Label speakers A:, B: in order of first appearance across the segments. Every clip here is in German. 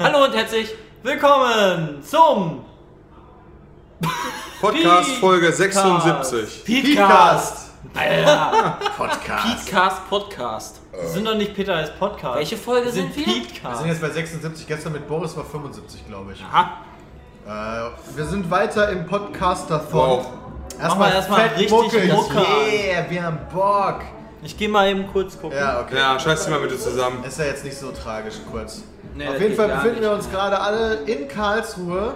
A: Hallo und herzlich willkommen zum
B: Podcast
A: Piecast.
B: Folge 76.
A: Piecast.
C: Podcast.
A: Pietcast Podcast. Wir sind doch nicht Peter als Podcast.
D: Welche Folge
A: wir sind,
D: sind wir?
B: Wir
A: Pietcast.
B: sind jetzt bei 76, gestern mit Boris war 75, glaube ich.
A: Ah,
B: Äh, wir sind weiter im Podcaster-Thon.
C: Wow.
A: Machen wir erstmal
B: fett
A: richtig
B: muckeln.
A: Mucke.
B: Yeah, wir haben Bock.
A: ich gehe mal eben kurz gucken.
B: Ja, okay.
D: Ja, scheiß die mal bitte zusammen.
B: Ist ja jetzt nicht so tragisch, kurz.
D: Nee,
B: Auf
D: das
B: jeden
D: geht
B: Fall
D: gar
B: befinden wir
D: nicht.
B: uns gerade alle in Karlsruhe.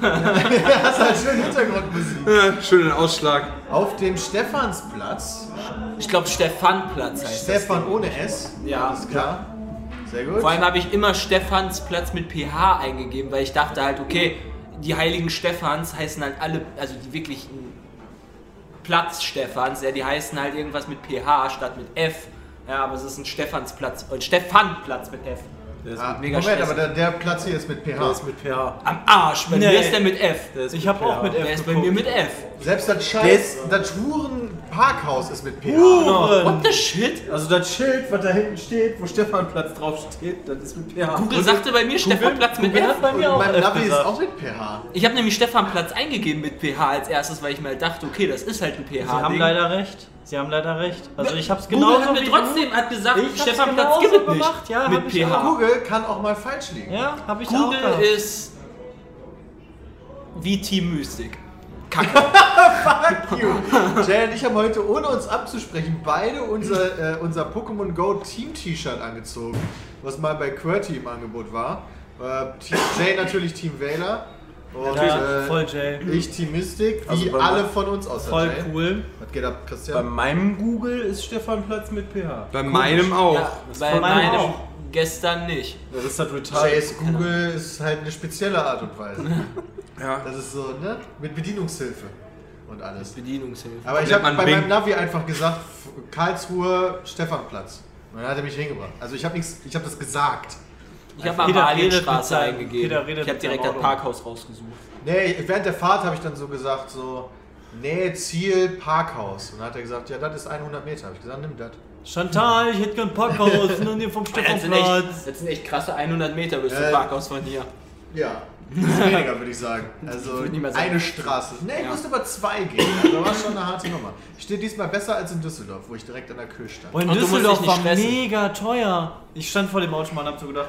B: das ist halt schön Hintergrundmusik.
D: Ja, schönen Ausschlag.
B: Auf dem Stephansplatz.
D: Ich glaube, Stefanplatz heißt das.
B: Stefan ohne S.
D: Ja.
B: Alles klar. Sehr gut.
D: Vor allem habe ich immer Stephansplatz mit PH eingegeben, weil ich dachte halt, okay, die heiligen Stephans heißen halt alle, also die wirklichen Platz-Stephans, ja, die heißen halt irgendwas mit PH statt mit F. Ja, aber es ist ein Stephansplatz und Stefanplatz mit F. Das ist
B: Ah,
D: mega
B: Moment,
D: stressig.
B: aber der, der Platz hier ist mit PH.
E: mit PH.
D: Am Arsch, bei
A: Nee.
D: mir ist der mit F.
A: Ich habe auch mit F
D: Der ist bei
A: geguckt.
D: mir mit F.
B: Selbst das Scheiß, das Schwuren-Parkhaus ist mit PH.
A: Uh,
D: What the shit?
E: Also das Schild, was da hinten steht, wo Stefanplatz drauf steht, das ist mit PH.
D: Google sagte bei mir Stefanplatz mit
A: Wer
D: F.
A: hat bei mir
B: Und
A: auch
B: mein
A: F
B: Navi ist
A: genau. gesagt?
B: auch mit PH.
D: Ich habe nämlich Stefanplatz eingegeben mit PH als erstes, weil ich mir dachte, okay, das ist halt ein PH.
A: Sie haben leider recht. Sie haben leider recht. Also ich habe es
D: Google
A: genauso
D: hat
A: wie
D: mir
A: du.
D: trotzdem hat gesagt,
A: Ich hab's
D: Stefanplatz
A: genauso
D: gibt es
A: gemacht,
D: nicht
A: ja, hab
D: mit
A: ich
D: PH.
B: Google kann auch mal falsch liegen.
A: Ja, habe ich auch.
D: Google
A: gehabt.
D: ist wie Team Mystic.
B: Fuck you. Jay und ich haben heute, ohne uns abzusprechen, beide unser, äh, unser Pokémon Go Team T-Shirt angezogen, was mal bei QWERTY im Angebot war. Äh, Team- Jay natürlich Team Wähler. Und,
A: ja,
B: äh,
A: voll Jay.
B: Ich Team Mystic, wie
E: Also bei-
B: alle von uns außer
A: Voll
B: Jay.
A: cool.
B: Was geht ab,
E: Bei
B: Christian?
E: meinem Google ist Stefanplatz mit PH.
C: Bei meinem auch.
D: Ja, bei
A: von meinem
D: meinem
A: auch.
D: gestern nicht.
E: Das ist das Retal.
B: Jays Google ist halt eine spezielle Art und Weise. Das ist so, ne? Mit Bedienungshilfe und alles.
D: Bedienungshilfe.
B: Aber ich habe
C: Nennt man
B: bei
C: Bing.
B: meinem Navi einfach gesagt, F- Karlsruhe, Stefanplatz. Und dann hat er mich hingebracht. Also ich habe nichts, ich habe das gesagt.
D: Ich habe mal
A: Peter redet mit
D: Malienstraße
A: seinem-
D: eingegeben.
A: Peter redet
D: ich habe
A: mit seinem
D: direkt das
A: Auto.
D: Parkhaus rausgesucht.
B: Nee, während der Fahrt habe ich dann so gesagt, so, nee, Ziel, Parkhaus. Und dann hat er gesagt, ja, das ist 100 Meter. Habe ich gesagt, nimm das.
A: Chantal, ich hätte gern Parkhaus in der Nähe vom
D: Äh, Das sind, echt,
A: Stephanplatz.
D: das sind echt krasse 100 Meter bis
B: Äh.
D: zum Parkhaus von hier.
B: Ja. Weniger, würde ich sagen. Also
D: würd niemals sagen.
B: eine Straße. Nee, ich
D: Ja.
B: musste über zwei gehen. Also war schon eine harte Nummer. Ich stehe diesmal besser als in Düsseldorf, wo ich direkt an der Kühe stand.
A: Boah, Oh, in
D: Und du musst
A: Düsseldorf
D: dich
A: war
D: nicht stressen.
A: mega teuer. Ich stand vor dem Automat und hab so gedacht,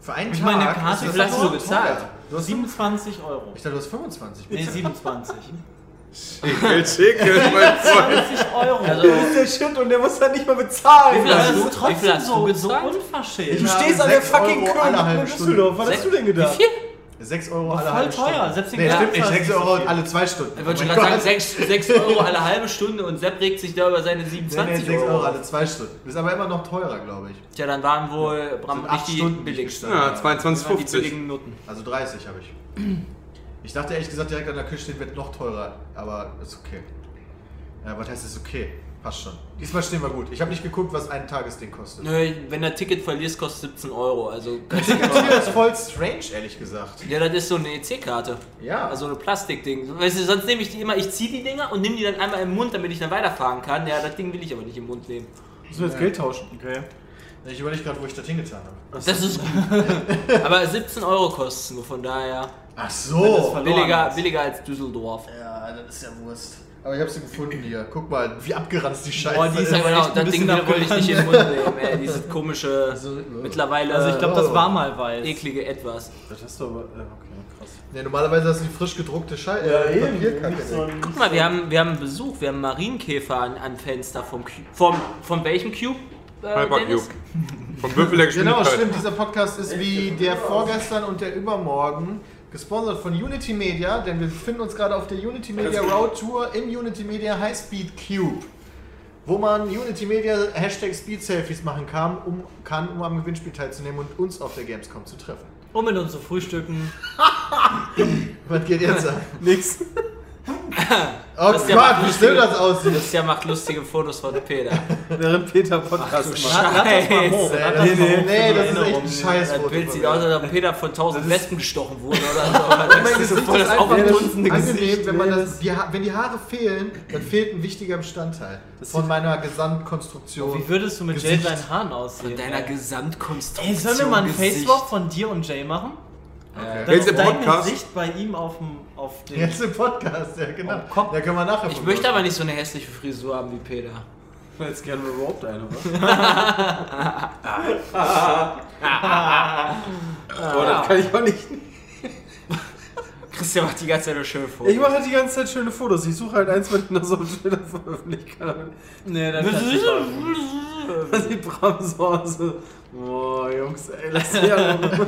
B: Für einen
A: Ich
B: Tag
A: meine, Karte,
B: ist das
A: wie viel hast
B: so
A: du
B: teuer.
D: bezahlt?
B: Du hast
A: 27 Euro.
B: Ich dachte, du hast 25.
A: Nee, 27.
C: Schickel, schickel, mein Freund.
A: 20 Euro.
D: Also,
E: Das ist der Shit und der muss halt nicht mal
D: wie
B: Ah,
E: bezahlen.
D: viel hast
A: das
D: du,
A: ist
D: wie viel
A: trotzdem
D: hast du
A: so, so
D: gezahlt?
A: unverschämt.
E: Du
B: Ja,
E: stehst an der
B: sechs
E: fucking
B: Euro alle halbe
E: Kirche in
B: Stunde.
E: Düsseldorf. Was
D: Sech-
E: hast du denn gedacht?
B: 6 Euro alle
A: War voll
B: halbe
A: teuer,
B: Stunde.
A: selbst den
B: nee,
A: Garten
B: stimmt nicht.
A: hast du
B: 6
A: nicht so
B: Euro
A: viel.
B: alle zwei Stunden.
D: Ich wollte
B: Oh
D: schon
B: mein
D: gerade sagen,
B: Gott.
D: 6, Euro alle halbe Stunde und Sepp regt sich da über seine
B: Nee, nee,
D: 27
B: 6
D: Euro.
B: Euro alle zwei Stunden. Ist aber immer noch teurer, glaube ich.
D: Tja, dann waren wohl Bram
B: Sind acht
D: nicht die
B: Stunden, die ich
D: billigsten.
B: gestanden
C: Ja,
B: habe.
C: 22,50.
D: billigen Noten.
B: Also 30 habe ich. Ich dachte ehrlich gesagt, direkt an der Küche steht, wird noch teurer. Aber ist okay. Ja, was heißt, ist okay? Passt schon. Diesmal stehen wir gut. Ich habe nicht geguckt, was ein Tagesding kostet.
D: Nö, wenn du ein Ticket verlierst, kostet 17 Euro. Also, ganz-
A: genau.
B: Ich finde das voll strange, ehrlich gesagt.
D: ja, das ist so eine EC-Karte.
B: Ja.
D: Also eine Plastikding. Weißt du, sonst nehme ich die immer, ich ziehe die Dinger und nehme die dann einmal im Mund, damit ich dann weiterfahren kann. Ja, das Ding will ich aber nicht im Mund nehmen.
E: Müssen wir jetzt Geld tauschen? Okay.
B: Ich überlege gerade, wo ich das hingetan habe.
D: Das ist gut. aber 17 Euro kosten nur, von daher.
B: Ach
A: das
B: so.
A: verloren
D: Billiger,
A: hast. Äh,
D: billiger als Düsseldorf.
B: Ja, das ist ja Wurst. Aber ich habe sie gefunden hier. Guck mal, wie abgeranzt die Scheiße
A: Boah, die ist
B: ist.
D: Ja,
A: aber
D: genau,
A: echt ein
D: das Ding
A: bisschen
D: wollte ich nicht in den
A: abgerannt.
D: Mund nehmen, ey. Dieses komische, mittlerweile
A: Also ich glaube, das war mal weiß.
D: eklige Etwas.
E: Das hast du aber. äh, Okay, krass.
B: Nee, normalerweise hast du die frisch gedruckte Scheiße. äh, Papierkacke.
E: ein,
D: Guck mal, wir haben, wir haben Besuch, wir haben Marienkäfer an, am Fenster vom Cube. Vom, von welchem Cube? Äh,
C: Hypercube.
D: Dennis?
C: Vom Würfel der
B: Genau,
C: Geschwindigkeit.
B: stimmt. Dieser Podcast ist wie der vorgestern und der übermorgen. Gesponsert von Unity Media, denn wir befinden uns gerade auf der Unity Media Road Tour im Unity Media High Speed Cube. wo man Unity Media Hashtag Speed Selfies machen kann um, kann, um am Gewinnspiel teilzunehmen und uns auf der Gamescom zu treffen.
A: Um mit uns zu frühstücken.
B: Was geht jetzt ab?
D: Nix.
B: Oh
D: Das ist ja
B: Gott, wie
D: lustig.
B: schlimm das aussieht.
D: Lucia macht lustige Fotos von Peter.
E: Während Peter Podcast macht.
D: Scheiße.
B: Nee, nee, nee, das ist echt
A: Erinnerung.
B: ein scheiß
D: Das
B: Foto
D: Bild
B: von
D: sieht
B: mir.
D: aus, als ob Peter von tausend Wespen gestochen wurde oder so. Das ist so voll das
B: einfach
D: aufdunzende
B: angenehm,
D: Gesicht.
B: wenn, man das, die, Ha- wenn die Haare fehlen, dann fehlt ein wichtiger Bestandteil von meiner Gesamtkonstruktion.
A: Wie würdest du mit Jay
B: Gesicht.
A: seinen Haaren aussehen?
D: Von deiner Gesamtkonstruktion.
A: Ey, sollen wir mal einen
D: Gesicht.
A: Facewalk von dir und Jay machen?
B: Okay.
A: Dann
C: Jetzt
A: ist
C: im
A: dein
C: Podcast?
A: Gesicht bei ihm auf dem auf den
B: Jetzt im Podcast, ja genau.
A: Oh, komm.
B: Da können wir nachher
D: Ich
B: von
D: möchte
B: reden.
D: aber nicht so eine hässliche Frisur haben wie Peter.
E: Jetzt gerne überhaupt eine, was?
C: Boah, das kann ich auch nicht.
D: Christian macht die ganze Zeit nur schön vor.
E: Ich mache halt die ganze Zeit schöne Fotos. Ich suche halt eins, was ich noch so schöner veröffentlichen kann.
A: Nee, das
E: Das sieht Bram so aus. Boah, Jungs, ey, lass mich ja
C: Das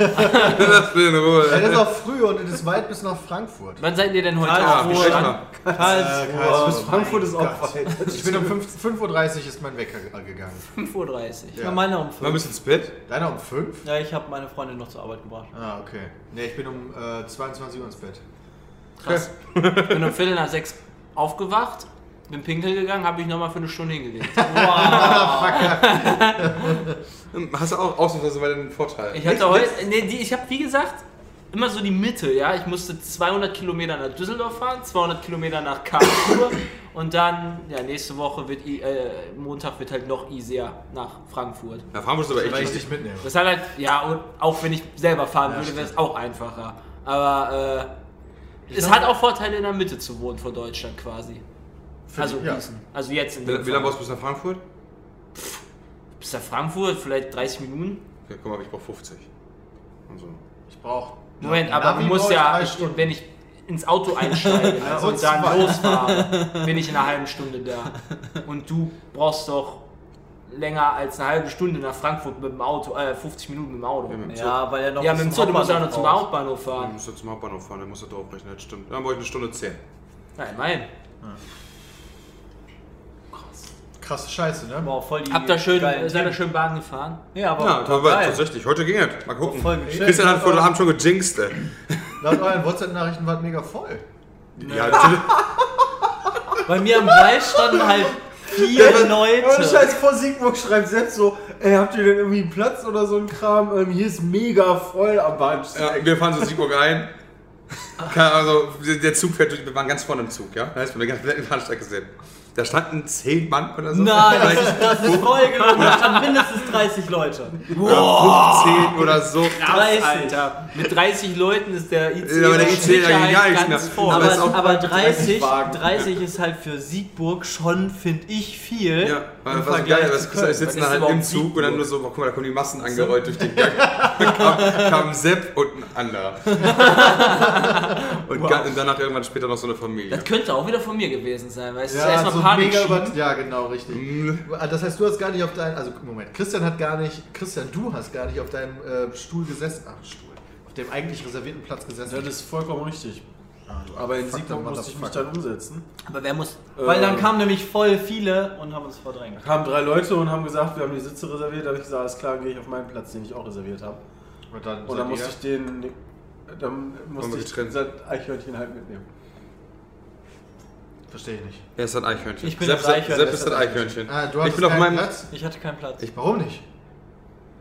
C: will in
B: Ja,
C: Ruhe.
B: das ist auch früh und es ist weit bis nach Frankfurt.
D: Wann seid ihr denn heute
A: Hallo.
C: Ah,
D: Abend?
C: geschenkt mal.
B: Äh,
A: Karlsruhe.
B: Karlsruhe.
E: bis Frankfurt ist
B: Mein
E: auch
B: Gott.
E: weit.
B: Ich bin um 5 5.30 Uhr ist mein Wecker ge- gegangen.
D: 5.30 Uhr.
B: Ja.
A: Meine um
C: Mal ein
A: 5.
C: bisschen ins Bett.
B: Deiner um 5?
A: Ja, ich habe meine Freundin noch zur Arbeit gebracht.
B: Ah, okay. Ne, ich bin um äh, 22 Uhr ins Bett.
D: Krass. bin um Viertel nach sechs aufgewacht, bin pinkeln gegangen, habe ich nochmal für eine Stunde hingelegt.
C: Hm, Hast du auch ausnahmsweise mal den Vorteil.
D: Ich hatte heute, nee, die, ich habe wie gesagt immer so die Mitte, ja. Ich musste 200 Kilometer nach Düsseldorf fahren, 200 Kilometer nach Karlsruhe und dann, ja, nächste Woche wird, i- äh, Montag wird halt noch easier nach Frankfurt.
C: Da fahren wir uns aber echt
B: Weil ich
C: richtig.
B: dich mitnehme.
D: Das hat halt, ja, und auch wenn ich selber fahren würde, wäre es auch einfacher. Aber äh, es hat auch Vorteile, in der Mitte zu wohnen von Deutschland quasi. Also,
B: ja.
D: Gießen. also jetzt in
C: Wie
D: dem
C: wie
D: Fall.
C: lange brauchst du bis nach Frankfurt?
D: Bis nach Frankfurt, vielleicht 30 Minuten.
C: Ja, guck mal, ich brauch Also, 50. Und so.
B: Ich brauche.
D: Moment, aber du musst ja, ich, wenn ich ins Auto einsteige ne,
B: Also
D: und dann
B: zwei.
D: losfahre, bin ich in einer halben Stunde da. Und du brauchst doch länger als eine halbe Stunde nach Frankfurt mit dem Auto, äh, 50 Minuten mit dem Auto.
C: Ja, mit dem Zug.
A: Ja, weil er noch
D: Ja,
A: bis
D: mit dem
A: zum
D: Zug, du musst auch noch
A: Hauptbahnhof
D: zum
A: braucht.
D: Hauptbahnhof
C: Dann
D: fahren.
C: musst du zum Hauptbahnhof fahren, dann musst du draufrechnen, das stimmt. Dann brauche ich eine Stunde 10.
D: Nein, nein.
B: Krasse Scheiße, ne?
A: Boah, voll die
D: Habt ihr schön,
A: geilen
D: seid ihr
A: Themen.
D: schön Bahn gefahren?
A: Ja, aber
C: Ja, aber
A: geil.
C: tatsächlich. Heute ging es. Mal gucken.
A: Voll geschickt.
C: Christian hat heute Abend schon gejinxt, ey.
B: Laut euren WhatsApp-Nachrichten war es mega voll.
C: Ja, natürlich.
A: Bei mir am Wald standen halt vier
E: Ohne
A: Leute.
E: Scheiß, vor Siegburg schreibt selbst so, ey, habt ihr denn irgendwie einen Platz oder so ein Kram? Ähm, hier ist mega voll am Bahnsteig.
C: Ja, wir fahren so Siegburg ein. Keine Ahnung, Also, der Zug fährt durch, wir waren ganz vorne im Zug, ja? Da ist man den ganzen Bahnsteig gesehen. Da standen zehn Mann oder so.
A: Nein,
C: Vielleicht
A: das ist voll gelogen. Da standen mindestens 30 Leute.
C: 15 oder so.
A: 30.
D: Alter, mit 30 Leuten ist der IC,
C: Ja, aber der
D: mit
C: IC ja
D: Sicherheit
C: gar nicht
D: ganz
C: mehr.
D: voll.
C: Aber
A: Aber,
C: es ist auch
A: aber, 30,
E: 30
A: 30 ist halt für Siegburg schon, finde ich, viel.
C: Ja,
A: im
C: war, war so
A: Vergleich
C: geil,
A: zu
C: weil
A: Köln.
C: Christian sitzt
D: Wann
C: dann
D: ist
C: halt
D: überhaupt
C: im Zug und dann nur so, boah, guck mal, da kommen die Massen angerollt durch den Gang. Dann kam, kam Sepp und ein anderer. und, ga- und danach irgendwann später noch so eine Familie.
D: Das könnte auch wieder von mir gewesen sein, weil es ist
B: Ja,
D: erstmal
B: so
D: Panik.
B: mega
D: schieben.
B: über Ja, genau, richtig. Das heißt, du hast gar nicht auf deinem. Also, Moment, Christian hat gar nicht. Christian, du hast gar nicht auf deinem äh, Stuhl gesessen. Ach, Stuhl. Auf dem eigentlich reservierten Platz gesessen.
E: Das ist vollkommen richtig. Aber in
B: Fuck,
E: Siegburg
B: dann war
E: musste
B: das
E: ich mich
B: fuck.
E: dann umsetzen.
D: Aber wer muss.
A: Weil dann
E: Äh,
B: Ähm.
A: kamen nämlich voll viele und haben uns verdrängt.
E: kamen drei Leute und haben gesagt, wir haben die Sitze reserviert. Da habe ich gesagt, alles klar, gehe ich auf meinen Platz, den ich auch reserviert habe.
B: Und dann,
E: Und dann musste
B: seid
E: ich den. Dann
C: Haben
E: musste
C: wir
E: ich
C: getrennt.
E: das Eichhörnchen halt mitnehmen.
B: ihr- Verstehe ich nicht.
C: Er ist ein Eichhörnchen.
A: Ich bin
C: Sepp,
A: das
C: Sepp-
A: Eichhörnchen,
C: Sepp
A: das
C: ist
A: ist
C: ein
A: das
C: Eichhörnchen.
B: Ah, du
C: ich
B: hast
C: bin auf
B: keinen
C: meinem.
B: Platz?
A: Ich hatte keinen Platz,
B: Ich, warum nicht?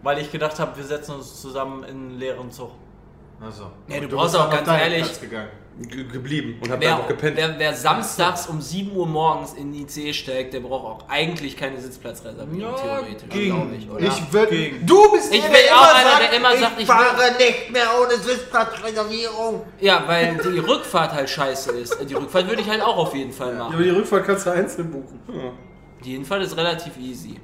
A: weil ich gedacht habe, wir setzen uns zusammen in einen leeren Zug.
B: Achso.
D: Nee, du
B: Und
D: brauchst
B: bist
D: auch
B: auf
D: ganz
B: deinen
D: ehrlich-
B: Platz gegangen.
C: ge- geblieben und hab
D: Wer,
C: einfach gepennt.
D: wer, wer samstags um 7 Uhr morgens in die IC steigt, der braucht auch eigentlich keine Sitzplatzreservierung, theoretisch, glaube ich, oder?
B: Ich würd, Du bist
D: Ich
B: der,
D: bin
B: der
D: auch
B: immer
D: einer,
B: sagt,
D: der immer sagt, ich
B: fahre nicht mehr ohne Sitzplatzreservierung.
D: ja, weil die Rückfahrt halt scheiße ist. Die Rückfahrt würde ich halt auch auf jeden Fall
E: Ja,
D: machen.
E: aber die Rückfahrt kannst du einzeln buchen.
D: Die Hinfahrt ist relativ easy.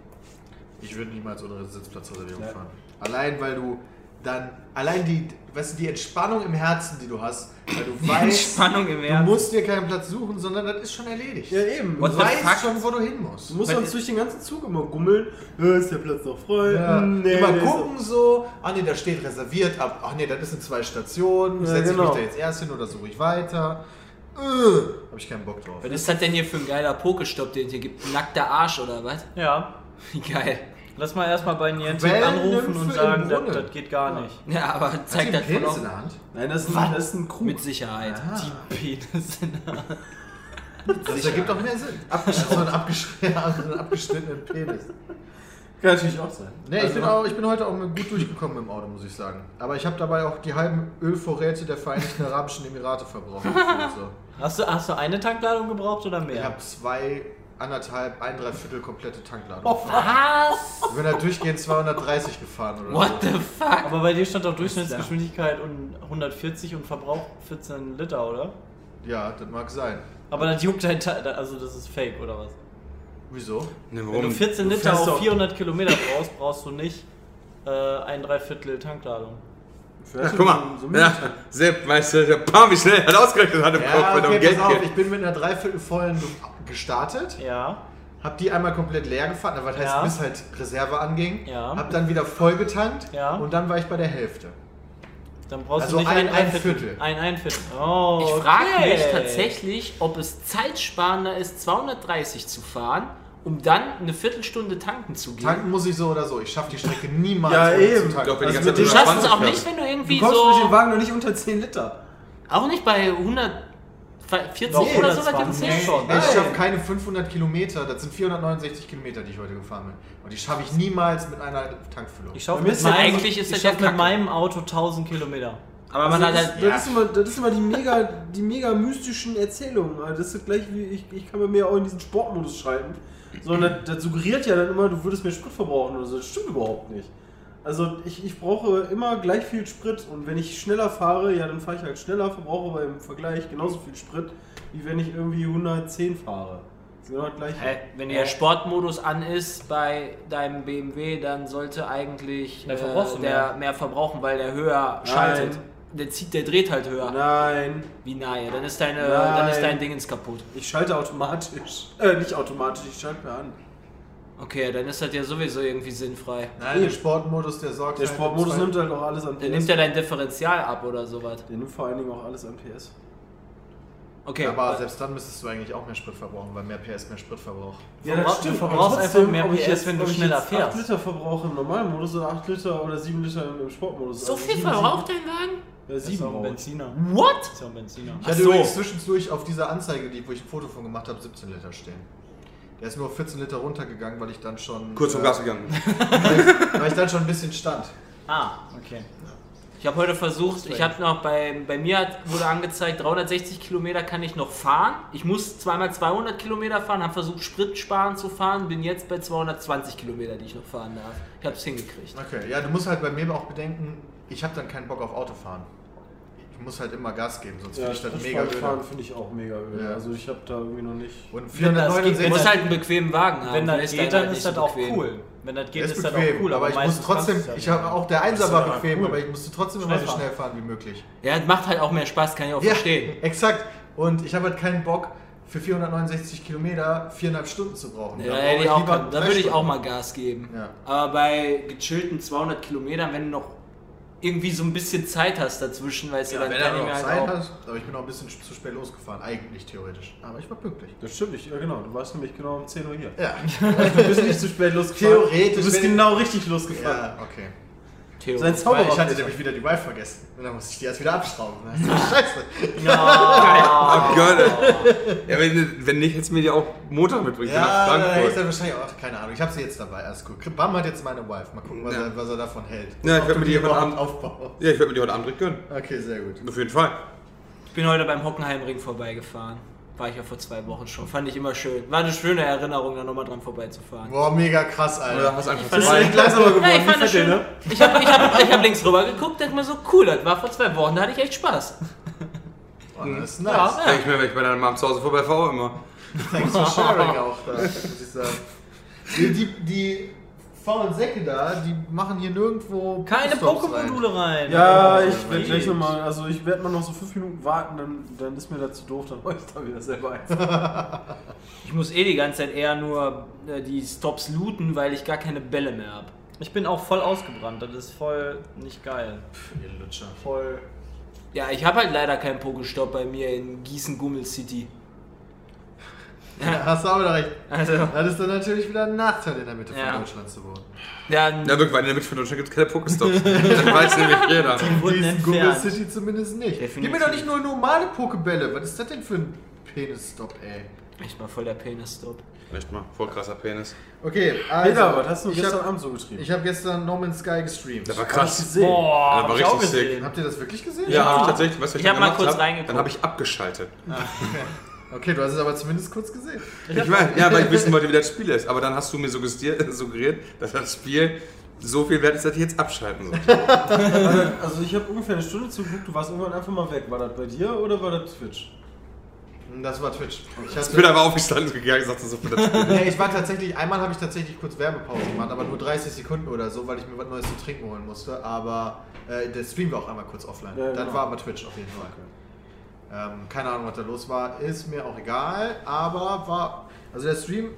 B: Ich würde niemals ohne Sitzplatzreservierung fahren. Allein weil du dann, allein die, weißt du, die Entspannung im Herzen, die du hast, weil du weißt,
D: Spannung im
B: du musst dir keinen Platz suchen, sondern das ist schon erledigt.
E: Ja, eben.
D: What
B: Du
D: the
B: weißt
D: fuck?
B: schon, wo du hin musst.
E: Du musst sonst durch den ganzen Zug immer gummeln. Äh, Ist der Platz noch frei?
B: Ja.
E: Hm, nee,
B: Immer
E: der ist-
B: gucken so, ah ne, da steht reserviert ab, ach ne, das ist in zwei Stationen,
E: Ja,
B: setze
E: genau.
B: ich mich da jetzt erst hin oder suche ich weiter. äh, hab ich keinen Bock drauf.
D: Was ist das denn hier für ein geiler Pokestopp, den es hier gibt? Ein Nackter Arsch oder was?
A: Ja.
D: Wie geil.
A: Lass mal erstmal bei Niantic
B: Wellen
A: anrufen
B: nimmst
A: und
B: du
A: sagen,
B: im
A: das,
B: Grunde.
A: das geht gar
B: Ja.
A: nicht.
D: Ja, aber
B: Hat sie
D: zeigt das
B: einen
D: voll
B: Penis
D: auf.
B: in der Hand?
F: Nein, das ist, ein, das ist ein Krug.
D: Mit Sicherheit.
B: Ah.
D: Die Penis in der Hand.
B: Das ergibt doch mehr Sinn. Abgeschnitten. Also einen, abgeschn ja, also einen abgeschnittenen Penis.
F: Kann natürlich auch sein.
B: Nee,
A: Also-
E: Also
B: ich, bin auch, ich bin heute auch gut durchgekommen im Auto, muss ich sagen. Aber ich habe dabei auch die halben Ölvorräte der Vereinigten Arabischen Emirate verbraucht. Also,
A: Hast du, hast du eine Tankladung gebraucht oder mehr?
B: ich habe zwei, anderthalb, ein, dreiviertel komplette Tankladung.
A: Oh, was?
B: Ich bin da durchgehend 230 gefahren oder
D: What
B: so.
D: the fuck?
A: Aber bei dir stand doch Durchschnittsgeschwindigkeit und 140 und Verbrauch 14 Liter, oder?
B: Ja, das mag sein.
A: Aber das juckt dein Teil, also das ist fake, oder was?
B: Wieso?
C: Ne,
A: Wenn du 14 Liter
F: fährst
A: auf
F: doch-
A: 400 Kilometer brauchst, brauchst du nicht äh, ein Dreiviertel Tankladung.
C: Ja, guck mal, ja, Sepp, weißt du, der Pam, wie schnell er das ausgerechnet hat im Kopf,
B: Ja,
C: wenn er um
B: okay,
C: Geld
B: pass auf,
C: geht.
B: ich bin mit einer dreiviertel vollen ge- gestartet,
A: Ja.
B: hab die einmal komplett leer gefahren, aber das heißt,
A: Ja.
B: bis halt Reserve anging,
A: Ja.
B: hab dann wieder voll getankt
A: Ja.
B: und dann war ich bei der Hälfte.
A: Dann brauchst
B: Also
A: du nicht
B: ein-
A: ein,
B: ein Viertel.
A: Ein, ein Viertel. Oh,
D: Ich frage
A: okay.
D: mich tatsächlich, ob es zeitsparender ist, 230 zu fahren, um dann eine Viertelstunde tanken zu gehen.
B: Tanken muss ich so oder so, ich schaff die Strecke niemals
F: Ja,
B: ohne
F: eben.
B: zu
C: Ich glaub,
B: tanken.
C: wenn die
F: Also
C: ganze Zeit
F: mit dem
D: Du
C: nur
D: schaffst es
C: 20
D: auch
C: fährst.
D: nicht, wenn du
F: Du
D: irgendwie
F: kommst mit dem
D: so.
F: Wagen noch nicht unter 10 Liter.
D: Auch nicht bei 140
A: Doch,
D: oder so, was
A: 120
D: gibt's nicht
A: schon.
B: Ey, ich
F: Nein.
B: schaffe keine 500 Kilometer, das sind 469 Kilometer, die ich heute gefahren bin. Und die schaffe ich niemals mit einer Tankfüllung.
A: Ich
F: Bei
A: schaffe
F: mir
A: mit,
F: ist ja
A: meinem-
D: eigentlich ist
A: ich
D: das ja
A: schaff mit
D: Kacke.
A: meinem Auto 1000 Kilometer.
D: Aber man
F: Also
D: hat
F: das, ist,
D: halt.
F: das, ist immer, das ist immer die mega, die mega mystischen Erzählungen. Alter. Das ist gleich wie, ich, ich kann bei mir auch in diesen Sportmodus schalten. Sondern das, das suggeriert ja dann immer, du würdest mehr Sprit verbrauchen oder so. Das stimmt überhaupt nicht. Also ich, ich brauche immer gleich viel Sprit und wenn ich schneller fahre, ja dann fahre ich halt schneller, verbrauche aber im Vergleich genauso viel Sprit, wie wenn ich irgendwie 110 fahre. Das ist genau das gleiche.
D: Hä, Wenn der Sportmodus an ist bei deinem BMW, dann sollte eigentlich
A: Dann
D: äh,
A: verbrauchst du
D: der
A: mehr.
D: mehr verbrauchen, weil der höher schaltet. Der zieht, der dreht halt höher.
F: Nein,
D: Wie nahe. Dann ist deine,
F: Nein.
D: dann ist dein Dingens kaputt.
F: ich schalte automatisch. Äh, nicht automatisch, ich schalte mir an.
D: Okay, dann ist das ja sowieso irgendwie sinnfrei.
B: Nein, der Sportmodus, der sorgt.
F: Der
B: halt
F: Sportmodus
B: im
F: nimmt halt auch alles an PS.
D: Dann Äh, nimmt er dein Differential ab oder sowas.
F: der nimmt vor allen Dingen auch alles an PS.
D: Okay.
B: Aber selbst dann müsstest du eigentlich auch mehr Sprit verbrauchen, weil mehr PS mehr Sprit verbraucht.
F: Ja,
A: Verbrauch-
F: das stimmt.
A: du verbrauchst
F: aber trotzdem,
A: einfach mehr
F: ob ich
A: PS,
F: jetzt-
A: wenn du
F: ob ich
A: schneller
F: jetzt
A: fährst.
F: 8 Liter verbrauche im normalen Modus oder 8 Liter oder 7 Liter im- im Sportmodus.
D: so
F: Also
D: viel
F: sieben-
D: verbraucht dein Wagen?
F: sieben- Ja, 7
A: ein
F: braucht.
A: Benziner.
D: What?
A: Ist ja ein Benziner.
B: Ich hatte
D: so.
B: übrigens zwischendurch auf dieser Anzeige, die, wo ich ein Foto von gemacht habe, 17 Liter stehen. Der ist nur auf 14 Liter runtergegangen, weil ich dann schon. äh,
C: Kurz vom Gas gegangen.
B: Weil ich dann schon ein bisschen stand.
A: Ah, okay.
D: Ich habe heute versucht, ich habe noch bei, bei mir hat- wurde angezeigt, 360 Kilometer kann ich noch fahren. Ich muss zweimal 200 Kilometer fahren, habe versucht, Sprit sparen zu fahren, bin jetzt bei 220 Kilometer, die ich noch fahren darf. Ich habe es hingekriegt.
B: Okay, ja, du musst halt bei mir auch bedenken, ich habe dann keinen Bock auf Autofahren. Ich muss halt immer Gas geben, sonst
F: Ja,
B: finde ich das mega
F: fahren
B: öde.
F: finde ich auch mega öde.
B: Ja.
F: Also ich habe da irgendwie noch nicht.
B: Und
D: Du
B: 469
D: musst halt einen bequemen Wagen haben.
A: Wenn
D: der
A: das geht,
D: halt
A: dann
D: nicht
A: ist das
D: so
A: auch
D: bequem.
A: cool. Wenn das geht,
B: ist,
A: ist das auch
B: bequem,
A: cool.
B: aber, ich muss
A: meistens
B: trotzdem,
A: kannst du es
B: ich
A: ja
B: habe auch der Einser war
F: ja
B: bequem,
F: cool.
B: aber ich musste trotzdem
A: Schnell
B: immer so
A: fahren.
B: schnell fahren wie möglich.
D: Ja, macht halt auch mehr Spaß, kann ich auch verstehen.
B: exakt. Und ich habe halt keinen Bock, für 469 Kilometer viereinhalb Stunden zu brauchen.
D: Ja, da
B: brauche
D: hätte ich auch,
B: lieber
D: da
B: drei
D: würde ich
B: Stunden.
D: auch mal Gas geben.
B: Ja.
D: Aber bei gechillten 200 Kilometern, wenn du noch irgendwie so ein bisschen Zeit hast dazwischen, weißt du,
B: Ja,
D: dann
B: wenn er
D: kann ich
B: noch
D: mir halt
B: Zeit
D: auch.
B: hat, aber ich bin auch ein bisschen zu spät losgefahren, eigentlich theoretisch. Aber ich war pünktlich.
F: Das stimmt nicht, ja genau. Du warst nämlich genau um 10 Uhr hier.
B: Ja,
F: Du bist nicht zu spät losgefahren.
B: Theoretisch,
F: Du bist
B: wenn-
F: genau richtig losgefahren.
B: ja okay.
D: Theo.
F: Sein
B: Weil
F: Zauberer.
B: ich hatte nämlich wieder die Wife vergessen. Und dann musste ich die erst wieder abschrauben. Das ist Scheiße.
C: Oh Gott. ey. Ja, wenn, wenn nicht, hättest du mir die auch Montag mitbringen können
B: Ja,
C: nach
B: da hätte ich
C: Frankfurt.
B: dann wahrscheinlich auch, keine Ahnung, ich habe sie jetzt dabei, alles gut. Bam hat jetzt meine Wife, mal gucken, was,
C: Ja.
B: er, was er davon hält.
C: Ja, ich
B: Ob
C: werd
B: du
C: mir die heute
B: überhaupt
C: Abend-
B: aufbaust.
C: Ja, ich werde mir die heute Abend direkt gönnen.
B: Okay, sehr gut.
C: Auf jeden Fall.
D: Ich bin heute beim Hockenheimring vorbeigefahren. War ich ja vor zwei Wochen schon. Fand ich immer schön. War eine schöne Erinnerung, da nochmal dran vorbeizufahren.
B: Boah, mega krass, Alter.
C: Oder hast einfach
F: Bist du
C: zwei.
F: nicht langsamer geworden?
D: Ja, ich fand
F: Wie
D: das
F: fett,
D: schön.
F: ne?
D: Ich habe ich hab, ich hab links rüber geguckt, dachte mir so, cool, das war vor zwei Wochen, da hatte ich echt Spaß.
B: Boah, Oh, das ist
D: Ja,
B: nice.
C: Denke ich mir, wenn ich bei deiner Mom zu Hause vorbeifahre, immer.
B: Thanks for sharing auch da, muss ich sagen. Die, die, die faulen Säcke da, die machen hier nirgendwo
A: Keine
B: Pit-Stops rein.
A: Pokémon-Module rein.
F: Ja,
B: Oh,
F: ich werde
B: Mensch.
F: gleich nochmal, also ich werde mal noch so 5 Minuten warten, dann, dann ist mir das zu doof, dann hol ich da wieder selber eins.
B: Also,
D: Ich muss eh die ganze Zeit eher nur äh, die Stops looten, weil ich gar keine Bälle mehr habe.
A: Ich bin auch voll ausgebrannt. Das ist voll nicht geil.
B: Ihr Lutscher.
A: Voll.
D: Ja, ich habe halt leider keinen Pokestopp bei mir in Gießen-Gummel City.
B: Ja, hast du aber da recht.
D: Also,
B: Das ist dann natürlich wieder ein Nachteil, in der Mitte
D: Ja.
B: von Deutschland zu wohnen.
D: dann,
C: Ja, wirklich, weil in der Mitte von Deutschland gibt es keine Pokestops. das weiß nämlich jeder.
D: wurden
B: Diesen Google
D: entfernt.
B: City zumindest nicht. Gib mir
D: Definitiv.
B: doch nicht nur normale Pokebälle. Was ist das denn für ein Penisstop, ey?
D: echt mal voll der Penis-Stop.
C: Echt mal, voll krasser Penis.
B: Okay, also.
E: Peter, was hast du
B: ich
E: gestern
B: hab,
E: Abend so getrieben?
B: Ich habe gestern No Man's Sky gestreamt.
C: Das war
E: Hab ich
C: krass.
E: gesehen.
D: Boah,
C: aber
D: hab ich auch
C: richtig sick.
D: gesehen.
B: Habt ihr das wirklich gesehen?
C: Ja, hab ich tatsächlich. Weißt, du, was
D: Ich hab
C: dann
D: mal
C: gemacht
D: kurz
C: hab?
D: reingeguckt.
C: Dann habe ich abgeschaltet.
B: Okay, du hast es aber zumindest kurz gesehen.
C: Ich weiß, ja, weil ich wissen wollte, wie das Spiel ist. Aber dann hast du mir suggestiert, suggeriert, dass das Spiel so viel wert ist, dass ich jetzt abschalten soll.
E: Also ich habe ungefähr eine Stunde zugeguckt, du warst irgendwann einfach mal weg. War das bei dir oder war das Twitch?
B: Hm, Das war Twitch. Ich,
C: Ich bin
B: hatte,
C: aber aufgestanden und gegangen und sagte so für das Spiel.
B: nee, ich war tatsächlich, einmal habe ich tatsächlich kurz Werbepause gemacht, aber nur 30 Sekunden oder so, weil ich mir was Neues zu trinken holen musste. Aber äh, der Stream war auch einmal kurz offline.
E: Ja,
B: Dann
E: genau.
B: war aber Twitch auf jeden Fall. Ähm, keine Ahnung, was da los war. Ist mir auch egal, aber war. Also der Stream.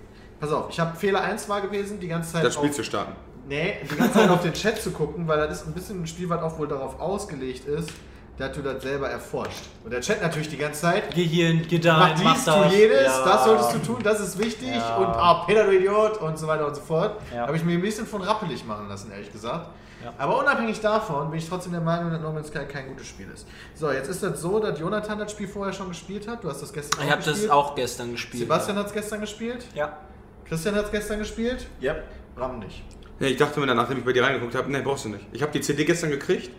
B: Pass auf, ich habe Fehler 1 war gewesen, die ganze Zeit.
C: Das Spiel
B: auf-
C: zu starten.
B: Nee, die ganze Zeit auf den Chat zu gucken, weil das ist ein bisschen ein Spiel, was auch wohl darauf ausgelegt ist, dass du das selber erforscht. Und der Chat natürlich die ganze Zeit.
A: Geh hier, hin, geh da,
B: Mach
A: hin,
B: dies,
A: mach das.
B: tu jedes,
A: Ja.
B: das solltest du tun, das ist wichtig
A: Ja.
B: und ah, Peter, du Idiot und so weiter und so fort.
A: Ja.
B: Habe ich mir ein bisschen von rappelig machen lassen, ehrlich gesagt.
A: Ja.
B: Aber unabhängig davon bin ich trotzdem der Meinung, dass No Man's Sky kein gutes Spiel ist. So, jetzt ist das so, dass Jonathan das Spiel vorher schon gespielt hat. Du hast das gestern
D: Ich
B: auch
D: habe das
B: gespielt.
D: auch gestern gespielt.
B: Sebastian hat es gestern gespielt.
A: Ja.
B: Christian hat es gestern gespielt.
E: Ja.
B: Ram nicht.
C: Nee, ich dachte mir dann, nachdem ich bei dir reingeguckt habe, nee, brauchst du nicht. Ich habe die CD gestern gekriegt,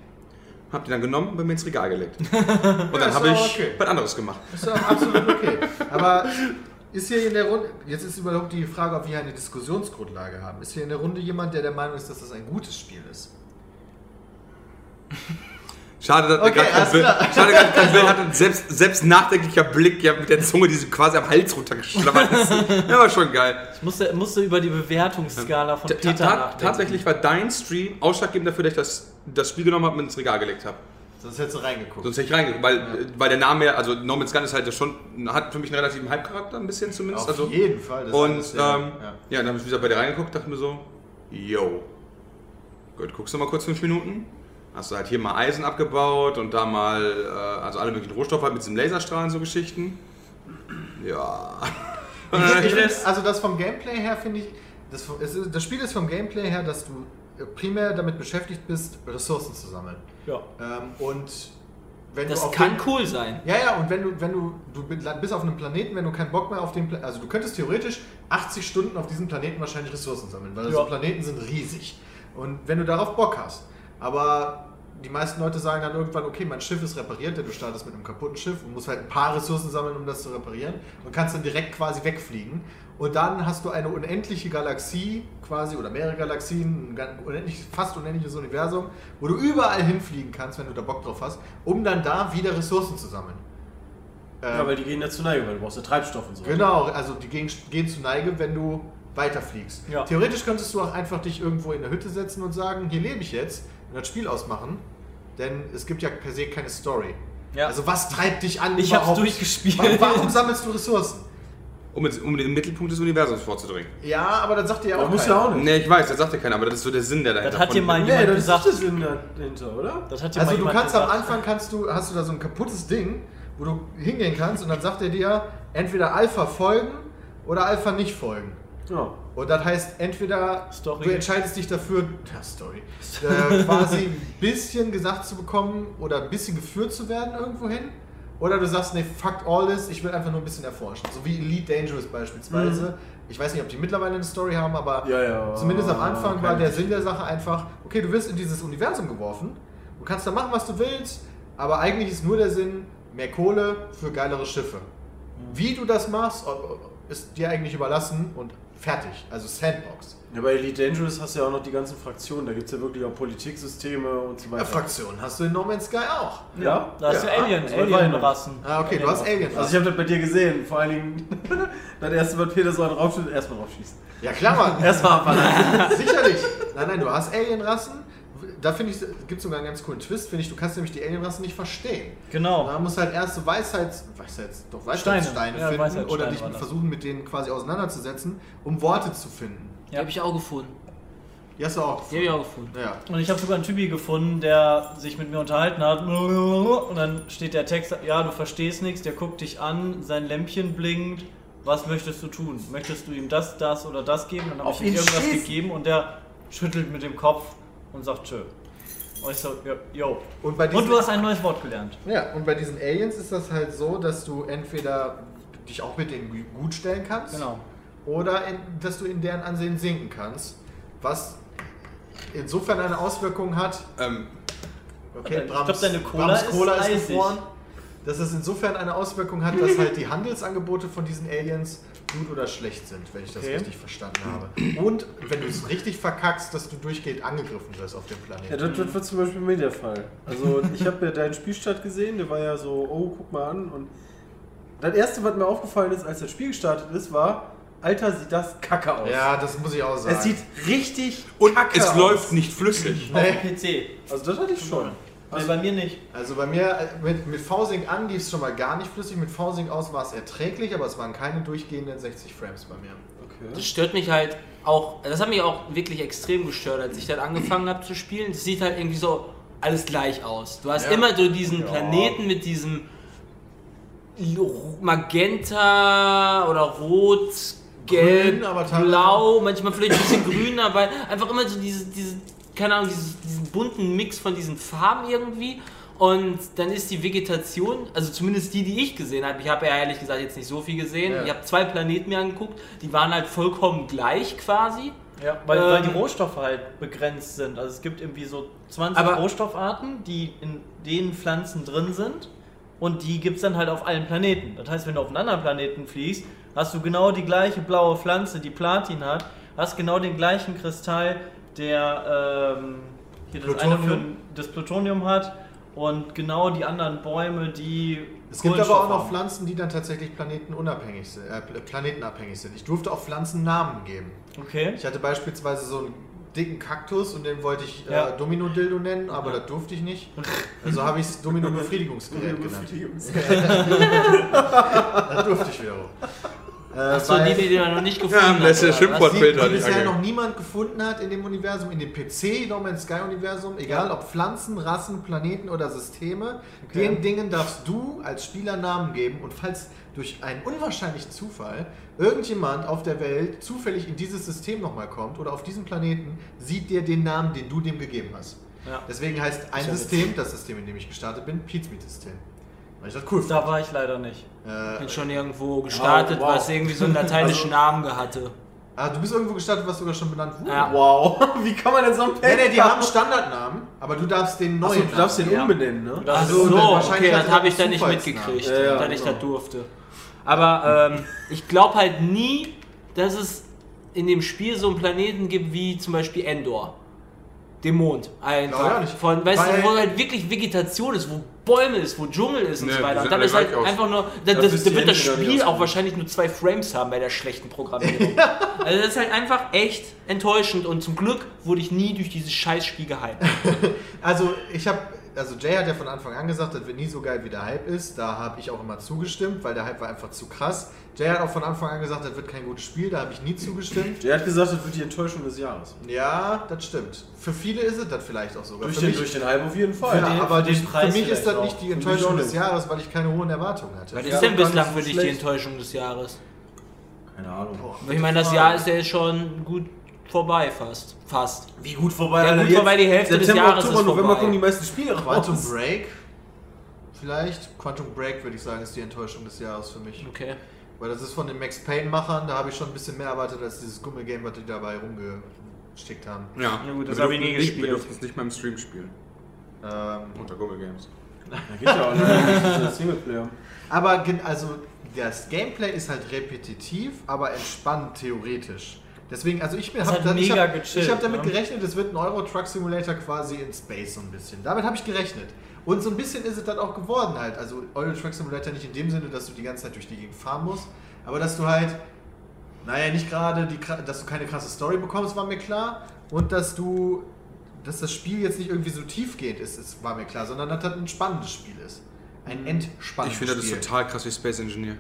C: habe die dann genommen und bei mir ins Regal gelegt. Und dann
B: ist
C: habe
B: aber
C: ich
B: okay.
C: was anderes gemacht.
B: Ist doch absolut okay. Aber ist hier in der Runde, jetzt ist überhaupt die Frage, ob wir hier eine Diskussionsgrundlage haben. Ist hier in der Runde jemand, der der Meinung ist, dass das ein gutes Spiel ist?
C: Schade, dass
B: Okay,
C: okay, gerade kein
B: alles
C: Bild,
B: klar.
C: schade, dass kein Bild hat und selbst, selbst nachdenklicher Blick, ja, mit der Zunge, die so quasi am Hals runtergeschlabbert ist. Ja, war schon geil.
A: Ich musste, musste über die Bewertungsskala von
C: Ta-
A: Peter
C: ta-
A: nachdenken.
C: tatsächlich war dein Stream ausschlaggebend dafür, dass ich das, das Spiel genommen habe und ins Regal gelegt habe.
B: Sonst hättest du reingeguckt.
C: Sonst hätte ich reingeguckt, weil, äh, weil der Name, ja- also No Man's Sky ist halt ja schon, hat für mich einen relativen Hype-Charakter, ein bisschen zumindest.
B: Auf
C: also,
B: jeden Fall. das
C: Und
B: ist ja-
C: ähm, ja.
B: ja.
C: dann habe ich wieder bei dir reingeguckt, dachte mir so, yo. Gut, guckst du mal kurz fünf Minuten. Hast du halt hier mal Eisen abgebaut und da mal, äh, also alle möglichen Rohstoffe halt mit diesem Laserstrahlen so Geschichten. Ja.
B: Ich find, also das vom Gameplay her finde ich, das, vom- es ist- das Spiel ist vom Gameplay her, dass du äh, primär damit beschäftigt bist, Ressourcen zu sammeln.
A: Ja.
B: Ähm, und wenn du
D: das
B: auf
D: kann
B: den-
D: cool sein.
B: Ja, ja, und wenn du, wenn du, du bist auf einem Planeten, wenn du keinen Bock mehr auf den Planeten, also du könntest theoretisch 80 Stunden auf diesem Planeten wahrscheinlich Ressourcen sammeln, weil diese
A: Ja.
B: Planeten sind riesig. Und wenn du darauf Bock hast, aber die meisten Leute sagen dann irgendwann, okay, mein Schiff ist repariert, denn du startest mit einem kaputten Schiff und musst halt ein paar Ressourcen sammeln, um das zu reparieren und kannst dann direkt quasi wegfliegen. Und dann hast du eine unendliche Galaxie quasi oder mehrere Galaxien, ein gan- unendlich, fast unendliches Universum, wo du überall hinfliegen kannst, wenn du da Bock drauf hast, um dann da wieder Ressourcen zu sammeln.
E: Ja, weil die gehen ja zu Neige, weil du brauchst ja Treibstoff und so.
B: Genau, also die gehen, gehen zu Neige, wenn du weiterfliegst.
A: Ja.
B: Theoretisch könntest du auch einfach dich irgendwo in der Hütte setzen und sagen, hier lebe ich jetzt und das Spiel ausmachen, denn es gibt ja per se keine Story.
A: Ja.
B: Also was treibt dich an
A: Ich hab's
B: überhaupt?
A: durchgespielt.
B: Warum, warum sammelst du Ressourcen?
C: Um, ins- um in den Mittelpunkt des Universums vorzudringen.
B: Ja, aber dann sagt dir ja
E: Da
B: auch
E: muss
B: keiner.
E: ja auch nicht.
C: Nee, ich weiß, das sagt ja keiner, aber das ist so der Sinn, der dahinter
A: hat dir
C: von-
A: mal-
E: Nee,
A: Jemand
E: das ist
A: gesagt-
E: der Sinn dahinter, oder?
A: Das hat dir
B: Also
A: mal
B: du
A: jemand
B: kannst
A: gesagt.
B: am Anfang kannst du, hast du da so ein kaputtes Ding, wo du hingehen kannst und dann sagt er dir entweder Alpha folgen oder Alpha nicht folgen.
E: Genau.
B: Und das heißt, entweder
A: Story.
B: du entscheidest dich dafür, ja, Story, äh, quasi ein bisschen gesagt zu bekommen oder ein bisschen geführt zu werden irgendwo hin. Oder du sagst, nee, fuck all this, ich will einfach nur ein bisschen erforschen. So wie Elite Dangerous beispielsweise. Ich weiß nicht, ob die mittlerweile eine Story haben, aber
E: Ja, ja.
B: zumindest am Anfang war
E: Keine
B: der Sinn der Sache einfach, okay, du wirst in dieses Universum geworfen, du kannst da machen, was du willst, aber eigentlich ist nur der Sinn, mehr Kohle für geilere Schiffe.
E: Mhm.
B: Wie du das machst, ob- ob- ist dir eigentlich überlassen und fertig. Also Sandbox.
E: Ja, bei Elite Dangerous hast du ja auch noch die ganzen Fraktionen. Da gibt es ja wirklich auch Politiksysteme und so
B: Ja,
E: weiter.
B: Fraktion hast du in No Man's Sky auch.
E: Ja?
A: Da hast
E: ja.
A: du Alien,
E: das war
A: Alien-Rassen.
B: Ah, okay, du hast Alien.
E: Also ich habe das bei dir gesehen. Vor allen Dingen, das erste Mal Peter so einen raufschießt, erstmal raufschießt.
B: ja, klar, Mann.
E: Erstmal abballern.
B: Sicherlich. Nein, nein, du hast Alienrassen. Da finde ich, gibt es sogar einen ganz coolen Twist, finde ich. Du kannst nämlich die Alienrassen nicht verstehen.
A: Genau.
B: Da musst du halt erst so Weisheits, Weisheits, doch Weisheitssteine
A: Steine. Ja,
B: finden
A: Weisheitssteine
B: oder dich
A: waren das.
B: versuchen, mit denen quasi auseinanderzusetzen, um Worte zu finden.
D: Die Hab ich auch gefunden.
B: Die hast du auch.
D: Die hab ich auch gefunden.
B: Ja.
A: Und ich habe sogar einen Typi gefunden, der sich mit mir unterhalten hat. Und dann steht der Text, ja, du verstehst nichts, der guckt dich an, sein Lämpchen blinkt. Was möchtest du tun? Möchtest du ihm das, das oder das geben? Dann habe
E: Auf
A: ich ihm
E: ihn
A: irgendwas
E: schießen.
A: gegeben und der schüttelt mit dem Kopf und sagt tschö. Und ich so, ja, yo.
B: Und bei diesen,
A: Und du hast ein neues Wort gelernt.
B: ja, und bei diesen Aliens ist das halt so, dass du entweder dich auch mit denen gu- gut stellen kannst
A: Genau.
B: oder in, dass du in deren Ansehen sinken kannst. Was insofern eine Auswirkung hat,
C: Ähm,
B: Okay,
A: Ich
B: Brahms,
A: glaub, deine Cola ist eisig.
B: gefroren. Dass es insofern eine Auswirkung hat, dass halt die Handelsangebote von diesen Aliens gut oder schlecht sind, wenn ich das
A: Okay.
B: richtig verstanden habe. Und wenn du es richtig verkackst, dass du durchgehend angegriffen wirst auf dem
E: Ja,
B: Planeten.
E: das, das war zum Beispiel mir der Fall. Also ich habe ja deinen Spielstart gesehen, der war ja so, oh, guck mal an. Und das erste, was mir aufgefallen ist, als das Spiel gestartet ist, war, Alter, sieht das kacke aus.
B: Ja, das muss ich auch sagen.
E: es sieht richtig
C: und
E: kacke
C: es
E: aus.
C: läuft nicht flüssig.
A: Auf dem PC.
E: Also das hatte ich schon.
A: Nee, bei mir nicht.
B: also bei mir, äh, mit, mit V-Sync an lief es schon mal gar nicht flüssig, mit V-Sync aus war es erträglich, aber es waren keine durchgehenden 60 Frames bei mir.
E: Okay.
D: Das stört mich halt auch, das hat mich auch wirklich extrem gestört, als ich dann angefangen habe zu spielen. Es sieht halt irgendwie so alles gleich aus. Du hast
B: Ja.
D: immer so diesen Planeten mit diesem Lo- Magenta oder Rot, Gelb,
B: Grün, aber teilweise-
D: Blau, manchmal vielleicht ein bisschen grün dabei. Einfach immer so diese, diese keine Ahnung, dieses, diesen bunten Mix von diesen Farben irgendwie. Und dann ist die Vegetation, also zumindest die, die ich gesehen habe, ich habe ja ehrlich gesagt jetzt nicht so viel gesehen.
B: Ja.
D: Ich habe zwei Planeten mir angeguckt, die waren halt vollkommen gleich quasi.
A: Ja, weil,
D: Ähm.
A: weil die Rohstoffe halt begrenzt sind. Also es gibt irgendwie so 20
D: Aber-
A: Rohstoffarten, die in denen Pflanzen drin sind. Und die gibt es dann halt auf allen Planeten. Das heißt, wenn du auf einen anderen Planeten fliegst, hast du genau die gleiche blaue Pflanze, die Platin hat, hast genau den gleichen Kristall, der ähm, hier das, eine für,
B: Plutonium.
A: das Plutonium hat und genau die anderen Bäume, die.
B: Es gibt aber auch noch
A: Pflanzen.
B: Pflanzen, die dann tatsächlich planetenunabhängig sind, äh, planetenabhängig sind. Ich durfte auch Pflanzen Namen geben.
A: Okay.
B: Ich hatte beispielsweise so einen dicken Kaktus und den wollte ich
A: Ja.
B: äh, Domino-Dildo nennen, aber das durfte ich nicht. Also habe ich es Domino-Befriedigungsgerät
E: Genau.
B: genannt. Das durfte ich wiederum. Äh,
D: Das waren die,
B: weil-
D: die da noch nicht gefunden
C: Ja,
D: hat,
C: das
D: oder
C: ist
D: was?
B: was die,
C: Schimpfwortbild
B: die
C: hat nicht
B: bisher noch
C: angehört.
B: niemand gefunden hat in dem Universum, in dem PC, No Man's Sky Universum, egal ob Pflanzen, Rassen, Planeten oder Systeme, den Dingen darfst du als Spieler Namen geben und falls durch einen unwahrscheinlichen Zufall irgendjemand auf der Welt zufällig in dieses System nochmal kommt oder auf diesen Planeten, sieht der den Namen, den du dem gegeben hast.
A: Ja.
B: Deswegen heißt ein
A: ja
B: System, das System, in dem ich gestartet bin, Pizmeet System. Weil ich das cool
A: Da
B: fand.
A: war ich leider nicht.
B: Äh,
D: bin schon irgendwo gestartet,
B: Oh,
E: Wow, wow.
D: was irgendwie so einen
B: Also
D: lateinischen Namen hatte.
B: ah, du bist irgendwo gestartet, was sogar schon benannt wurde.
D: Ja.
E: Wow, wie kann man denn so ein
B: Nee, nee, die haben Standardnamen, aber du darfst den neuen.
E: Achso, du darfst den
B: Namen geben.
E: umbenennen, ne?
D: Ach
B: Also,
D: so,
B: dann wahrscheinlich
D: okay,
B: hat
D: das
B: er
D: habe ich dann nicht
B: Zufallsnamen.
D: mitgekriegt,
E: Ja, ja,
D: dass ich
E: genau.
D: das durfte. Aber ähm, ich glaube halt nie, dass es in dem Spiel so einen Planeten gibt wie zum Beispiel Endor. Den Mond.
B: Glaub ich
D: Einfach.
B: auch nicht.
D: Von, weißt
B: Weil-
D: du, wo halt wirklich Vegetation ist, wo Bäume ist, wo Dschungel ist und
C: Nee,
D: so
C: die
D: weiter.
C: sehen
D: Und dann
C: alle
D: ist halt
C: gleich aus.
D: einfach nur. Da,
E: Das
D: das,
E: ist
D: da
E: die
D: wird das
E: Hände, die
D: Spiel
E: ausmachen.
D: auch wahrscheinlich nur zwei Frames haben bei der schlechten Programmierung. also das ist halt einfach echt enttäuschend und zum Glück wurde ich nie durch dieses Scheißspiel gehalten.
B: Also, ich habe, also Jay hat ja von Anfang an gesagt, das wird nie so geil wie der Hype ist. Da habe ich auch immer zugestimmt, weil der Hype war einfach zu krass. Jay hat auch von Anfang an gesagt, das wird kein gutes Spiel. Da habe ich nie zugestimmt.
E: Der hat gesagt, das wird die Enttäuschung des Jahres.
B: Ja, das stimmt. Für viele ist es das vielleicht auch sogar.
E: Durch
B: für
E: den,
B: mich,
E: durch den Hype auf jeden Fall.
B: ja,
A: den-
B: aber
A: für den
B: durch- für
A: Preis
B: mich ist das
A: vielleicht
B: nicht
A: auch.
B: die
E: mich
B: Enttäuschung
E: auch
B: des
E: nicht.
B: Jahres, weil ich keine hohen Erwartungen hatte.
D: Was
E: Ja,
D: ist denn
E: gar nicht
D: bislang
E: so
D: für dich die
E: schlecht.
D: Enttäuschung des Jahres?
E: Keine Ahnung.
B: Boah,
D: Ich meine, das Jahr ist ja jetzt schon gut vorbei fast. Fast.
E: Wie gut vorbei,
D: Ja,
E: Alter,
D: gut
E: jetzt-
D: vorbei, die Hälfte des
E: September,
D: Jahres
E: Oktober,
D: ist
E: November
D: vorbei.
E: kommen die meisten Spiele raus.
B: Quantum Break? Vielleicht. Quantum Break würde ich sagen, ist die Enttäuschung des Jahres für mich.
D: Okay.
B: Weil das ist von den Max Payne-Machern, da habe ich schon ein bisschen mehr erwartet als dieses Gummigame, was die dabei rumgestickt haben.
C: Ja,
D: Ja, gut, das
C: Wir
D: hab ich
C: durften nicht- Wir
D: nie gespielt.
C: durften es nicht mal im Stream spielen.
B: Ähm,
C: Unter Google Games.
E: Da geht ja auch leider Singleplayer.
B: aber gen- also das Gameplay ist halt repetitiv, aber entspannt theoretisch. Deswegen, also ich mir
A: Ist
B: habe
A: halt
B: da- ich
A: mega
B: hab,
A: gechillt,
B: ich hab damit
A: ne?
B: gerechnet, es wird ein Euro Truck Simulator quasi in Space so ein bisschen. Damit habe ich gerechnet. Und so ein bisschen ist es dann auch geworden halt. Also Euro Truck Simulator nicht in dem Sinne, dass du die ganze Zeit durch die Gegend fahren musst, aber dass du halt Naja, nicht gerade, die, kra- dass du keine krasse Story bekommst, war mir klar. Und dass du, dass das Spiel jetzt nicht irgendwie so tiefgehend ist, ist war mir klar, sondern dass das ein spannendes Spiel ist. Ein entspannendes
C: Ich finde das
B: Spiel.
C: total krass wie Space Engineer.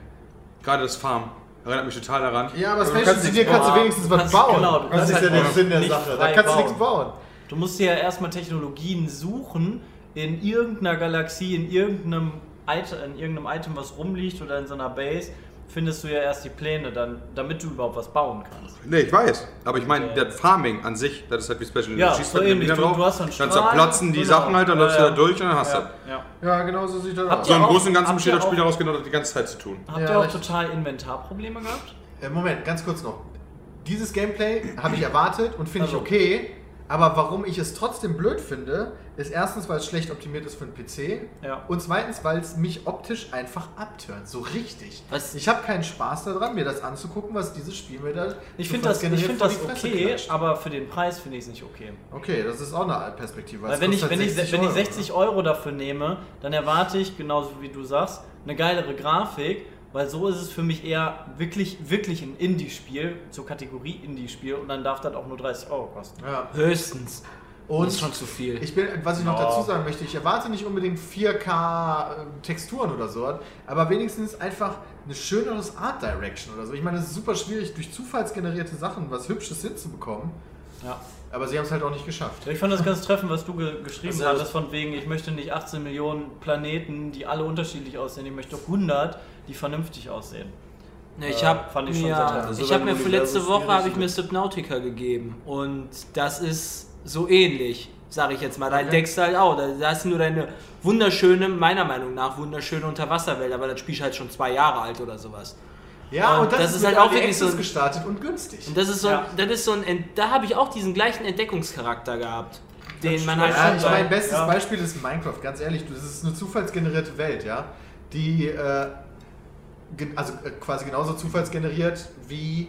C: Gerade das Farm. Erinnert mich total daran.
B: Ja, aber
E: du
B: Space
E: kannst
B: Engineer
E: nichts
B: kannst du
E: bauen.
B: wenigstens
A: Du
B: was
A: kannst-
B: bauen.
A: genau, du
B: das
A: kannst
B: ist
A: halt
B: ja der
A: nicht-
B: Sinn der
A: nicht
B: Sache. Da
A: frei
B: kannst du
A: bauen.
B: nichts bauen.
A: Du musst dir ja erstmal Technologien suchen in irgendeiner Galaxie, in irgendeinem, Item, in irgendeinem Item, was rumliegt oder in so einer Base, findest du ja erst die Pläne, dann, damit du überhaupt was bauen kannst.
C: Nee, ich weiß. Aber ich meine,
A: Äh.
C: das Farming an sich, das ist halt wie Special
A: Ja,
C: Du
A: so
C: mit den
A: ähnlich.
C: Dingern
A: Du- du hast so einen
C: dann
A: Strahl,
C: zerplatzen die
A: genau.
C: Sachen halt, dann
A: Ja,
C: läufst du
A: ja.
C: da durch und dann hast du.
A: Ja,
C: das.
A: ja.
B: Ja, genau so sieht das
A: Habt
C: So
A: ihr
C: im
A: auch-
C: Großen und Ganzen
A: habt
C: besteht
A: ihr
C: das Spiel daraus genau das die ganze Zeit zu tun.
A: Habt
B: Ja,
A: ihr auch
B: richtig.
A: total Inventarprobleme gehabt?
B: Äh, Moment, ganz kurz noch. Dieses Gameplay habe ich erwartet und finde
A: Also.
B: ich okay. Aber warum ich es trotzdem blöd finde, ist erstens, weil es schlecht optimiert ist für den PC.
A: Ja.
B: Und zweitens, weil es mich optisch einfach abtönt. So richtig.
D: Was-
B: Ich habe keinen Spaß daran, mir das anzugucken, was dieses Spiel mir da.
A: Ich
B: so
A: finde das, ich
B: generiert
A: find
B: vor
A: das
B: die Fresse
A: okay,
B: klatscht.
A: aber für den Preis finde ich es nicht okay.
B: Okay, das ist auch eine Perspektive.
A: Weil
B: es
A: wenn ich,
B: kostet
A: wenn, ich,
B: 60
A: wenn ich
B: Euro,
A: 60 Euro dafür nehme, dann erwarte ich, genauso wie du sagst, eine geilere Grafik, weil so ist es für mich eher wirklich, wirklich ein Indie-Spiel, zur Kategorie Indie-Spiel und dann darf das auch nur 30 Euro kosten.
B: ne? Ja.
D: Höchstens.
B: Und
D: das ist schon zu viel.
B: Ich bin, was ich noch
A: Ja.
B: dazu sagen möchte, ich erwarte nicht unbedingt 4K äh, Texturen oder so, aber wenigstens einfach eine schöneres Art Direction oder so. Ich meine, es ist super schwierig, durch zufallsgenerierte Sachen was Hübsches hinzubekommen,
A: Ja.
B: aber sie haben es halt auch nicht geschafft.
A: Ich fand das ganz treffend, was du ge geschrieben
D: Also-
A: hattest, von wegen, ich möchte nicht 18 Millionen Planeten, die alle unterschiedlich aussehen, ich möchte 100, die vernünftig aussehen.
D: Ne, ich
A: Äh,
D: habe
A: fand ich schon
D: mir,
A: sehr treffend.
D: ich
E: Also
D: hab
E: wenn
D: mir
E: du
D: für letzte
E: Universum
D: Woche habe ich
E: spielst,
D: mir Subnautica gegeben und das ist so ähnlich, sage ich jetzt mal. Da entdeckst du halt auch, da, da hast du nur deine wunderschöne, meiner Meinung nach wunderschöne Unterwasserwelt, aber das Spiel ist halt schon zwei Jahre alt oder sowas.
B: Ja,
D: Ähm,
B: und das,
D: das
B: ist,
D: ist
B: mit
D: halt auch
B: Early
D: wirklich so
B: Access
D: ein-
B: gestartet und günstig.
D: Und das ist so,
A: Ja.
D: das ist so ein, Ent- da habe ich auch diesen gleichen Entdeckungscharakter gehabt, den man halt
B: Ja,
D: schon
B: ich
D: bei-
B: mein bestes
A: Ja.
B: Beispiel ist Minecraft, ganz ehrlich. du- Das ist eine zufallsgenerierte Welt, ja. Die, äh, gen- also äh, quasi genauso zufallsgeneriert wie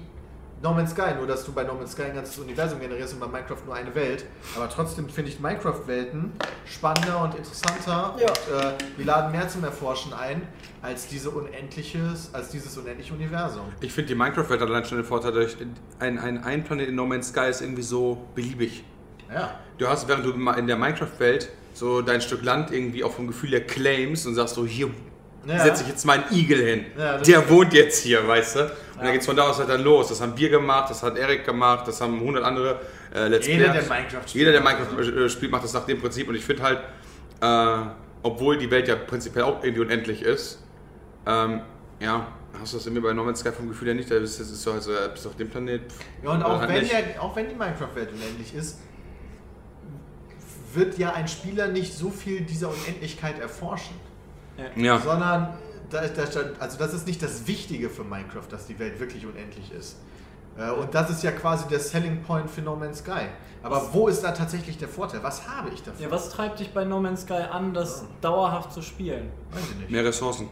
B: No Man's Sky, nur dass du bei No Man's Sky ein ganzes Universum generierst und bei Minecraft nur eine Welt. Aber trotzdem finde ich Minecraft-Welten spannender und interessanter
A: Ja.
B: und äh, die laden mehr zum Erforschen ein als, diese unendliches, als dieses unendliche Universum.
C: Ich finde die Minecraft-Welt hat allein schon den Vorteil, dadurch, ein, ein, ein Planet in No Man's Sky ist irgendwie so beliebig.
B: Ja.
C: Du hast, während du in der Minecraft-Welt so dein Stück Land irgendwie auch vom Gefühl her claims und sagst so, hier
B: Ja.
C: setze ich jetzt meinen Igel hin.
B: Ja, das
C: der wohnt jetzt hier, weißt du? Und dann geht's von da aus halt dann los. Das haben wir gemacht, das hat Erik gemacht, das haben 100 andere äh, Let's
B: Jeder,
C: Players.
B: der Minecraft spielt.
C: Jeder, der Minecraft äh, spielt, macht das nach dem Prinzip. Und ich finde halt, äh, obwohl die Welt ja prinzipiell auch irgendwie unendlich ist, ähm, ja, hast du das irgendwie bei No Man's Sky vom Gefühl her nicht. Da bist du bist du halt so, äh, bist auf dem Planet. pff,
B: Ja, und
C: oder
B: auch
C: halt
B: wenn,
C: nicht.
B: ja, auch wenn die Minecraft-Welt unendlich ist, wird ja ein Spieler nicht so viel dieser Unendlichkeit erforschen.
C: ja.
B: Sondern, da, da, stand- also das ist nicht das Wichtige für Minecraft, dass die Welt wirklich unendlich ist. Äh, Und das ist ja quasi der Selling Point für No Man's Sky. Aber wo ist da tatsächlich der Vorteil? Was habe ich davon?
A: Ja, was treibt dich bei No Man's Sky an, das dauerhaft zu spielen?
B: Weiß ich nicht.
C: Mehr Ressourcen.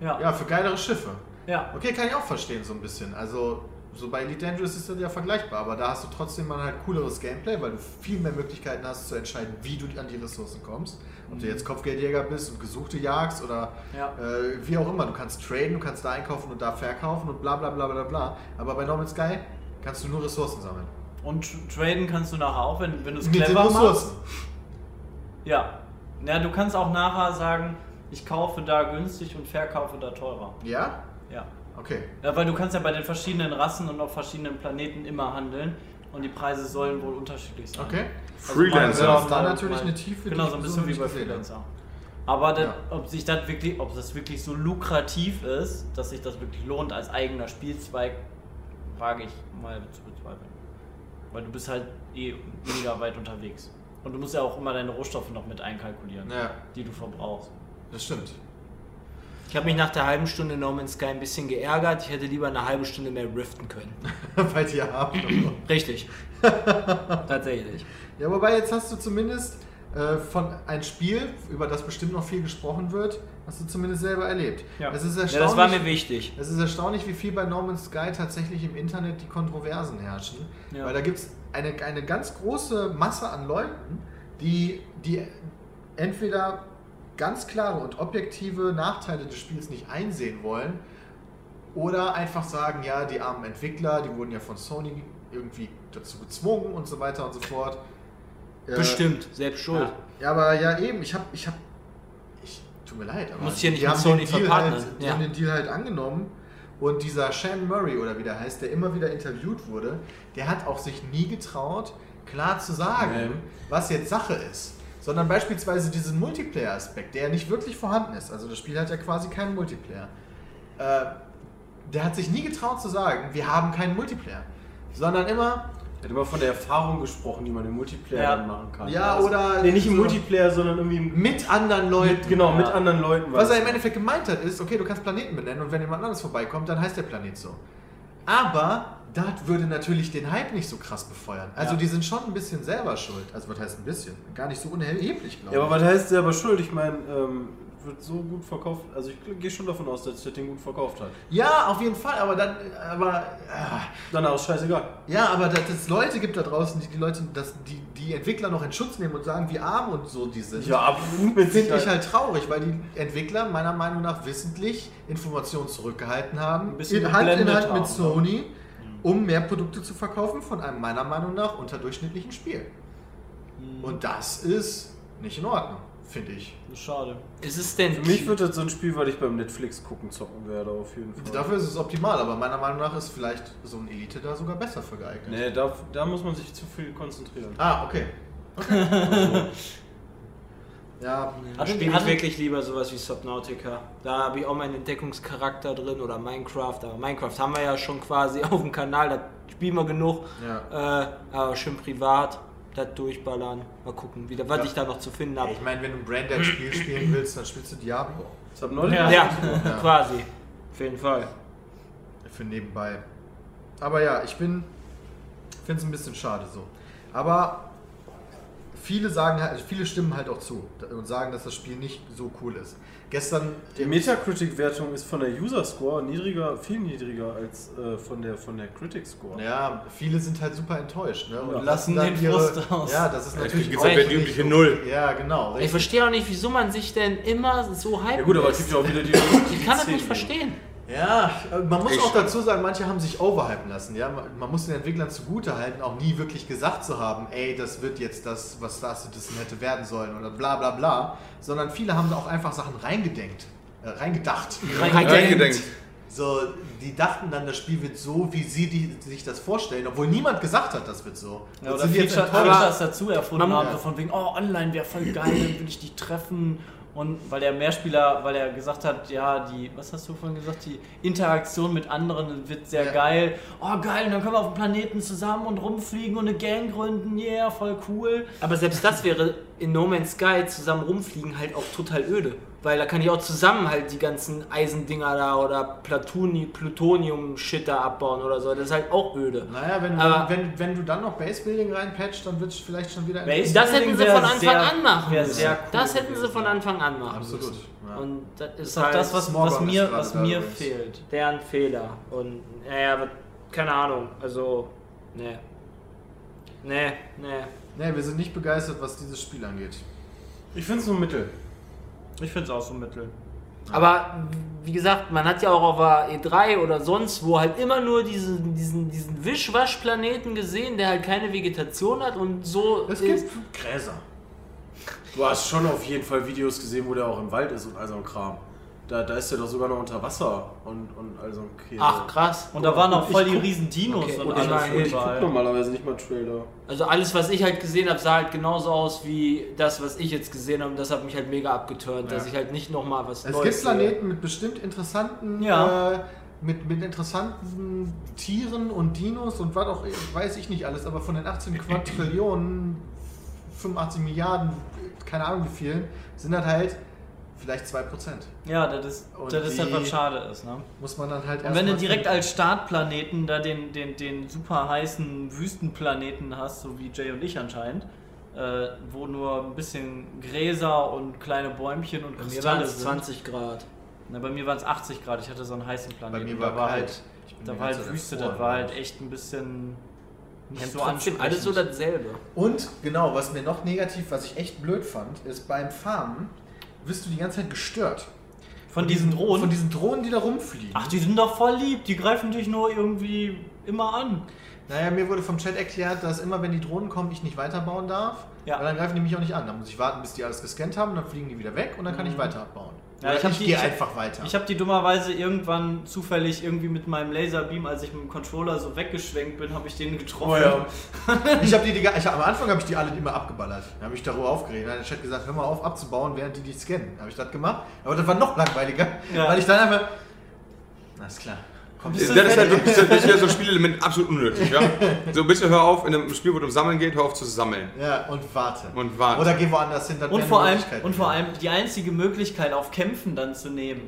A: Ja, ja.
B: Ja, für geilere Schiffe.
A: ja.
B: Okay, kann ich auch verstehen so ein bisschen. Also so bei Elite Dangerous ist das ja vergleichbar, aber da hast du trotzdem mal halt cooleres Gameplay, weil du viel mehr Möglichkeiten hast zu entscheiden, wie du an die Ressourcen kommst. Ob du jetzt Kopfgeldjäger bist und Gesuchte jagst oder äh, wie auch immer. Du kannst traden, du kannst da einkaufen und da verkaufen und bla bla bla bla bla. Aber bei No Man's Sky kannst du nur Ressourcen sammeln.
A: Und tr- traden kannst du nachher auch, wenn, wenn du es
B: Mit den
A: clever machst.
B: Ressourcen.
A: Ja. Ja, du kannst auch nachher sagen, ich kaufe da günstig und verkaufe da teurer.
B: Ja?
A: Ja.
B: Okay.
A: ja. Weil du kannst ja bei den verschiedenen Rassen und auf verschiedenen Planeten immer handeln und die Preise sollen wohl unterschiedlich sein.
B: Okay.
C: Freelancer.
A: mal-
B: Also da
A: mal-
B: natürlich
A: mal-
B: eine Tiefe, die
A: Genau, so ein
B: ich
A: bisschen
B: so
A: wie
B: nicht
A: bei
B: gesehen habe.
A: Freelancer. Aber das,
B: Ja.
A: ob sich das wirklich, ob das wirklich so lukrativ ist, dass sich das wirklich lohnt als eigener Spielzweig, wage ich mal zu bezweifeln. Weil du bist halt eh mega weit unterwegs. Und du musst ja auch immer deine Rohstoffe noch mit einkalkulieren,
B: Ja,
A: die du verbrauchst.
B: das stimmt.
D: Ich habe mich nach der halben Stunde No Man's Sky ein bisschen geärgert. Ich hätte lieber eine halbe Stunde mehr riften können.
B: Weil die haben.
D: Richtig. Tatsächlich.
B: Ja, wobei jetzt hast du zumindest äh, von ein Spiel, über das bestimmt noch viel gesprochen wird, hast du zumindest selber erlebt.
A: Ja.
B: Es ist
D: Ja, das war
B: erstaunlich,
D: mir wichtig.
B: es ist erstaunlich, wie viel bei No Man's Sky tatsächlich im Internet die Kontroversen herrschen.
A: Ja.
B: Weil da gibt es eine, eine ganz große Masse an Leuten, die, die entweder ganz klare und objektive Nachteile des Spiels nicht einsehen wollen oder einfach sagen, ja, die armen Entwickler, die wurden ja von Sony irgendwie dazu gezwungen und so weiter und so fort. Äh,
D: Bestimmt, selbst schuld.
B: Ja, aber ja eben, ich hab, ich hab, ich, tut mir leid, aber
D: Muss hier nicht
B: die
D: mit
B: haben
D: Sony
B: den Deal
D: verpartnern,
B: Halt, die
D: ja.
B: haben den Deal halt angenommen Und dieser Sean Murray oder wie der heißt, der immer wieder interviewt wurde, der hat auch sich nie getraut, klar zu sagen,
E: Nee.
B: was jetzt Sache ist. Sondern beispielsweise diesen Multiplayer-Aspekt, der ja nicht wirklich vorhanden ist. Also das Spiel hat ja quasi keinen Multiplayer. Äh, der hat sich nie getraut zu sagen, wir haben keinen Multiplayer. Sondern immer,
E: Er hat immer von der Erfahrung gesprochen, die man im Multiplayer
A: Ja.
E: dann machen kann.
B: Ja,
E: Also,
B: oder-
E: Nee, nicht im
B: so-
E: Multiplayer, sondern irgendwie im-
B: mit anderen Leuten.
E: mit, genau, mit
A: Ja.
E: anderen Leuten.
B: Was
E: weil-
B: er im Endeffekt gemeint hat, ist, okay, du kannst Planeten benennen und wenn jemand anderes vorbeikommt, dann heißt der Planet so. Aber das würde natürlich den Hype nicht so krass befeuern. Also
E: Ja.
B: die sind schon ein bisschen selber schuld. Also was heißt ein bisschen? Gar nicht so unerheblich, glaube ich.
E: Ja, aber was heißt selber schuld? Ich meine, ähm, wird so gut verkauft. Also ich gehe schon davon aus, dass der den gut verkauft hat.
B: ja, auf jeden Fall, aber dann, aber, äh,
E: Danach ist scheißegal.
B: ja, aber dass es Leute gibt da draußen, die die Leute, dass die, die Entwickler noch in Schutz nehmen und sagen, wie arm und so die sind.
E: ab mit
B: Finde ich
E: Sicherheit.
B: halt traurig, weil die Entwickler meiner Meinung nach wissentlich Informationen zurückgehalten haben,
E: Ein bisschen
B: in Hand in
E: geblendet
B: Hand mit
E: haben, ne? Mhm.
B: Sony, um mehr Produkte zu verkaufen von einem meiner Meinung nach unterdurchschnittlichen Spiel.
E: Mhm.
B: Und das ist nicht in Ordnung, finde ich.
A: Schade.
D: Ist es denn
E: Für mich wird das so ein Spiel, weil ich beim Netflix gucken zocken werde, auf jeden Fall.
B: Dafür ist es optimal, aber meiner Meinung nach ist vielleicht so ein Elite da sogar besser für geeignet.
E: nee, da, da muss man sich zu viel konzentrieren.
B: Ah, okay. ja,
A: Hatte die
D: Spiele ich
A: andere,
D: wirklich lieber sowas wie Subnautica. Da habe ich auch meinen Entdeckungscharakter drin oder Minecraft. Aber Minecraft haben wir ja schon quasi auf dem Kanal, da spielen wir genug.
B: ja.
D: Äh, aber schön privat, das durchballern. Mal gucken, wie, da- was
B: Ja.
D: ich da noch zu finden
B: Ey,
D: habe.
B: Ich meine, wenn du ein Branded-Spiel spielen willst, dann spielst du Diablo.
E: Ich habe neulich
A: Ja.
D: Ja,
B: Ja.
D: quasi. Auf jeden Fall.
B: für nebenbei. Aber ja, ich bin. finde es ein bisschen schade so. Aber viele sagen halt, viele stimmen halt auch zu und sagen, dass das Spiel nicht so cool ist. Gestern.
E: Die Metacritic-Wertung ist von der User-Score niedriger, viel niedriger als äh, von der, von der Critic-Score.
B: Ja, viele sind halt super enttäuscht, ne? Und
E: Ja.
B: lassen dann
A: Lassen den
B: ihre,
A: Frust aus.
B: Ja, das ist
C: Ja,
B: natürlich.
C: kriegen
B: auch
C: jetzt
D: halt
C: die
B: richtig-
C: übliche Null.
B: Ja, genau.
D: Ich
B: Richtig.
D: verstehe auch nicht, wieso man sich denn immer so hype.
E: Ja gut, aber es gibt ja auch wieder die
D: Ich kann das nicht verstehen.
B: Ja, äh, man muss
C: Ich-
B: auch dazu sagen, manche haben sich overhypen lassen. Ja? Man man muss den Entwicklern zugutehalten, auch nie wirklich gesagt zu haben, ey, das wird jetzt das, was Star Citizen hätte werden sollen oder bla bla bla. Sondern viele haben da auch einfach Sachen reingedenkt, äh, reingedacht.
C: Reingedenkt.
B: So, die dachten dann, das Spiel wird so, wie sie die, sich das vorstellen, obwohl niemand gesagt hat, das wird so.
A: Ja,
B: Jetzt
A: oder
B: sind die jetzt
A: Feature,
B: enttäuscht.
A: Features dazu erfunden
D: Man-
A: haben, so von wegen, oh, online wäre voll geil, dann will ich dich treffen. Und weil der Mehrspieler, weil er gesagt hat, ja, die, was hast du vorhin gesagt, die Interaktion mit anderen wird sehr
B: Ja.
A: geil. Oh, geil, und dann können wir auf dem Planeten zusammen und rumfliegen und eine Gang gründen, yeah, voll cool.
D: Aber selbst das wäre in No Man's Sky zusammen rumfliegen halt auch total öde. Weil da kann ich auch zusammen halt die ganzen Eisendinger da oder Platuni, Plutonium-Shit da abbauen oder so. Das ist halt auch öde.
B: Naja, wenn du,
D: Aber-
B: wenn, wenn du dann noch Basebuilding reinpatcht, dann wird es vielleicht schon wieder.
A: Base-
D: Das hätten sie
A: Wär
D: von Anfang
A: sehr-
D: an machen
A: wär
D: müssen.
A: sehr cool
D: das hätten sie
A: gewesen.
D: von Anfang an machen
B: Absolut.
D: müssen.
B: Ja.
D: Und das
A: Das
D: ist
A: ist auch
D: halt
A: das, was, was
B: Smorgon ist
A: mir,
B: gerade
A: was
B: da
A: mir
B: übrigens.
A: fehlt.
D: deren Fehler. Und naja, aber keine Ahnung. Also, ne. Ne, ne.
B: Nee, wir sind nicht begeistert, was dieses Spiel angeht.
E: Ich finde es nur mittel.
A: Ich finde es auch so mittel.
D: Aber wie gesagt, man hat ja auch auf der E3 oder sonst wo halt immer nur diesen, diesen, diesen Wischwaschplaneten gesehen, der halt keine Vegetation hat und so.
B: Es
D: ist-
B: gibt Gräser.
E: Du hast schon auf jeden Fall Videos gesehen, wo der auch im Wald ist und all so ein Kram. Da, da ist der doch sogar noch unter Wasser und, und all so ein Käse.
D: Ach krass.
A: Und da waren auch
E: Ich
A: voll die
E: guck-
A: riesen Dinos
D: Okay,
A: und
D: und ich meine,
A: alles
E: Also Ich guck
A: überall.
E: normalerweise nicht mal Trailer.
D: Also alles, was ich halt gesehen habe, sah halt genauso aus wie das, was ich jetzt gesehen habe. Und das hat mich halt mega abgeturnt, dass ich halt nicht nochmal was
B: Es
D: Neues
B: gibt Planeten mit bestimmt interessanten,
A: Ja.
B: äh, mit, mit interessanten Tieren und Dinos und was auch, weiß ich nicht alles, aber von den 18 Quadrillionen, 85 Milliarden, keine Ahnung wie vielen, sind das halt vielleicht 2%.
A: Ja, das ist,
B: Und
A: das ist
B: die-
A: halt was schade ist, ne?
B: Muss man dann halt
A: Und wenn du
B: erstmal-
A: direkt als Startplaneten da den, den, den super heißen Wüstenplaneten hast, so wie Jay und ich anscheinend, äh, wo nur ein bisschen Gräser und kleine Bäumchen und
D: Bei mir
A: Kristalle
D: waren es
A: sind.
D: 20 Grad.
A: Na, bei mir waren es 80 Grad, ich hatte so einen heißen
B: Bei
A: Planeten.
B: mir
A: da
B: war
A: war
B: kalt.
A: halt,
B: Ich bin
A: da
B: die
A: war
B: ganze
A: halt
B: Zeit
A: Wüste,
B: erfroren.
A: das war halt echt ein bisschen nicht
D: Ja,
A: so
D: trotzdem
A: ansprechend.
D: alles so dasselbe.
B: Und genau, was mir noch negativ, was ich echt blöd fand, ist beim Farmen wirst du die ganze Zeit gestört.
A: Von diesen Drohnen?
B: Von diesen Drohnen, die da rumfliegen.
A: Ach, die sind doch voll lieb, die greifen dich nur irgendwie immer an.
B: Naja, mir wurde vom Chat erklärt, dass immer wenn die Drohnen kommen, ich nicht weiterbauen darf.
A: Ja.
B: Weil dann greifen die mich auch nicht an. Dann muss ich warten, bis die alles gescannt haben, dann fliegen die wieder weg und dann kann ich weiter abbauen.
A: Mhm. Ja, ich
B: ich
A: hab die-
B: gehe
A: ich hab-
B: einfach weiter.
A: Ich habe die dummerweise irgendwann zufällig irgendwie mit meinem Laserbeam, als ich mit dem Controller so weggeschwenkt bin, habe ich den getroffen.
B: Oh ja. ich hab die, die ga- ich, hab- am Anfang habe ich die alle immer abgeballert. Da habe ich darüber aufgeregt. Dann hat der Chat gesagt, hör mal auf abzubauen, während die dich scannen. Habe ich das gemacht. Aber das war noch langweiliger,
A: Ja.
B: weil ich dann einfach. Alles klar. Komm,
C: Das ist halt wirklich das ist ja so ein Spielelement absolut unnötig, ja? So, bitte hör auf, in einem Spiel, wo es um Sammeln geht, hör auf zu sammeln.
B: Ja, und warte.
C: Und warte.
B: Oder geh woanders hin, dann
A: Und
B: wäre
A: vor,
B: eine
A: allem,
B: Möglichkeit.
A: und vor allem die einzige Möglichkeit auf Kämpfen dann zu nehmen.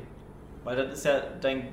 A: Weil das ist ja dein
C: Ja.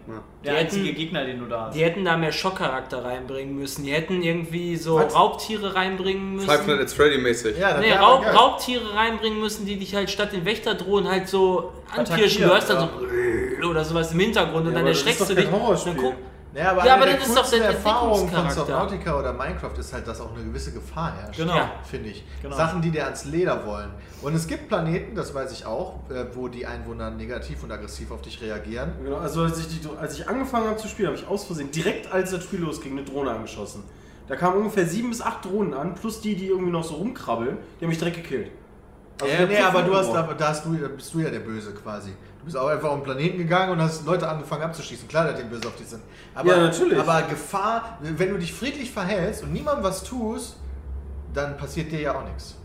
A: der
D: Die
A: einzige
D: hätten-
A: Gegner, den du da hast.
D: Die hätten da mehr Schockcharakter reinbringen müssen. Die hätten irgendwie so
B: Was?
D: Raubtiere reinbringen müssen.
C: Five Nights at Freddy mäßig.
B: Ja, das
D: Nee,
B: wär
D: Raub,
B: aber geil.
D: Raubtiere reinbringen müssen, die dich halt statt den Wächter drohen, halt so ankirschen.
A: Attackieren,
D: Du hörst dann
B: ja.
D: so oder sowas im Hintergrund und
E: Ja,
D: dann
E: aber das
D: erschreckst
E: ist
D: du
E: doch
D: dich.
E: kein Horrorspiel.
D: Dann guck,
B: Naja, aber
D: Ja,
B: eine
D: aber
B: der
D: das ist doch
B: coolsten
D: der
B: Erfahrungen von
D: Entwicklungscharakter.
B: Subnautica oder Minecraft ist halt, dass auch eine gewisse Gefahr herrscht.
A: Genau.
D: Ja.
B: Finde ich.
A: Genau.
B: Sachen, die dir ans Leder wollen. Und es gibt Planeten, das weiß ich auch, äh, wo die Einwohner negativ und aggressiv auf dich reagieren.
E: Genau, also als ich, die, als ich angefangen habe zu spielen, habe ich aus Versehen, direkt als das Spiel losging, eine Drohne angeschossen. Da kamen ungefähr sieben bis acht Drohnen an, plus die, die irgendwie noch so rumkrabbeln, die haben mich direkt gekillt. Also
B: ja,
E: der
B: nee,
E: Pfiff
B: aber du hast, da,
E: umgeworfen.
B: da hast du, da bist du ja der Böse quasi. Du bist auch einfach auf den Planeten gegangen und hast Leute angefangen abzuschießen. Klar, dass die böse auf dich sind. Aber,
E: Ja, natürlich.
B: Aber Gefahr, wenn du dich friedlich verhältst und niemandem was tust, dann passiert dir ja auch nichts.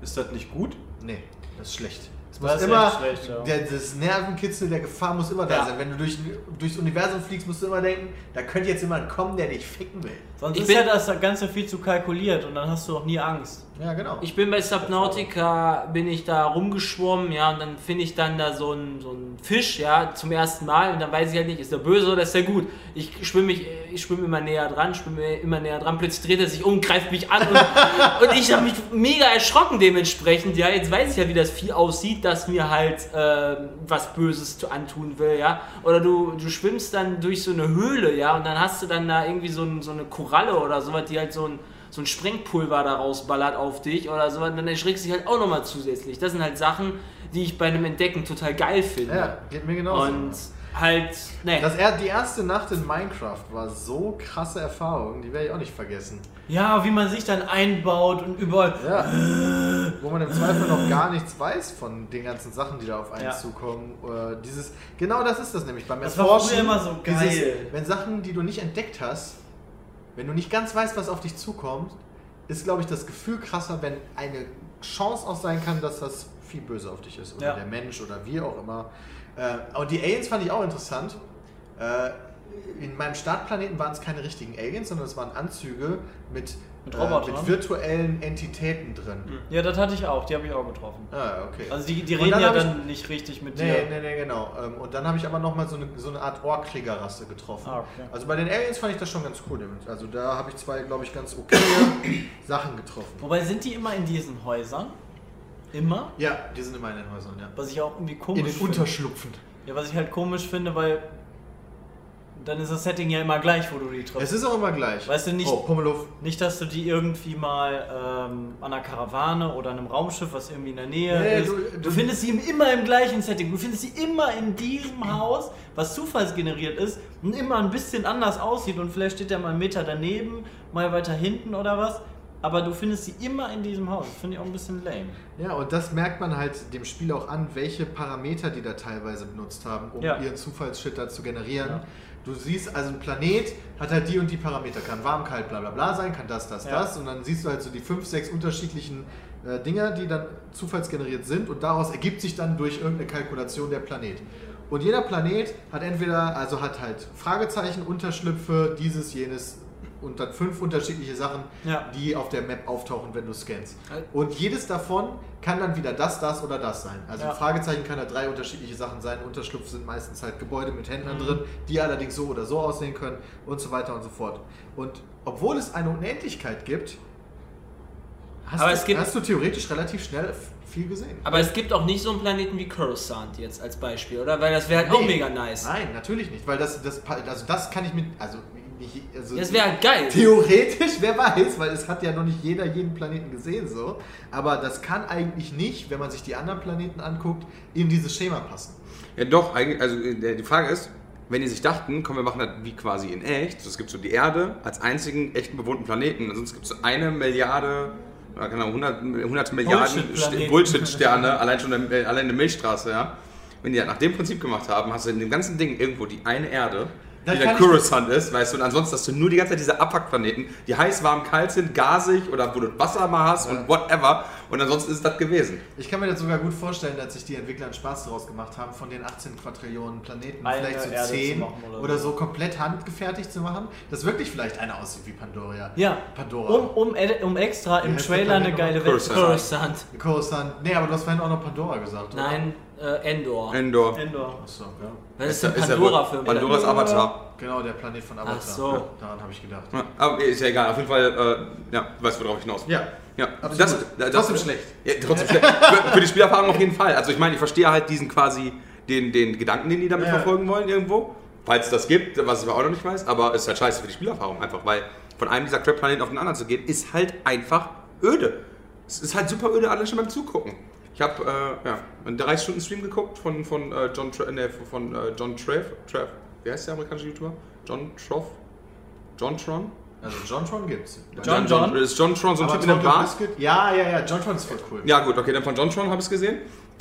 E: Ist das nicht gut?
B: Nee, das ist schlecht. Es
A: Das
B: muss
A: ist
B: immer,
A: echt schlecht, ja.
B: der, das Nervenkitzel der Gefahr muss immer da
D: Ja.
B: sein. Wenn du durch, durchs Universum fliegst, musst du immer denken, da könnte jetzt jemand kommen, der dich ficken will.
A: Sonst
D: Ich
A: ist
D: bin-
A: ja das Ganze viel zu kalkuliert und dann hast du auch nie Angst.
B: Ja, genau.
D: Ich bin bei Subnautica, bin ich da rumgeschwommen, ja, und dann finde ich dann da so einen, so einen Fisch, ja, zum ersten Mal, und dann weiß ich halt nicht, ist der böse oder ist der gut. Ich schwimme mich, ich schwimme immer näher dran, schwimme immer näher dran, plötzlich dreht er sich um, greift mich an und, und ich habe mich mega erschrocken dementsprechend, ja. Jetzt weiß ich ja, wie das Vieh aussieht, das mir halt ähm, was Böses zu- antun will, ja. Oder du, du schwimmst dann durch so eine Höhle, ja, und dann hast du dann da irgendwie so, ein, so eine Koralle oder sowas, die halt so ein so ein Sprengpulver da rausballert auf dich oder so, dann erschrickst du dich halt auch nochmal zusätzlich. Das sind halt Sachen, die ich bei einem Entdecken total geil finde.
B: ja, geht mir genauso.
D: Und halt, ne.
B: das, er- die erste Nacht in Minecraft war so krasse Erfahrung, die werde ich auch nicht vergessen.
A: Ja, wie man sich dann einbaut und überall.
B: Ja. Wo man im Zweifel noch gar nichts weiß von den ganzen Sachen, die da auf einen
A: Ja.
B: zukommen. Äh, dieses, genau das ist das nämlich beim
A: Das war
B: Erforschen.
A: früher immer so geil.
B: wenn Sachen, die du nicht entdeckt hast, wenn du nicht ganz weißt, was auf dich zukommt, ist, glaube ich, das Gefühl krasser, wenn eine Chance auch sein kann, dass das viel böse auf dich ist. Oder
A: Ja.
B: der Mensch oder wie auch immer. Äh, und die Aliens fand ich auch interessant. Äh, in meinem Startplaneten waren es keine richtigen Aliens, sondern es waren Anzüge mit,
A: Mit
B: äh,
A: Robotern.
B: mit virtuellen Entitäten drin.
A: Ja, das hatte ich auch, die habe ich auch getroffen.
B: Ah, okay.
A: Hm. Also die, die
B: Und
A: reden
B: dann
A: ja
B: hab ich-
A: dann nicht richtig mit
B: Nee,
A: dir.
B: nee, nee, genau. Ähm, Und dann habe ich aber nochmal so eine, so eine Art Ohrkriegerrasse getroffen.
A: Ah, okay.
B: Also bei den Aliens fand ich das schon ganz cool. Also da habe ich zwei, glaube ich, ganz okay Sachen getroffen.
A: Wobei sind die immer in diesen Häusern? Immer?
B: Ja, die sind immer in den Häusern, ja.
A: Was ich auch irgendwie komisch
B: In den
A: finde.
B: Unterschlupfen.
A: Ja, was ich halt komisch finde, weil dann ist das Setting ja immer gleich, wo du die
B: Es
A: triffst.
B: ist auch immer gleich.
A: Oh. Weißt du nicht-
B: Oh, Pummeluff.
A: Nicht, dass du die irgendwie mal ähm, an einer Karawane oder einem Raumschiff, was irgendwie in der Nähe
B: Nee,
A: ist.
B: du-
A: Du,
B: du-
A: findest sie immer im gleichen Setting. Du findest sie immer in diesem Haus, was zufallsgeneriert ist und immer ein bisschen anders aussieht. Und vielleicht steht der mal einen Meter daneben, mal weiter hinten oder was. Aber du findest sie immer in diesem Haus. Das finde ich auch ein bisschen lame.
B: Ja, und das merkt man halt dem Spiel auch an, welche Parameter die da teilweise benutzt haben, um
A: Ja.
B: ihren Zufallsshit da zu generieren.
A: Ja.
B: Du siehst, also ein Planet hat halt die und die Parameter. Kann warm, kalt, bla bla bla sein, kann das, das,
A: Ja.
B: das. Und dann siehst du halt so die fünf, sechs unterschiedlichen äh, Dinger, die dann zufallsgeneriert sind. Und daraus ergibt sich dann durch irgendeine Kalkulation der Planet. Und jeder Planet hat entweder, also hat halt Fragezeichen, Unterschlüpfe, dieses, jenes und dann fünf unterschiedliche Sachen,
A: Ja.
B: die auf der Map auftauchen, wenn du scannst.
D: Halt.
B: Und jedes davon kann dann wieder das, das oder das sein. Also
A: Ja.
B: ein Fragezeichen kann da drei unterschiedliche Sachen sein. Unterschlupf sind meistens halt Gebäude mit Händlern
D: Mhm.
B: drin, die allerdings so oder so aussehen können und so weiter und so fort. Und obwohl es eine Unendlichkeit gibt, hast,
D: Aber
B: du,
D: es gibt-
B: hast du theoretisch relativ schnell f- viel gesehen.
D: Aber es gibt auch nicht so einen Planeten wie Coruscant jetzt als Beispiel, oder? Weil das wäre halt auch
B: Nee.
D: mega nice.
B: Nein, natürlich nicht, weil das, das, pa- also das kann ich mit, also, nicht, also
D: Das wäre halt geil.
B: Theoretisch, wer weiß, weil es hat ja noch nicht jeder jeden Planeten gesehen so. Aber das kann eigentlich nicht, wenn man sich die anderen Planeten anguckt, in dieses Schema passen.
C: Ja, doch, eigentlich, also äh, die Frage ist, wenn die sich dachten, komm, wir machen das wie quasi in echt, es gibt so die Erde als einzigen echten bewohnten Planeten, sonst gibt es so eine Milliarde, oder keine Ahnung, 100, 100 Milliarden
A: Bullshit-Planeten.
C: St- Bullshit-Sterne, allein schon in, äh, allein in der Milchstraße, ja. Wenn die das nach dem Prinzip gemacht haben, hast du in dem ganzen Ding irgendwo die eine Erde,
B: Das
C: die der
B: kann ich-
C: Coruscant ist, weißt du, und ansonsten hast du nur die ganze Zeit diese Abpackplaneten, die heiß, warm, kalt sind, gasig oder wo du Wasser mal hast und whatever. Und ansonsten ist das gewesen.
B: Ich kann mir das sogar gut vorstellen, dass sich die Entwickler einen Spaß daraus gemacht haben, von den 18 Quadrillionen Planeten
A: Eine
B: vielleicht so
A: Erde zu
B: 10
A: machen
B: oder,
A: oder
B: so komplett handgefertigt zu machen, dass wirklich vielleicht einer aussieht wie Pandora.
A: Ja.
B: Pandora.
A: Um, um, um extra
B: Wie
A: im
B: heißt
A: Trailer
B: der
A: eine
B: Planet
A: geile Welt zu
C: Coruscant.
A: zeigen.
D: Coruscant.
B: Coruscant. Nee, aber du hast vorhin auch noch Pandora gesagt, oder?
D: Nein, äh, Endor.
C: Endor.
A: Endor.
B: Achso, ja.
D: Was ist
C: ja-
D: denn
C: ja
D: Pandora
C: wohl-
D: für ein
C: Pandoras
D: Planet?
C: Avatar.
B: Genau, der Planet von Avatar.
D: Ach so.
B: Ja, Daran habe ich gedacht.
C: Ja, aber ist ja egal, auf jeden Fall, äh, ja, du weißt, worauf ich hinaus will.
B: Ja.
C: Ja,
B: Absolut.
C: das, das,
B: Trotzdem schlecht.
C: Ja, trotzdem schlecht. Für, für die Spielerfahrung auf jeden Fall. Also ich meine, ich verstehe halt diesen quasi den, den Gedanken, den die damit
B: Ja.
C: verfolgen wollen irgendwo. Falls es das gibt, was ich aber auch noch nicht weiß, aber es ist halt scheiße für die Spielerfahrung einfach, weil von einem dieser Crap-Planeten auf den anderen zu gehen, ist halt einfach öde. Es ist halt super öde, allein schon beim Zugucken. Ich habe äh, ja, einen 30 Stunden Stream geguckt von, von äh, John Tra nee, von äh, John Trev, Trev. Wie heißt der amerikanische YouTuber? John Troff? John Tron?
B: Also John Tron gibt's.
A: John John?
C: Ist John Tron so ein
B: Aber
C: Typ in der
B: Tron
C: Bar?
B: Biscuit? Ja, ja, ja, John Tron ist voll cool.
C: Ja, gut, okay, dann von John Tron habe ich es gesehen.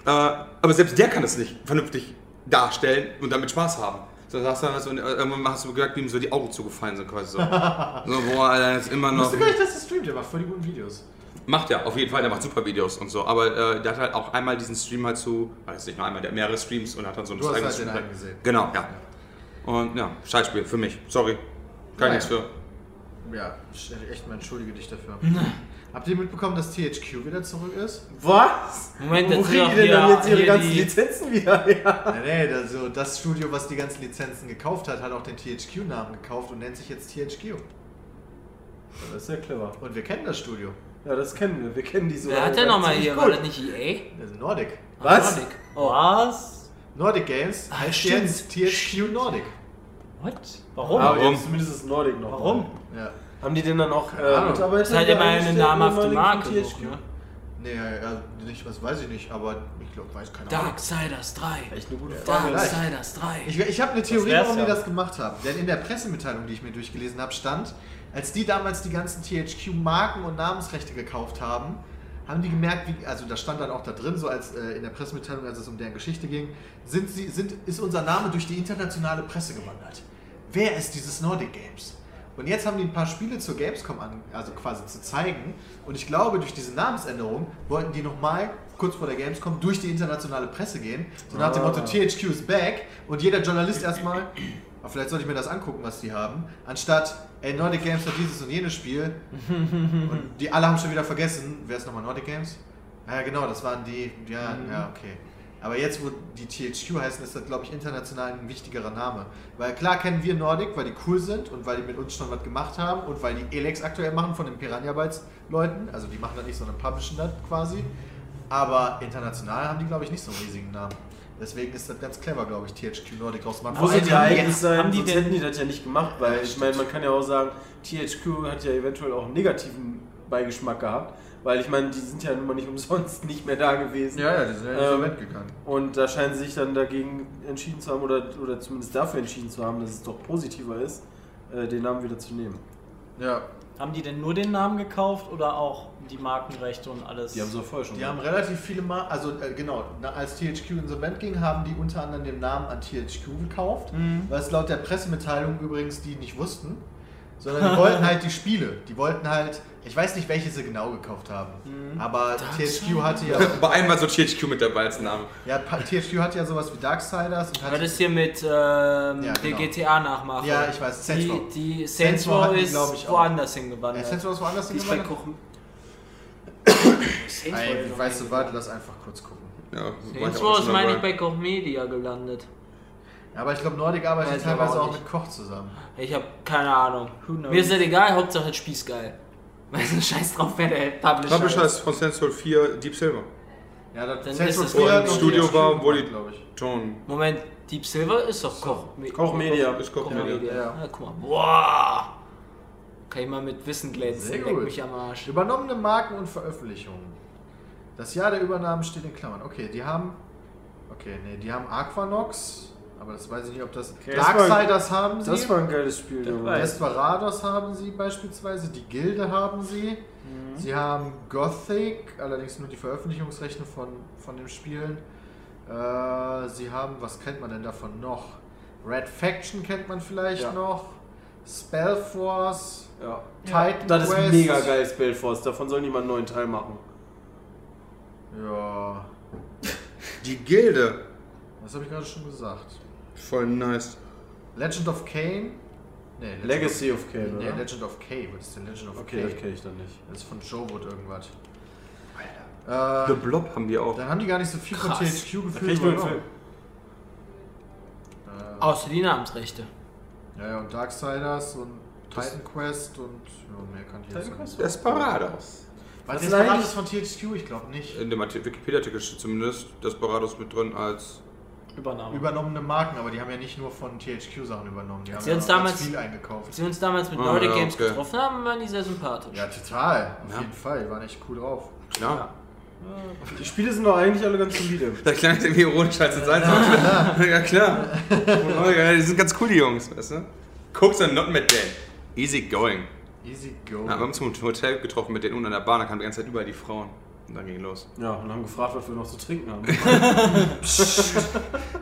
C: Äh, aber selbst der kann es nicht vernünftig darstellen und damit Spaß haben. halt So, sagst du, hast du, irgendwann hast du gesagt, wie ihm so die Augen zugefallen sind, quasi so. so boah, Alter, jetzt immer
B: Ich
C: noch.
B: wusste gar nicht, dass er streamt, der macht voll die guten Videos.
C: Macht er, auf jeden Fall, der macht super Videos und so. Aber äh, der hat halt auch einmal diesen Stream halt zu, weiß nicht, nur einmal, der hat mehrere Streams und hat dann so ein
B: Du hast
C: eigenes
B: halt den
C: Stream-
B: einen gesehen.
C: Genau, ja. Und ja, Scheißspiel für mich, sorry.
B: Naja.
C: Kein nichts für.
B: Ja, ich- echt mal entschuldige dich dafür. Habt ihr mitbekommen, dass THQ wieder zurück ist?
E: Was?
D: Moment,
E: Wo
D: jetzt
E: kriegen
D: doch
E: die denn dann
D: hier-
E: jetzt ihre
D: hier
E: ganzen
D: die-
E: Lizenzen wieder her?
B: nee, nee, also das Studio, was die ganzen Lizenzen gekauft hat, hat auch den THQ-Namen gekauft und nennt sich jetzt THQ.
E: Das ist ja clever.
B: Und wir kennen das Studio.
E: Ja, das kennen wir. Wir kennen die so.
D: Wer hat denn nochmal hier? War das nicht E EA?
B: Das ist Nordic.
E: Was?
D: Nordic. Oh,
A: Was?
B: Nordic Games
D: Ah,
B: heißt
D: stimmt.
B: jetzt THQ Nordic.
A: What?
E: Warum? Aber
A: Warum?
C: Warum?
E: Ah, jetzt zumindest ist Nordic noch.
A: Warum?
B: Ja.
E: Haben die denn dann auch äh,
B: Ahnung.
E: Mitarbeiter?
D: das ist halt
E: die
D: immer eine
E: eingestellt,
D: namhafte
E: ehemaligen
D: Marke.
E: von
D: Noch,
E: THQ?
D: ne?
B: Nee, ja, nicht, was weiß ich nicht, aber ich glaube, weiß keiner.
D: Darksiders 3.
E: Echt eine gute Frage.
D: Darksiders 3.
B: Ich, ich habe eine Theorie,
A: wär's
B: warum die
A: ja.
B: das gemacht haben. Denn in der Pressemitteilung, die ich mir durchgelesen habe, stand, als die damals die ganzen THQ-Marken und Namensrechte gekauft haben, haben die gemerkt, wie, also da stand dann auch da drin, so als äh, in der Pressemitteilung, als es um deren Geschichte ging, sind sie, sind, ist unser Name durch die internationale Presse gewandert. Wer ist dieses Nordic Games? Und jetzt haben die ein paar Spiele zur Gamescom an, also quasi zu zeigen. Und ich glaube, durch diese Namensänderung wollten die nochmal kurz vor der Gamescom durch die internationale Presse gehen. So nach dem Motto,
E: Ah.
B: THQ is back. Und jeder Journalist erstmal, "Ah, vielleicht sollte ich mir das angucken, was die haben. Anstatt, ey, Nordic Games hat dieses und jenes Spiel. und die alle haben schon wieder vergessen, wer ist nochmal Nordic Games? Ah Ja, genau, das waren die. Ja, ja, okay. Aber jetzt, wo die THQ heißen, ist das, glaube ich, international ein wichtigerer Name. Weil klar kennen wir Nordic, weil die cool sind und weil die mit uns schon was gemacht haben und weil die Elex aktuell machen von den Piranha Bytes Leuten. Also die machen das nicht, sondern publishen das quasi. Aber international haben die, glaube ich, nicht so einen riesigen Namen. Deswegen ist das ganz clever, glaube ich, THQ Nordic raus. Man
E: Muss es ja eigentlich sein,
A: haben die
E: sonst
A: denn-
E: hätten die das ja nicht gemacht, weil ich meine, man kann ja auch sagen, THQ hat ja eventuell auch einen negativen Beigeschmack gehabt, weil ich meine, die sind ja nun mal nicht umsonst nicht mehr da gewesen.
B: ja, ja, die sind ja
E: Ähm,
B: nicht so gegangen.
E: Und da scheinen sie sich dann dagegen entschieden zu haben oder, oder zumindest dafür entschieden zu haben, dass es doch positiver ist, äh, den Namen wieder zu nehmen.
B: Ja,
A: Haben die denn nur den Namen gekauft oder auch die Markenrechte und alles?
E: Die haben sie auch vorher schon
B: Die haben
E: gemacht.
B: relativ viele Mal, also äh, genau, na, als THQ insolvent ging, haben die unter anderem den Namen an THQ gekauft,
D: Mhm.
B: was laut der Pressemitteilung übrigens die nicht wussten, sondern die wollten halt die Spiele. Die wollten halt, ich weiß nicht, welche sie genau gekauft haben,
D: Mhm.
B: aber THQ hatte ja,
C: Bei einem war so THQ mit dabei als Name.
B: ja, pa- THQ hatte ja sowas wie Darksiders und
D: War
B: hatte,
D: das hier mit ähm, der
B: genau.
D: GTA-Nachmache?
B: Ja, ich weiß, Saints Row.
D: Die, die
B: Saints
D: Saints
B: Row
D: Row
B: hatten die,
D: ist
B: glaub ich, auch.
D: woanders
B: äh,
D: hingewandert.
B: Saints Row ist woanders
D: Die ist bei
B: hingewandert?
D: Kochen. Saints
B: Ey,
D: ist noch
B: weißt du,
D: nicht-
B: warte, lass einfach kurz gucken.
C: Ja, war ich
D: Saints
C: auch
D: Row
C: schon
D: ist, meine
C: dabei.
D: ich, bei Koch Media gelandet.
B: Ja, aber ich glaube, Nordic arbeitet
D: Weiß ich aber
B: teilweise
D: auch
B: auch
D: nicht.
B: mit Koch zusammen.
D: Ich habe keine Ahnung.
A: Who knows?
D: Mir ist das egal, Hauptsache das Spiel ist geil. Weißt du, scheiß drauf, wer der Publisher,
C: Publisher ist von Saints Row 4 Deep Silver.
B: Ja,
D: Dann
B: Saints
D: ist
B: Row
D: es
B: 4
D: wohl
B: hat
D: ein
B: noch
C: Studio
B: THQ
C: war, wo die-
B: gemacht, glaub ich.
C: John.
D: Moment, Deep Silver ist doch Koch, Me
E: Koch Media.
C: Ist Koch
D: Koch
C: Media.
D: Media.
B: Ja.
D: Na, guck mal. Boah! Kann ich mal mit Wissen glänzen.
B: Sehr
D: Leck
B: gut.
D: mich am Arsch.
B: Übernommene Marken und Veröffentlichungen. Das Jahr der Übernahmen steht in Klammern. Okay, die haben. Okay, nee, die haben Aquanox, aber das weiß ich nicht, ob das.
E: das war-
B: Darksiders haben sie.
E: Das war ein geiles Spiel,
A: Das
E: Junge.
A: war-
B: Desperados haben sie beispielsweise. Die Gilde haben sie.
E: Mhm.
B: Sie haben Gothic, allerdings nur die Veröffentlichungsrechte von, von den Spielen. Äh, sie haben, was kennt man denn davon noch? Red Faction kennt man vielleicht
E: Ja.
B: noch. Spellforce,
E: Ja.
B: Titan
E: Das ist
B: Quest.
E: mega geil, Spellforce. Davon sollen die mal einen neuen Teil machen.
B: Ja,
C: Die Gilde.
B: das habe ich gerade schon gesagt.
C: Voll nice.
B: Legend of Kane? Nee, Legend
E: Legacy of
B: of
E: Kane,
B: Nee,
E: oder?
B: Legend of Kane. Was ist denn Legend of
E: okay, das
B: Kane?
E: kenne ich dann nicht.
B: Das ist von Joe Wood irgendwas.
C: The
B: Äh,
C: Blob haben die auch.
B: dann haben die gar nicht so viel
D: Krass.
B: von THQ
E: Da kenn
B: gefühlt.
E: ich nur den Film.
D: Außer Oh, die Namensrechte.
B: Ja, ja, und Darksiders und Titan Quest und ja, mehr kann ich jetzt
E: Titan Quest?
C: Desperados.
B: Was
E: Was
B: ist
E: ist eigentlich- Genau.
B: das von THQ? Ich glaube nicht.
C: In dem Arti- Wikipedia-Artikel steht zumindest Desperados mit drin als.
D: Übernahme.
B: Übernommene Marken, aber die haben ja nicht nur von THQ Sachen übernommen. Die haben
D: Sie
B: ja
D: uns
B: auch ganz
D: damals-
B: viel
D: Als
B: eingekauft.
D: wir uns damals mit
C: Ah,
D: Nordic
C: ja,
D: Games
C: okay.
D: getroffen haben, waren die sehr sympathisch.
B: Ja, total. Auf
C: Ja.
B: jeden Fall. Die waren echt cool drauf.
C: Klar.
E: Die Spiele sind doch eigentlich alle ganz solide.
C: Da klang es irgendwie ironisch, als es sein sollte. ja, klar. Oh, ja, die sind ganz cool, die Jungs, weißt du? Cooks and not met them. Easy going.
B: Easy go.
C: Na, wir haben uns im Hotel getroffen mit denen unten an der Bahn, da kamen die ganze Zeit überall die Frauen. Und dann ging los.
E: Ja, und haben gefragt, was wir noch zu trinken haben.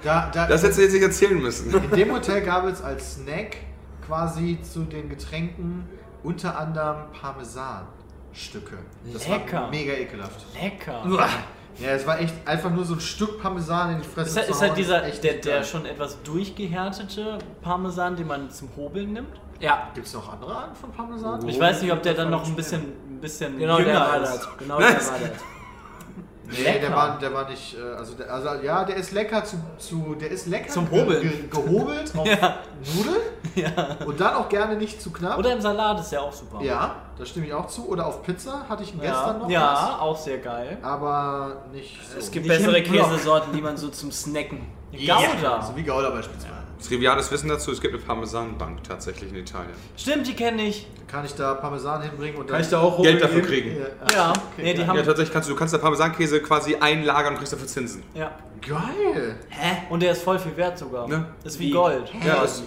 B: Da, da,
C: Das hättest du jetzt nicht erzählen müssen.
B: In dem Hotel gab es als Snack quasi zu den Getränken unter anderem Parmesanstücke. Das
A: Lecker.
B: war mega ekelhaft.
A: Lecker.
B: Uah. Ja, es war echt einfach nur so ein Stück Parmesan in die Fresse.
A: Ist halt,
B: zu
A: ist halt
B: hauen,
A: dieser,
B: echt
A: der,
B: nicht
A: der
B: geil.
A: schon etwas durchgehärtete Parmesan, den man zum Hobeln nimmt.
D: Ja,
B: Gibt's noch andere Arten von Parmesan?
A: Ich weiß nicht, ob der dann noch ein bisschen, ein bisschen
D: genau der
A: jünger
D: war
A: ist.
D: das. Genau der
C: Nice.
D: war das.
B: Nee, der war, der war nicht. äh, Also, der, also ja, der ist lecker zu, zu der ist lecker
A: Zum Hobeln.
B: Ge, gehobelt auf
A: Ja.
B: Nudeln und dann auch gerne nicht zu knapp.
A: Oder im Salat ist der auch super.
B: Ja, da stimme ich auch zu. Oder auf Pizza hatte ich ihn
A: Ja,
B: gestern noch.
A: ja auch sehr geil.
B: was, Aber nicht so.
D: Es gibt
A: Nicht
D: bessere
A: im Block.
D: Käsesorten, die man so zum Snacken.
A: Gouda.
B: So wie Gouda beispielsweise.
C: Triviales Wissen dazu, es gibt eine Parmesanbank tatsächlich in Italien.
A: Stimmt, die kenne ich.
B: Kann ich da Parmesan hinbringen und dann.
E: Kann ich da auch
C: Geld dafür
E: rumgeben?
C: kriegen.
B: Ja.
A: Oh, Ja,
B: okay,
A: nee,
B: geil.
A: die
C: Ja,
A: haben.
C: tatsächlich kannst du, du kannst da Parmesankäse quasi einlagern und kriegst dafür Zinsen.
A: Ja.
B: ah, Geil!
D: Hä?
A: Und der ist voll viel wert sogar.
C: Ne?
A: Ist wie,
D: Wie?
A: Gold.
C: Ja, ist,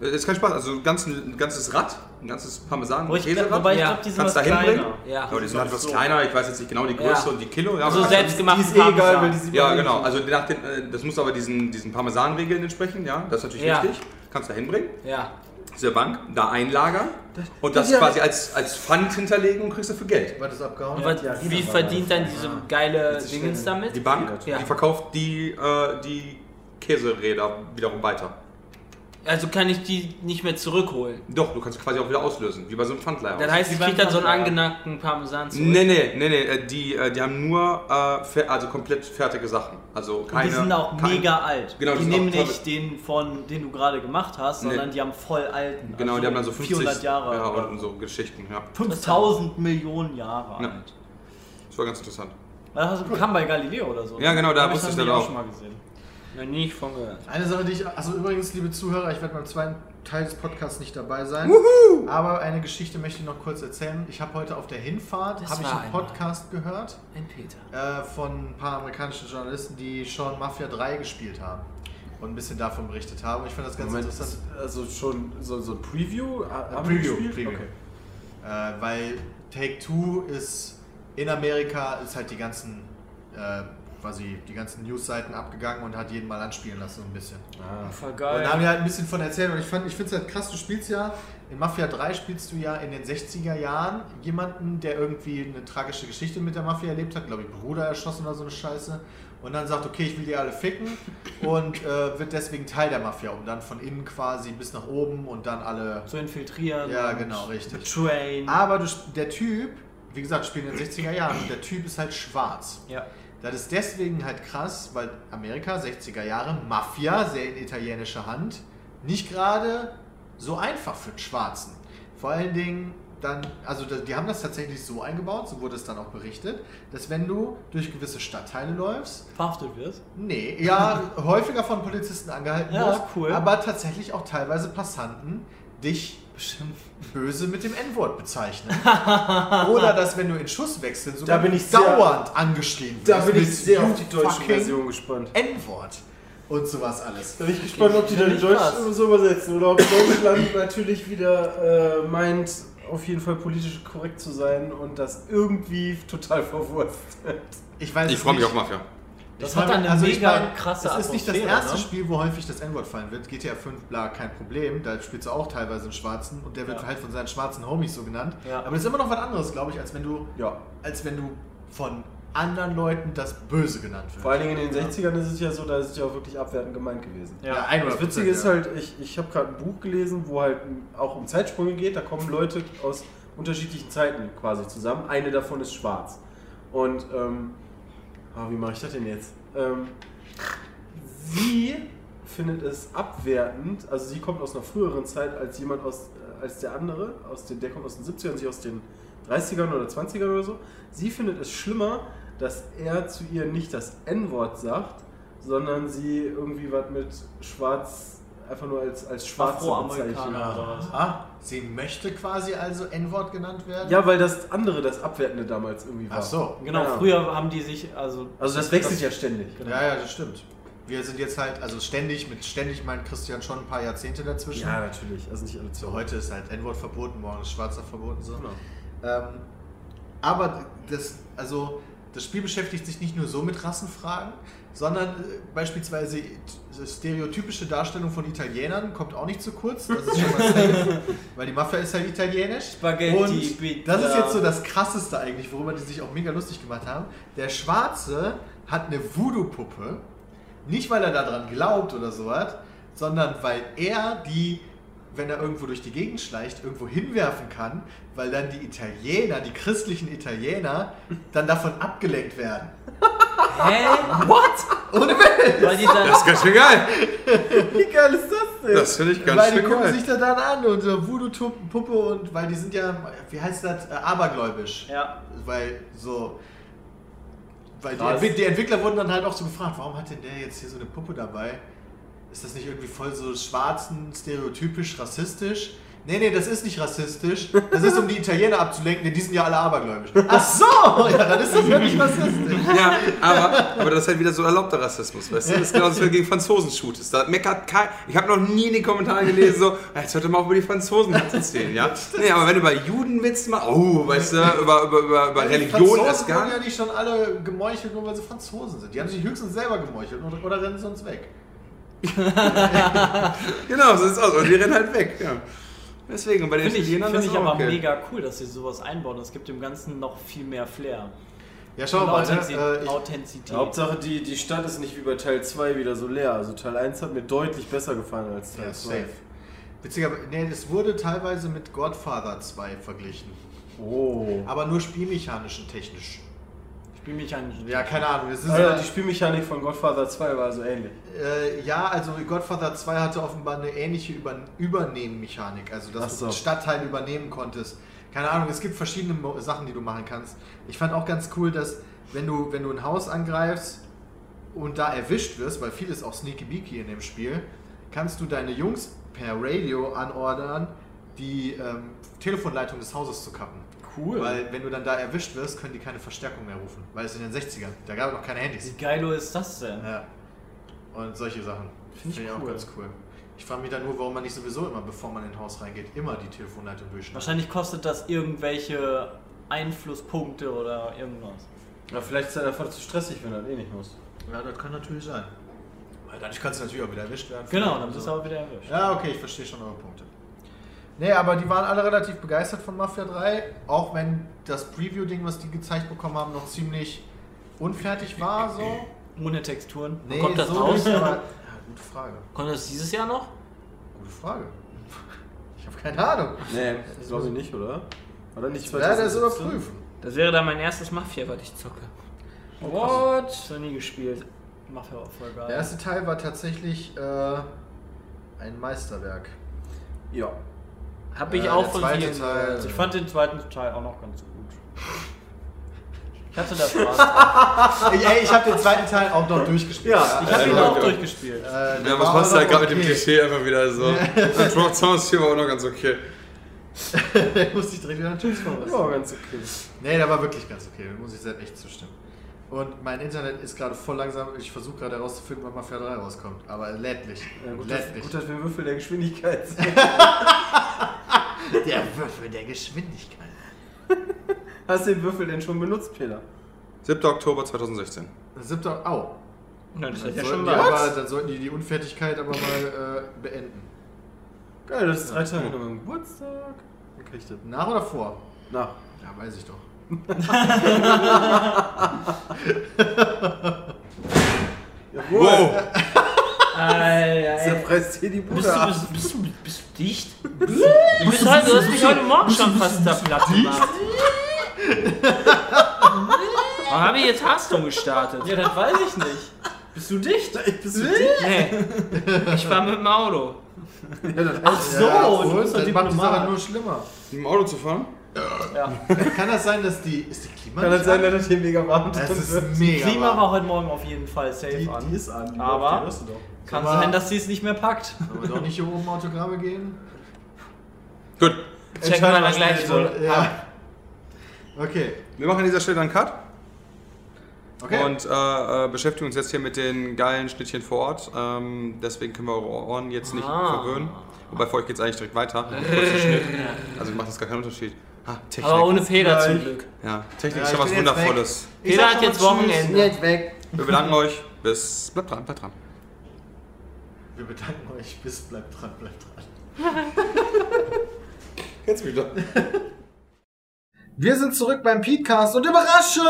C: ist kein Spaß. Also ganz, ein ganzes Rad, ein ganzes parmesan
A: Wo ich glaub, wobei
C: käserad
D: Ja.
A: ich glaube, die sind
C: Kannst
A: was
C: da hinbringen?
A: kleiner.
D: Ja.
C: Aber die sind halt etwas kleiner, ich weiß jetzt nicht genau die Größe
D: Ja.
C: und die Kilo. Ja,
D: Also
C: aber-
E: Die
D: selbstgemachten
E: ist eh geil, weil die
D: Parmesan.
E: sieht
C: ja
E: man
C: genau.
E: nicht.
C: Also nach den, äh, das muss aber diesen, diesen Parmesan-Regeln entsprechen, ja. Das ist natürlich
D: Ja.
C: wichtig. Kannst da hinbringen,
D: Ja.
C: diese Bank, da einlagern und das
E: das-
C: quasi als, als Pfand hinterlegen und kriegst dafür Geld.
B: Was ist abgehauen?
D: Und was,
E: Ja, jeder
D: wie
E: war
D: verdient dann diese geile
E: Jetzt ist
D: Dingens
E: schnell.
D: damit?
C: Die Bank,
D: Ja.
C: die verkauft die, äh, die Käseräder wiederum weiter.
D: Also kann ich die nicht mehr zurückholen.
C: Doch, du kannst quasi auch wieder auslösen, wie bei so einem Pfandleiher.
D: Dann heißt,
A: die
D: ich krieg dann so einen
A: Bank-
D: angenackten Parmesan zurück.
C: Nee, nee, nee, nee, äh, die, äh, die haben nur äh, fer- also komplett fertige Sachen. Also
A: Und
C: keine,
A: die sind auch
C: kein-
A: mega alt.
C: Genau, die
A: die
C: sind auch
A: nehmen
C: toll.
A: nicht den von, den du gerade gemacht hast,
C: Nee.
A: sondern die haben voll alten.
C: Genau,
A: also
C: die haben dann so 50
A: 400 Jahre.
C: ja,
A: alt.
C: und, und so Geschichten. Ja.
A: 5000 Millionen Jahre
C: Ja.
A: alt.
C: Das war ganz interessant.
A: Das kam bei Galileo oder so. ne?
C: Ja, genau, da
A: Hab
C: wusste ich
A: dann
C: das
A: auch
C: auch.
A: schon mal gesehen.
D: Noch nie von gehört.
B: Eine Sache, die ich. Also übrigens, liebe Zuhörer, ich werde beim zweiten Teil des Podcasts nicht dabei sein. Aber eine Geschichte möchte ich noch kurz erzählen. Ich habe heute auf der Hinfahrt
D: Das
B: habe ich
D: war
B: einen
D: einer.
B: Podcast gehört
D: Ein Peter.
B: äh, von ein paar amerikanischen Journalisten, die schon Mafia 3 gespielt haben und ein bisschen davon berichtet haben. Ich fand das ganz
E: Moment,
B: interessant.
E: also schon so, so ein Preview? Ha- haben wir
B: Preview,
E: gespielt?
B: Preview.
E: Okay.
B: Äh, weil Take Two ist in Amerika ist halt die ganzen äh, quasi die ganzen News-Seiten abgegangen und hat jeden mal anspielen lassen so ein bisschen.
E: Ah.
D: Voll
B: Und
D: geil.
B: da haben wir halt ein bisschen von erzählt und ich fand ich finde es halt krass, du spielst ja in Mafia 3 spielst du ja in den 60er Jahren jemanden, der irgendwie eine tragische Geschichte mit der Mafia erlebt hat, glaube ich, Bruder erschossen oder so eine Scheiße und dann sagt, okay, ich will die alle ficken und äh, wird deswegen Teil der Mafia, um dann von innen quasi bis nach oben und dann alle
A: Zu infiltrieren.
B: Ja,
A: und
B: genau, richtig. Ah.
A: Train.
B: Aber du, der Typ, wie gesagt, spielt in den 60er Jahren und der Typ ist halt schwarz.
A: Ja.
B: Das ist deswegen halt krass, weil Amerika, 60er Jahre, Mafia, sehr in italienischer Hand, nicht gerade so einfach für den Schwarzen. Vor allen Dingen dann, also da- die haben das tatsächlich so eingebaut, so wurde es dann auch berichtet, dass wenn du durch gewisse Stadtteile läufst,
A: Verhaftet wirst.
B: Nee, ja, häufiger von Polizisten angehalten
A: Ja,
B: wirst,
A: cool.
B: aber tatsächlich auch teilweise Passanten dich böse mit dem N-Wort bezeichnen. Oder dass, wenn du in Schuss wechselst, sogar
E: Da bin ich sehr-
B: dauernd angeschrien wirst.
E: Da bin
B: mit
E: ich sehr auf
B: "You
E: die deutsche
B: fucking
E: Version gespannt.
B: N-Wort und sowas alles.
E: Da bin ich gespannt, ob die dann
A: Nicht
E: Deutsch
A: was.
E: so übersetzen oder ob Deutschland natürlich wieder äh, meint, auf jeden Fall politisch korrekt zu sein und das irgendwie total verwurst.
B: Ich weiß
C: Ich
B: es
C: freue mich
B: nicht.
C: auf Mafia.
A: Das
B: Ich
A: hat
B: meine,
A: dann eine
B: also ich
A: mega
B: meine,
A: krasse
B: Es ist nicht das
A: Atmosphäre,
B: erste
A: ne?
B: Spiel, wo häufig das N-Wort fallen wird. GTA 5, bla, kein Problem. Da spielst du auch teilweise einen Schwarzen und der wird
A: Ja.
B: halt von seinen schwarzen Homies so genannt.
A: Ja.
B: Aber das ist immer noch was anderes, glaube ich, als wenn du,
F: Ja.
B: als wenn du von anderen Leuten das Böse genannt wird.
F: Vor allen Dingen in den 60ern ist es ja so, da ist es ja auch wirklich abwertend gemeint gewesen.
A: Ja.
F: Das
B: 100%,
F: Witzige ist
B: ja.
F: halt, ich, ich habe gerade ein Buch gelesen, wo halt auch um Zeitsprünge geht. Da kommen Leute aus unterschiedlichen Zeiten quasi zusammen. Eine davon ist schwarz. Und, ähm, ah, wie mache ich das denn jetzt? Ähm, sie findet es abwertend, also sie kommt aus einer früheren Zeit als jemand aus, äh, als der andere, aus den, der kommt aus den 70ern, sie aus den 30ern oder 20ern oder so. Sie findet es schlimmer, dass er zu ihr nicht das N-Wort sagt, sondern sie irgendwie was mit schwarz, einfach nur als, als schwarz bezeichnet.
A: Afroamerikaner oder was.
B: Ah, sie möchte quasi also N-Wort genannt werden?
F: Ja, weil das andere, das Abwertende damals irgendwie war.
B: Ach so.
A: Genau,
F: Ja.
A: früher haben die sich, also
F: Also das wechselt ja ständig.
B: Ja, ja, das stimmt. Wir sind jetzt halt, also ständig, mit ständig meint Christian schon ein paar Jahrzehnte dazwischen.
F: Ja, natürlich. Also nicht alle
B: So,
F: zu
B: heute ist halt N-Wort verboten, morgen ist Schwarzer verboten. So.
F: Genau.
B: Ähm, aber das, also, das Spiel beschäftigt sich nicht nur so mit Rassenfragen, sondern äh, beispielsweise die stereotypische Darstellung von Italienern kommt auch nicht zu kurz. Das ist schon mal safe, weil die Mafia ist halt italienisch.
A: Spaghetti,
B: Und das ist
A: Pizza.
B: jetzt so das Krasseste eigentlich, worüber die sich auch mega lustig gemacht haben. Der Schwarze hat eine Voodoo-Puppe, nicht weil er daran glaubt oder sowas, sondern weil er die, wenn er irgendwo durch die Gegend schleicht, irgendwo hinwerfen kann, weil dann die Italiener, die christlichen Italiener, dann davon abgelenkt werden.
A: Hä? What?
B: Ohne Witz!
A: Weil die dann,
C: Das ist ganz schön geil.
F: Wie geil ist das denn?
C: Das finde ich ganz
B: weil die
C: schön
B: gucken
C: geil.
B: sich da dann an und äh, Voodoo-Puppe und weil die sind ja, wie heißt das, äh, abergläubisch.
A: ja,
B: Weil so. Weil die,
F: Krass.
B: Entwick die Entwickler wurden dann halt auch so gefragt, warum hat denn der jetzt hier so eine Puppe dabei? Ist das nicht irgendwie voll so schwarzen, stereotypisch, rassistisch? Nee, nee, das ist nicht rassistisch. Das ist, um die Italiener abzulenken, denn die sind ja alle abergläubisch. Ach so! Ja, dann ist das wirklich rassistisch.
C: Ja, aber, aber das ist halt wieder so erlaubter Rassismus, weißt du? Das ist genauso, wenn du gegen Franzosen shootest. Da meckert kein. Ich habe noch nie in den Kommentaren gelesen, so, "Ah, jetzt hört doch mal auf, über die Franzosen erzählen, ja? Nee, aber wenn du über Juden Witz machst, oh, weißt du, über, über, über, über Religion
B: Also Franzosen
C: erst gar
B: wurden ja nicht schon alle gemeuchelt, nur weil sie Franzosen sind. Die haben sich höchstens selber gemeuchelt oder, oder rennen sonst weg.
C: Genau, so ist es aus. Und die rennen halt weg, ja. Deswegen, und bei den
A: finde ich,
C: Italienern
A: find
C: ist
A: ich
C: auch
A: aber
C: okay.
A: mega cool, dass sie sowas einbauen. Das gibt dem Ganzen noch viel mehr Flair.
B: Ja, schau
A: Und
B: mal, ne?
A: Authentiz-
B: äh, ich,
A: Authentizität.
F: Hauptsache, die, die Stadt ist nicht wie bei Teil 2 wieder so leer. Also Teil 1 hat mir deutlich besser gefallen als Teil
B: ja,
F: 2.
B: safe. Witzigerweise, nee, es wurde teilweise mit Godfather 2 verglichen.
F: Oh.
B: Aber nur spielmechanisch und technisch.
A: Spielmechanisch.
B: Ja, keine Ahnung. Das ist
F: Also,
B: ja,
F: die Spielmechanik von Godfather 2 war so ähnlich.
B: äh, ja, also Godfather 2 hatte offenbar eine ähnliche Über Übernehmen-Mechanik. Also,
F: Ach
B: dass
F: so.
B: du Stadtteil übernehmen konntest. Keine Ahnung, es gibt verschiedene Mo Sachen, die du machen kannst. Ich fand auch ganz cool, dass wenn du, wenn du ein Haus angreifst und da erwischt wirst, weil viel ist auch Sneaky Beaky in dem Spiel, kannst du deine Jungs per Radio anordern, die ähm, Telefonleitung des Hauses zu kappen.
F: Cool.
B: Weil wenn du dann da erwischt wirst, können die keine Verstärkung mehr rufen. Weil es in den 60ern, da gab es noch keine Handys.
A: Wie geil ist das denn?
B: Ja. Und solche Sachen. Finde
A: ich
B: ich, auch
A: cool.
B: ganz cool. Ich frage mich dann nur, warum man nicht sowieso immer, bevor man in ein Haus reingeht, immer die Telefonleitung durchschneidet.
A: Wahrscheinlich kostet das irgendwelche Einflusspunkte oder irgendwas.
F: Na, vielleicht ist er einfach zu stressig, wenn er eh nicht muss.
B: Ja, das kann natürlich sein. Weil dadurch kannst du natürlich auch wieder erwischt werden.
A: Genau,
B: Vielleicht
A: dann bist du
B: so.
A: aber wieder erwischt.
B: Also- Ja, okay, ich verstehe schon eure Punkte. Nee, aber die waren alle relativ begeistert von Mafia 3, auch wenn das Preview-Ding, was die gezeigt bekommen haben, noch ziemlich unfertig war. So.
A: Ohne Texturen.
B: Nee,
D: kommt das
B: so
D: raus?
B: nicht, aber, ja, gute Frage.
D: Kommt das dieses Jahr noch?
B: Gute Frage. Ich habe keine Ahnung.
F: Nee, das glaube ich nicht, oder? War das nicht
B: Ich werde es
F: 2017?
B: überprüfen.
D: Das wäre dann mein erstes Mafia, was ich zocke.
A: What? Noch nie gespielt. Mach ja auch voll geil.
B: Der erste Teil war tatsächlich äh, ein Meisterwerk.
F: Ja.
D: Hab ich
B: Äh,
D: auch
B: der
D: von
B: zweite
D: vielen
B: Teil.
D: gehört.
A: Also ich fand den zweiten Teil auch noch ganz gut. Ich hatte da Spaß. dran.
B: Ich, ey, ich habe den zweiten Teil auch noch durchgespielt.
F: Ja,
A: Ich habe
C: Ja,
A: ihn
C: ja,
A: auch
C: ja.
A: durchgespielt.
B: Äh,
C: Ja,
B: der
C: was
B: war
C: passt
B: aber
C: da
B: noch
C: gerade mit dem
B: okay.
C: Klischee einfach wieder so? Und Rock Sounds hier war auch noch ganz okay.
B: Musste ich direkt wieder einen Chips
F: Ja, ganz okay.
B: Nee, der war wirklich ganz okay, muss ich selbst echt zustimmen. Und mein Internet ist gerade voll langsam. Ich versuche gerade herauszufinden, wann Mafia 3 rauskommt. Aber er lädt nicht.
F: Ja, gut,
B: lädt
F: dass, gut,
B: nicht.
F: dass wir Würfel der Geschwindigkeit sind.
B: Der Würfel der Geschwindigkeit.
F: Hast du den Würfel denn schon benutzt, Peter?
C: 7. Oktober 2016.
B: 7. Au.
A: Nein, das
B: Dann,
A: ist ja
B: sollten
A: schon
B: die
A: mal.
B: aber, dann sollten die die Unfertigkeit aber mal äh, beenden.
E: Geil, das ist drei Tage nach meinem Geburtstag. Dann krieg ich das.
B: Nach oder vor?
E: Na,
B: Ja, weiß ich doch.
E: jawohl.
C: Wow!
A: Alter, ey.
E: Zerfreist hier die
D: Bist du,
E: Bude ab.
D: bist, bist, bist, bist du dicht? Du, bist halt, du hast mich heute Morgen schon fast da platt gemacht. Warum habe ich jetzt Hearthstone gestartet?
A: Ja, das weiß ich nicht.
E: Bist du dicht? Bist du dicht?
D: Nee, ich war mit dem Auto.
A: Ach so,
B: ja,
A: du
B: und
A: bist doch
B: das macht die Sache
A: Diplomat.
B: nur schlimmer.
C: Mit dem Auto zu fahren?
A: Ja.
B: Kann das sein, dass die. Ist die Klima?
E: Kann das
B: nicht
E: sein,
B: an?
E: dass das hier mega warm
B: Das
E: drin wird?
B: ist mega.
A: Klima
B: warm.
A: war heute Morgen auf jeden Fall safe
E: Die,
A: an.
E: die ist an. Die
A: Aber-
E: läuft, die hörst du doch.
A: Kann
B: Aber-
A: sein, dass sie es nicht mehr packt.
B: Sollen wir doch nicht hier oben Autogramme gehen?
C: Gut,
D: Checken wir mal gleich
B: schnell,
D: wohl.
B: so- Ja. Okay.
C: wir machen an dieser Stelle einen Cut
B: Okay.
C: und äh, äh, beschäftigen uns jetzt hier mit den geilen Schnittchen vor Ort. Ähm, deswegen können wir eure Ohren jetzt nicht
D: Ah.
C: verwöhnen. Wobei, für euch geht es eigentlich direkt weiter. Kurzer Schnitt. also macht das gar keinen Unterschied. Ah, Technik.
D: Aber ohne Feder
E: Ja,
D: zum
E: ich-
D: Glück.
C: ja, Technik
B: Ja,
C: ist
B: ich
C: schon was
B: bin jetzt weg.
C: Wundervolles.
B: Ich
D: Jeder
B: sag
D: hat
B: schon
D: jetzt
B: mal
D: Wochenende.
B: Tschüss. Jetzt weg.
C: Wir bedanken euch. Bis. Bleibt dran, bleibt dran.
B: Wir bedanken euch. Bis bleibt dran, bleibt dran.
C: Jetzt wieder.
B: Wir sind zurück beim Podcast und Überraschung!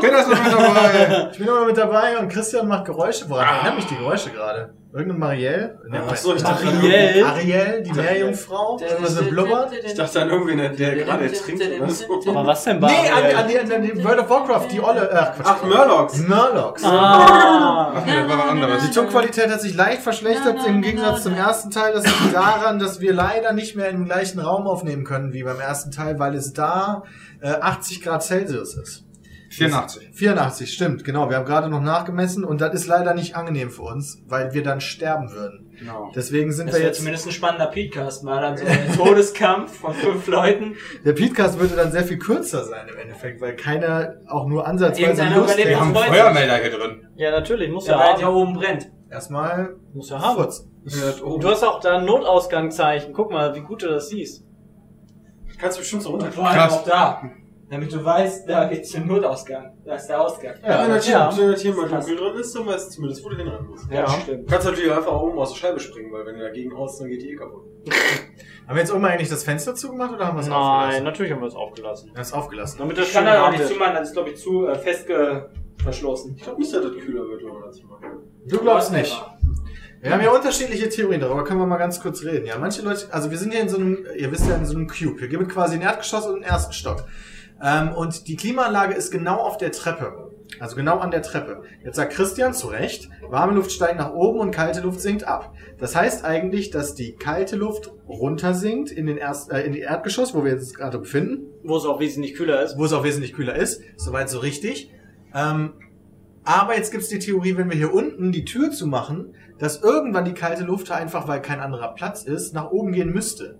C: Peter ist noch mit dabei.
B: Ich bin immer mit dabei Ah. und Christian macht Geräusche. Woran erinnern mich die Geräusche gerade? Irgendeine Marielle? Ne,
F: Ach so, ich dachte,
A: Ariel?
B: Ariel, die Meerjungfrau? Irgendwas mit Blubbern?
F: ich dachte an irgendwen, der- der gerade trinkt oder so.
A: Aber was denn bei
B: Nee, an,
A: Ariel?
B: an, die- an, an die World of Warcraft, die Olle. Ach, Quatsch.
F: Ach, Murlocs.
B: Murlocs.
A: Ah.
C: Ach, wieder war was
B: Die
C: anderes.
B: Tonqualität hat sich leicht verschlechtert im Gegensatz zum ersten Teil. Das liegt daran, dass wir leider nicht mehr im gleichen Raum aufnehmen können wie beim ersten Teil, weil es da äh, 80 Grad Celsius ist.
C: 84.
B: 84, stimmt, genau. Wir haben gerade noch nachgemessen und das ist leider nicht angenehm für uns, weil wir dann sterben würden.
F: Genau.
B: Deswegen sind
D: Das
B: wir
D: wäre
B: jetzt.
D: zumindest ein spannender Podcast mal. Also ein Todeskampf von fünf Leuten.
B: Der Podcast würde dann sehr viel kürzer sein im Endeffekt, weil keiner auch nur ansatzweise
D: Irgendeiner
B: Lust
D: überlebt
C: Wir haben
B: hat.
D: das.
C: einen Feuermelder hier drin.
A: Ja, natürlich, muss
D: Der
A: ja
D: Wald ja
A: haben.
D: oben brennt.
B: Erstmal
A: Muss ja haben.
B: Harvard.
A: Du hast auch da ein Notausgangszeichen. Guck mal, wie gut du das siehst.
F: Kannst du bestimmt so runter.
D: Vor allem
C: Krass.
D: auch da. Damit du weißt, da geht's zum Notausgang. Da ist der Ausgang.
F: Ja, wenn das
A: ja.
F: hier, wenn das hier mal dunkel drin ist, dann weißt du zumindest, wo du hinrennen musst.
D: Ja, stimmt.
F: Du kannst natürlich auch einfach oben aus der Scheibe springen, weil wenn du dagegen haust, dann geht die eh kaputt.
B: Haben wir jetzt oben eigentlich das Fenster zugemacht oder haben wir es
A: Nein,
B: aufgelassen?
A: natürlich haben wir es aufgelassen.
B: Wir haben es aufgelassen.
A: Damit das
D: Ich kann da auch
A: schön
D: nicht
A: wartet.
D: zumachen, das ist glaube ich zu äh, fest ge- verschlossen.
F: Ich glaube nicht, dass das kühler wird, wenn man das macht.
B: Du glaubst nicht. Wir haben ja unterschiedliche Theorien, darüber können wir mal ganz kurz reden. Ja, manche Leute, also wir sind hier in so einem, ihr wisst ja, in so einem Cube. Hier gibt es quasi ein Erdgeschoss und einen ersten Stock. Ähm, und die Klimaanlage ist genau auf der Treppe. Also genau an der Treppe. Jetzt sagt Christian zu Recht, warme Luft steigt nach oben und kalte Luft sinkt ab. Das heißt eigentlich, dass die kalte Luft runter sinkt in den Erst, äh, in die Erdgeschoss, wo wir uns gerade befinden
A: Wo es auch wesentlich kühler ist.
B: wo es auch wesentlich kühler ist. Soweit so richtig. Ähm, aber jetzt gibt's die Theorie, wenn wir hier unten die Tür zu machen, dass irgendwann die kalte Luft einfach, weil kein anderer Platz ist, nach oben gehen müsste.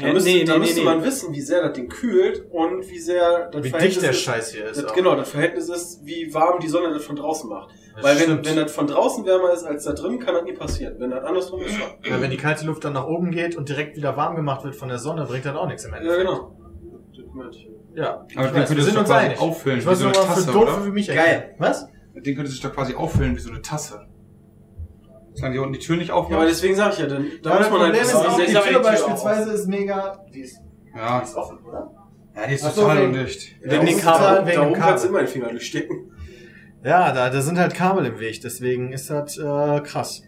F: Da müsste, da müsste man wissen, wie sehr das Ding kühlt und wie sehr das
B: Wie
F: Verhältnis
B: dicht der
F: ist-
B: Scheiß hier ist.
F: Das,
B: auch.
F: genau, das Verhältnis ist, wie warm die Sonne das von draußen macht. Weil wenn,
B: stimmt.
F: wenn das von draußen wärmer ist als da drin, kann das nie passieren. Wenn das andersrum ist, schon.
B: Weil wenn die kalte Luft dann nach oben geht und direkt wieder warm gemacht wird von der Sonne, bringt das auch nichts im
F: Ja,
B: Endeffekt.
F: genau. Das meinte
B: genau.
F: ich.
B: Ja, ich
C: Aber dann
B: weiß,
C: könntest
B: wir
C: du
B: sind
C: doch
B: uns
C: quasi
B: einig.
C: auffüllen,
B: Ich
C: wie
B: weiß
C: so
B: nur
C: eine
B: mal für
C: Tasse,
B: doof
C: oder?
B: wie mich
F: Geil.
B: erklären. Was?
C: Den könnte sich doch quasi auffüllen wie so eine Tasse. Solange die unten die Tür nicht
F: Ja, aber
C: aufmachen.
F: deswegen sage ich ja, dann, da
B: Ja,
F: muss man halt
B: ist
F: wissen, wie
B: auch,
F: sehr
B: die
F: sehr
B: Tür
F: auf-
B: beispielsweise ist mega... Die ist,
C: Ja,
B: die ist offen, oder?
C: ja die ist
B: Ach so,
C: total
B: wegen-
C: undicht.
F: Ja, da
B: den
F: oben-
B: Kabel,
F: da oben-
B: halt wegen
F: Da
B: dem
F: oben kannst
B: Kabel.
F: du immer den Finger durchstecken.
B: Ja, da, da sind halt Kabel im Weg, deswegen ist das äh, krass.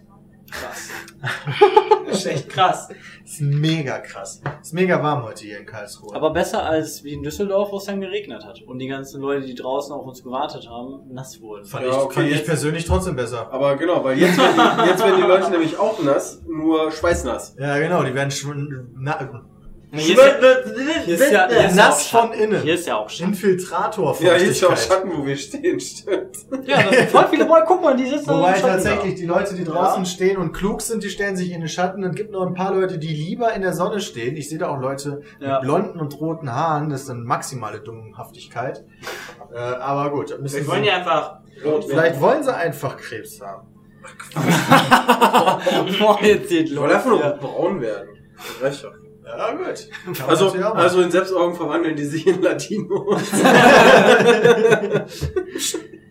D: Das ist echt krass.
B: Ist mega krass. Ist mega warm heute hier in Karlsruhe.
A: Aber besser als wie in Düsseldorf, wo es dann geregnet hat. Und die ganzen Leute, die draußen auf uns gewartet haben, nass wurden.
B: fand,
F: Ja,
B: ich,
F: okay,
B: fand ich
F: jetzt-
B: persönlich trotzdem besser.
F: Aber genau, weil jetzt werden, die, jetzt werden die Leute nämlich auch nass, nur schweißnass.
B: Ja, genau, die werden schon na,
A: Hier ist ja- hier ist ja- hier ist ja
B: nass
A: auch
B: von
A: Schatten.
B: innen.
A: Hier ist ja auch Schatten.
B: Infiltrator
F: Ja, hier ist ja auch Schatten, wo wir stehen, stimmt.
A: Ja, das sind voll viele Leute. Guck mal, die sitzen
B: Wobei
A: im Schatten
B: tatsächlich die Leute, die draußen stehen und klug sind, die stellen sich in den Schatten. Und gibt noch ein paar Leute, die lieber in der Sonne stehen. Ich sehe da auch Leute
A: Ja.
B: mit blonden und roten Haaren. Das ist dann maximale Dummhaftigkeit. äh, aber gut, müssen
D: Wir
B: sie-
D: wollen ja einfach rot werden.
B: vielleicht wollen sie einfach Krebs haben.
A: da. Boah, jetzt geht
F: Ich wollte einfach nur
A: los.
F: braun werden. Das reicht doch.
B: Ja, gut. Kann man
F: Also,
B: natürlich auch machen.
F: also in Selbstaugen verwandeln die sich in Latino.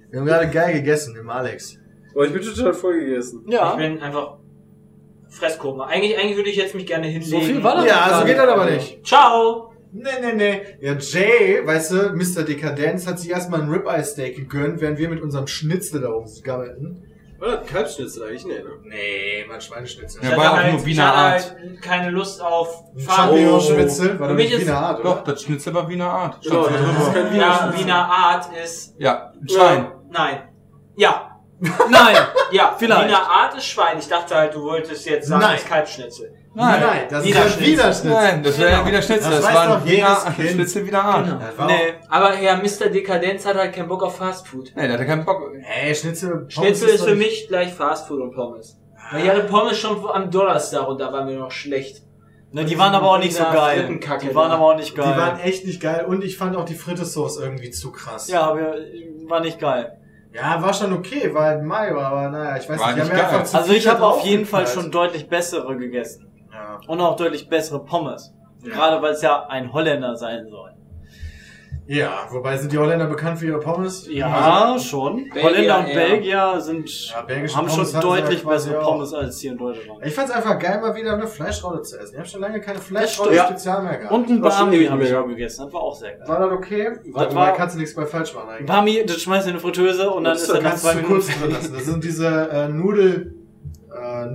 B: Wir haben gerade geil gegessen im Alex.
F: Aber ich bin total vollgegessen.
D: Ich bin einfach Fresskoma. Eigentlich, eigentlich würde ich jetzt mich gerne hinlegen.
A: So viel war das
B: Ja, so geht das aber nicht.
D: Ciao!
B: Nee, nee, nee. Ja, Jay, weißt du, Mr. Dekadenz hat sich erstmal ein Ribeye-Steak gegönnt, während wir mit unserem Schnitzel da rumgammelten.
F: Oder Kalbschnitzel eigentlich? Nee, ne?
B: Nee, mein Schweineschnitzel.
C: Ja, war auch nur Wiener Art.
D: halt keine Lust auf
B: Champignon-Schnitzel, war
D: Für
B: doch
D: mich
B: nicht
D: ist-
B: Wiener Art,
C: Doch,
B: oder?
C: das Schnitzel war Wiener Art.
F: Genau,
C: Stand
F: das ist
C: drüber.
F: kein
D: Ja,
F: Wiener.
D: Wiener Art ist.
C: Ja, ein Schwein.
D: Nein. Ja,
A: Nein.
D: ja.
A: Vielleicht.
D: Wiener Art ist Schwein. Ich dachte halt, du wolltest jetzt sagen,
B: Nein.
D: das ist Kalbschnitzel.
B: Nein, nein, das ist
D: Wiener
B: ein Wiener Schnitzel.
C: Nein, das wäre
D: Genau.
C: ja Wiener Schnitzel.
B: Das
C: Das,
B: weiß
C: war
B: doch
C: ein Wiener
B: jedes Kind. Genau.
C: Schnitzel Wiener Art.
B: Das war
D: Nee. Aber ja, Mr. Dekadenz hat halt keinen Bock auf Fastfood.
C: Nee, der hat ja keinen Bock.
B: auch- Hey, Schnitzel.
D: Schnitzel ist
B: doch
D: für
B: nicht-
D: mich gleich Fastfood und Pommes. Weil ich hatte Pommes schon am Dollarstar und da waren wir noch schlecht.
A: Ne, die waren aber auch nicht so
D: Ja,
A: geil.
D: Frittenkacke,
A: Die waren
D: ja.
A: aber auch nicht
B: Die waren
A: geil.
B: echt nicht geil und ich fand auch die Frittesauce irgendwie zu krass.
A: Ja, aber äh, war nicht geil.
B: Ja, war schon okay, war im Mai, aber naja, ich weiß
C: War
B: nicht. die
C: nicht
B: haben ja
C: geil.
B: einfach zu
A: Also
B: viel
A: ich habe
B: da
A: auf jeden Fall
B: draufgeknallt.
A: schon deutlich bessere gegessen.
B: Ja.
A: Und auch deutlich bessere Pommes. Gerade weil es ja ein Holländer sein soll.
B: ja, wobei sind die Holländer bekannt für ihre Pommes? Also,
A: Ja, Also schon.
D: Belgier
A: Holländer und
D: eher.
A: Belgier sind,
B: Ja, belgische
A: haben
B: Pommes
A: schon
B: hatten sie ja
A: deutlich
B: quasi
A: bessere
B: auch.
A: Pommes als hier in Deutschland.
B: Ich fand's einfach geil, mal wieder eine Fleischrolle zu essen. Ich habe schon lange keine
A: Das
B: Fleischrolle-Spezial mehr gehabt.
A: Und ein
F: Das stimmt
A: Barmi
F: nicht
A: habe ich
F: mehr.
A: auch gegessen. Das war auch sehr geil.
B: War das okay?
A: Was
B: Da
A: war-
B: kannst du nichts bei falsch machen eigentlich.
A: Barmi, das schmeißt du in eine Fritteuse und dann ist er nach
B: kannst
A: zwei
B: du kurz
A: Minuten
B: drin lassen. Das sind diese äh, Nudel... Äh,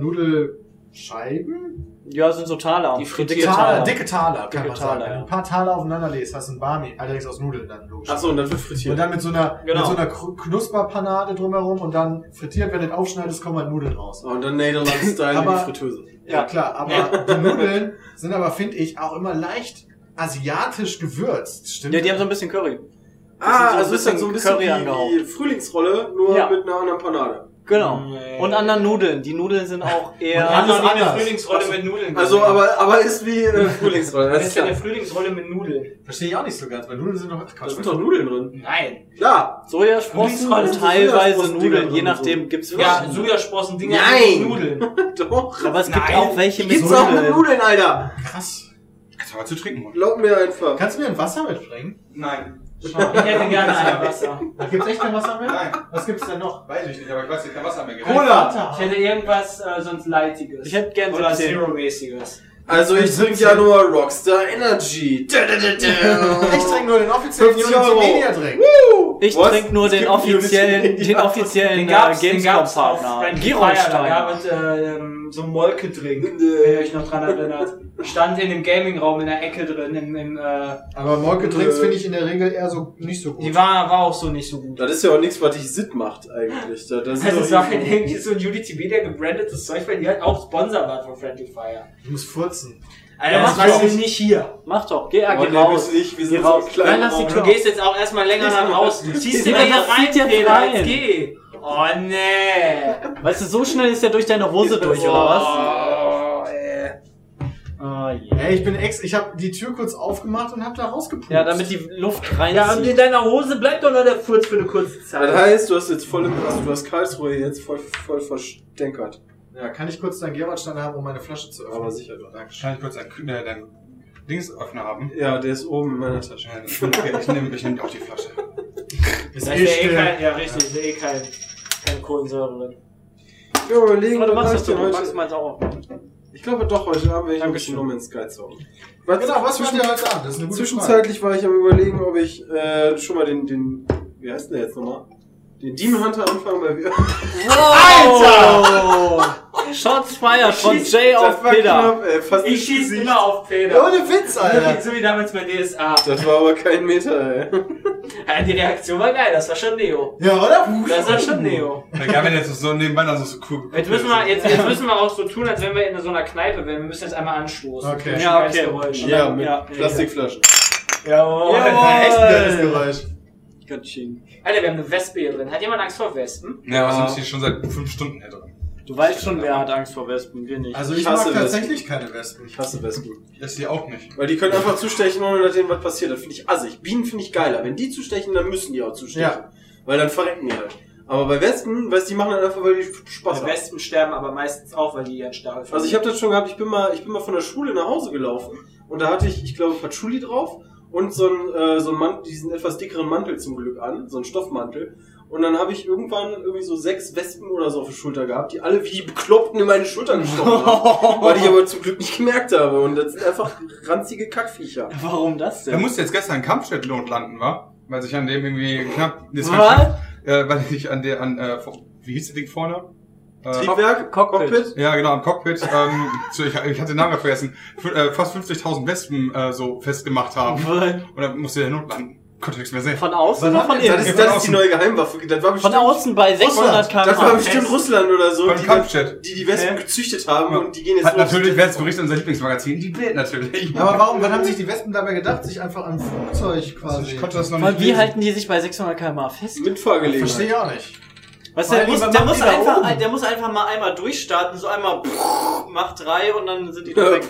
B: Nudelscheiben?
A: Ja, sind so Taler.
D: Die
A: So
D: frittierten
A: dicke
B: Taler,
A: Taler.
B: dicke Taler, kann
A: Dicke
B: man sagen.
A: Taler,
B: Wenn du
A: ja.
B: ein paar Taler aufeinander legst, hast du ein Barmi. Allerdings aus Nudeln dann, logisch.
F: Achso, und dann wird
B: Und
F: frittiert.
B: dann mit so einer, mit
D: Genau.
B: so einer Kru- Knusperpanade drumherum und dann frittiert, wenn du das aufschneidest, kommen halt Nudeln raus.
F: Oh, und dann Nederland-Style in die
B: Aber-
F: Fritteuse.
B: Ja, klar, aber die Nudeln sind aber, finde ich, auch immer leicht asiatisch gewürzt, stimmt?
A: Ja, die haben so ein bisschen Curry.
F: Ah,
A: so ein
F: also ist dann so ein
A: bisschen
F: bisschen
A: Curry
F: wie die
A: angehaucht.
F: Frühlingsrolle, nur
A: Ja.
F: mit einer anderen Panade.
A: Genau.
D: Nee.
A: Und anderen Nudeln. Die Nudeln sind auch
D: Wir
A: eher.
D: haben noch nie eine
B: anders.
D: Frühlingsrolle mit
A: Genau.
D: Nudeln
F: Also,
D: gesehen.
F: aber, aber ist wie äh, Frühlingsrolle.
D: Das
F: Das
D: ist
F: ist
D: ja eine
F: klar.
D: Frühlingsrolle mit Nudeln.
B: Verstehe ich auch nicht so ganz, weil Nudeln sind doch... Ach,
F: Da
B: Quatsch,
F: sind doch Nudeln drin.
D: Nein.
F: Klar.
A: Sojasprossen
F: Frühlingsrolle
A: und
F: sind
A: teilweise
F: Sojasprossen,
A: Nudeln.
F: Dinger
A: Je
F: drin
A: nachdem gibt's
D: Ja,
A: verschiedene.
D: Sojasprossen, Dinger
F: Nein.
D: mit Nudeln.
F: Doch.
A: Aber es gibt auch welche mit
F: Gibt's auch mit
A: Nudeln.
F: Nudeln, Alter.
B: krass.
C: Kannst du mal zu trinken holen?
F: Glaub mir einfach.
B: Kannst du mir ein Wasser mitbringen?
C: Nein.
D: Ich hätte gerne ein Wasser.
B: Da gibt's echt kein Wasser mehr?
C: Nein.
B: Was gibt's denn noch?
C: Weiß ich nicht, aber ich weiß, ich kein Wasser mehr
B: Cola!
D: Ich hätte irgendwas äh, sonst Leitiges.
A: Ich hätte gern so
D: Oder
A: ein Zero.
D: Zero-mäßiges.
F: Also, ich trinke ja nur Rockstar Energy. Da, da, da, da.
B: Ich trinke nur den offiziellen
F: 50
B: Unity
F: Euro.
B: Media Drink.
A: Ich
F: Was?
A: trinke nur
F: Es
A: den
F: gibt einen
A: offiziellen,
F: Unity-
A: den offiziellen
D: Den
A: äh,
D: gab's, den gab's auf
A: Gamescom-Partner.
D: Friendly Fire. Da
A: Gerolstein.
D: gab es äh, ähm, so einen Molke-Drink, wenn ihr euch noch dran erinnert. Stand in dem Gaming-Raum in der Ecke drin. Im, im, äh,
B: Aber Molke Drinks
F: Nö.
B: finde ich in der Regel eher so nicht so
D: die
B: gut.
D: war, war auch so nicht so gut.
F: Das ist ja auch nichts, was dich Sitt macht, eigentlich. Da- Das ist
D: Also
F: doch
D: es war halt
F: irgendwo-
D: irgendwie so ein Unity Media gebrandetes Zeug, weil die halt auch Sponsor waren von Friendly Fire.
B: Ich muss furzen.
D: Alter,
A: Ja,
D: das
A: mach
D: machst du
A: doch.
D: nicht hier.
A: Mach doch, geh,
F: Oh,
A: geh
F: nee,
A: raus.
F: bist du nicht. Wir
A: Geh
F: sind so
A: raus.
F: klein.
A: Lass die
D: Du
A: Tür.
D: gehst jetzt auch erstmal länger nach draußen. Du ziehst dir
A: Ja,
D: länger
A: das
D: rein,
A: zieht ja
D: Peter,
A: rein.
D: jetzt geh. Oh nee.
A: Weißt du, so schnell ist der durch deine Hose durch, oder
D: Oh, ey.
A: was? Ah, je.
B: Ey, ich bin ex, ich habe die Tür kurz aufgemacht und habe da rausgepumpt.
A: Ja, damit die Luft
D: Ja, und in
A: reinzieht.
D: deiner Hose bleibt doch nur der Furz für eine kurze
F: Das
D: Zeit.
F: heißt, du hast jetzt voll, im- also du hast Karlsruhe jetzt voll, voll verstänkert.
B: Ja, kann ich kurz deinen Gerbertstein haben, um meine Flasche zu öffnen?
F: Aber sicher doch.
B: Dankeschön.
C: Wahrscheinlich kurz ein, äh, dein Dingsöffner haben.
F: Ja, der ist oben in meiner Tasche.
C: Ja, Ich nehme ich nehm, ich nehm auch die Flasche.
B: Ist
D: Da ist ja eh
B: still.
D: kein, ja richtig, ist ja eh kein, kein Kohlensäure drin.
F: Jo, überlegen
A: Aber du machst das
F: vielleicht
A: doch, du
F: heute-
A: machst meins auch auf.
F: Ich glaube doch, heute Abend werde ich noch ein bisschen
A: Dankeschön.
F: No Man's Sky zocken.
B: Genau, was macht
F: zwischen-
B: ihr heute Abend? Das ist eine gute Frage.
F: Zwischenzeitlich war ich am überlegen, ob ich äh, schon mal den, den, wie heißt der jetzt nochmal? Den Demon Hunter anfangen, weil wir...
A: Alter! Shots fired von Jay auf
F: Das war
A: Peter.
F: knapp, ey, fast
D: Ich
F: ins
D: schieße
F: Gesicht.
D: immer auf Peter.
B: Ohne Witz, Alter.
D: So wie damals bei DSA.
F: Das war aber kein Meter, ey.
D: Ja, die Reaktion war geil, das war schon Neo.
B: Ja, oder?
D: Das war schon Neo.
C: Egal, wenn jetzt so nebenbei dann so, so cool geguckt
D: Jetzt müssen,
C: wird.
D: wir, jetzt, jetzt müssen wir auch so tun, als wenn wir in so einer Kneipe wären. Wir müssen jetzt einmal anstoßen.
B: Okay.
D: Das ist
A: Ja,
D: ein geiles
A: okay.
D: Geräusch.
F: Ja, mit
A: Ja.
F: Plastikflaschen.
D: Jawohl.
B: Ja, das war echt ein geiles Geräusch.
A: Katsching.
D: Alter, wir haben eine Wespe hier drin. Hat jemand Angst vor Wespen?
C: Ja, wir sind hier schon seit fünf Stunden hier drin.
A: Du weißt schon, wer hat Angst vor Wespen, wir nicht.
B: Also ich
F: Ich hasse
B: mag
F: Wespen.
B: tatsächlich keine Wespen.
F: Ich hasse Wespen.
C: Ich esse die auch nicht.
F: Weil die können einfach zustechen, ohne dass denen was passiert. Das finde ich assig. Bienen finde ich geiler. Wenn die zustechen, dann müssen die auch zustechen.
B: Ja.
F: Weil dann verrecken die halt. Aber bei Wespen, weißt du, die machen halt einfach, weil die Spaß
D: Ja,
F: haben.
D: Wespen sterben aber meistens auch, weil die ihren Stachel
F: Also ich habe das schon gehabt, ich bin mal, ich bin mal von der Schule nach Hause gelaufen und da hatte ich, ich glaube, Patchouli drauf und so einen, äh, so einen Mantel, diesen etwas dickeren Mantel zum Glück an, so einen Stoffmantel. Und dann habe ich irgendwann irgendwie so sechs Wespen oder so auf der Schulter gehabt, die alle wie die Bekloppten in meine Schultern gestochen haben. weil ich aber zum Glück nicht gemerkt habe. Und das sind einfach ranzige Kackviecher.
D: Warum das
C: Er
D: denn?
C: musste jetzt gestern in Kampfstädtlohn landen, wa? Weil sich an dem irgendwie knapp. das kann ich
D: Was?
C: nicht, Äh, weil ich an der, an, äh, vor- wie hieß das Ding vorne? Äh,
F: Triebwerk,
D: Cockpit.
C: ja, genau, am Cockpit. Ähm, so, ich, ich hatte den Namen vergessen. F äh, fast 50.000 Wespen äh, so festgemacht haben. Und dann musste der Not landen. Konnte nichts mehr sehen.
D: Von außen oder von
F: Das
D: innen?
F: ist, das ist die neue Geheimwaffe. Das war
A: Von
F: bestimmt,
A: außen bei 600
F: das war
A: km/h.
F: bestimmt Russland oder so,
C: Beim
F: die, dann,
C: Kampfjet.
F: die die Wespen
D: Hä?
F: gezüchtet haben
C: Ja.
F: und die gehen jetzt
C: Hat
F: nur aufs
C: natürlich
F: Jet-
C: Westbericht in unser Lieblingsmagazin, die Bild natürlich.
B: Aber warum, wann haben sich die Wespen dabei gedacht, sich einfach an Flugzeug
C: Also,
B: quasi?
C: ich konnte das noch
A: Weil
C: nicht.
A: wie
C: lesen.
A: halten die sich bei 600 km/h fest?
F: Mitfahrgelegenheit.
B: Verstehe ich auch nicht.
A: Weißt du, der
B: Weil,
A: muss,
B: was
A: der,
B: machen
A: muss
B: die da
A: einfach,
B: oben?
A: der muss einfach mal einmal durchstarten, so einmal macht drei und dann sind die doch weg.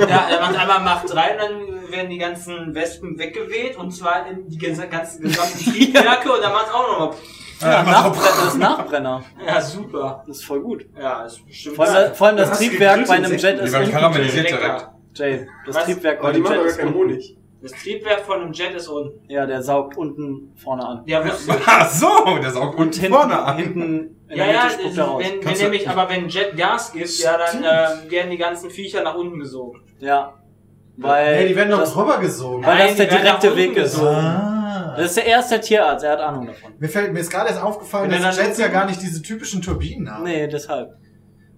D: Ja, dann macht einmal Macht 3 und dann werden die ganzen Wespen weggeweht und zwar in die ganze, ganzen gesamten Triebwerke und dann macht auch nochmal.
A: Ja, Nachbrenner, das ist Nachbrenner.
D: Ja, super.
A: Das ist voll gut.
D: Ja, ist bestimmt.
A: Vor allem, vor allem das
F: hast du
A: Triebwerk
F: gekühlt
A: bei
F: in
A: einem Jet
C: Die
A: ist
C: waren
A: unten.
C: karamellisiert direkt.
D: Lecker.
A: Jay, das
D: Was?
A: Triebwerk bei
F: Aber die
A: einem
F: machen
A: Jet
F: aber
A: ist
F: keinen
A: unten.
F: Honig.
D: Das Triebwerk von einem Jet ist unten.
A: Ja, der saugt unten vorne an.
D: Ja, wusste ich.
C: Ach so, der saugt
A: Und
C: unten
A: hinten,
C: vorne an.
A: hinten
D: Ja,
A: in der Mitte
D: ja,
A: spuckt
D: das-
A: er raus.
D: wenn, wenn
C: Kannst du-
D: nämlich, aber wenn Jet Gas gibt, ja, dann ähm, werden die ganzen Viecher nach unten gesogen.
A: Ja. Weil,
B: Nee, die werden doch
A: das,
B: drüber gesogen.
A: weil
D: Nein,
A: das der
D: die werden nach
A: direkte
D: unten
A: Weg ist.
D: gesogen.
B: Ah.
A: Das ist der erste Tierarzt, er hat Ahnung davon.
B: Mir, fällt, mir ist gerade erst aufgefallen,
D: Wenn
B: dass
D: er dann-
B: Jets ja gar nicht diese typischen Turbinen haben.
A: Nee, deshalb.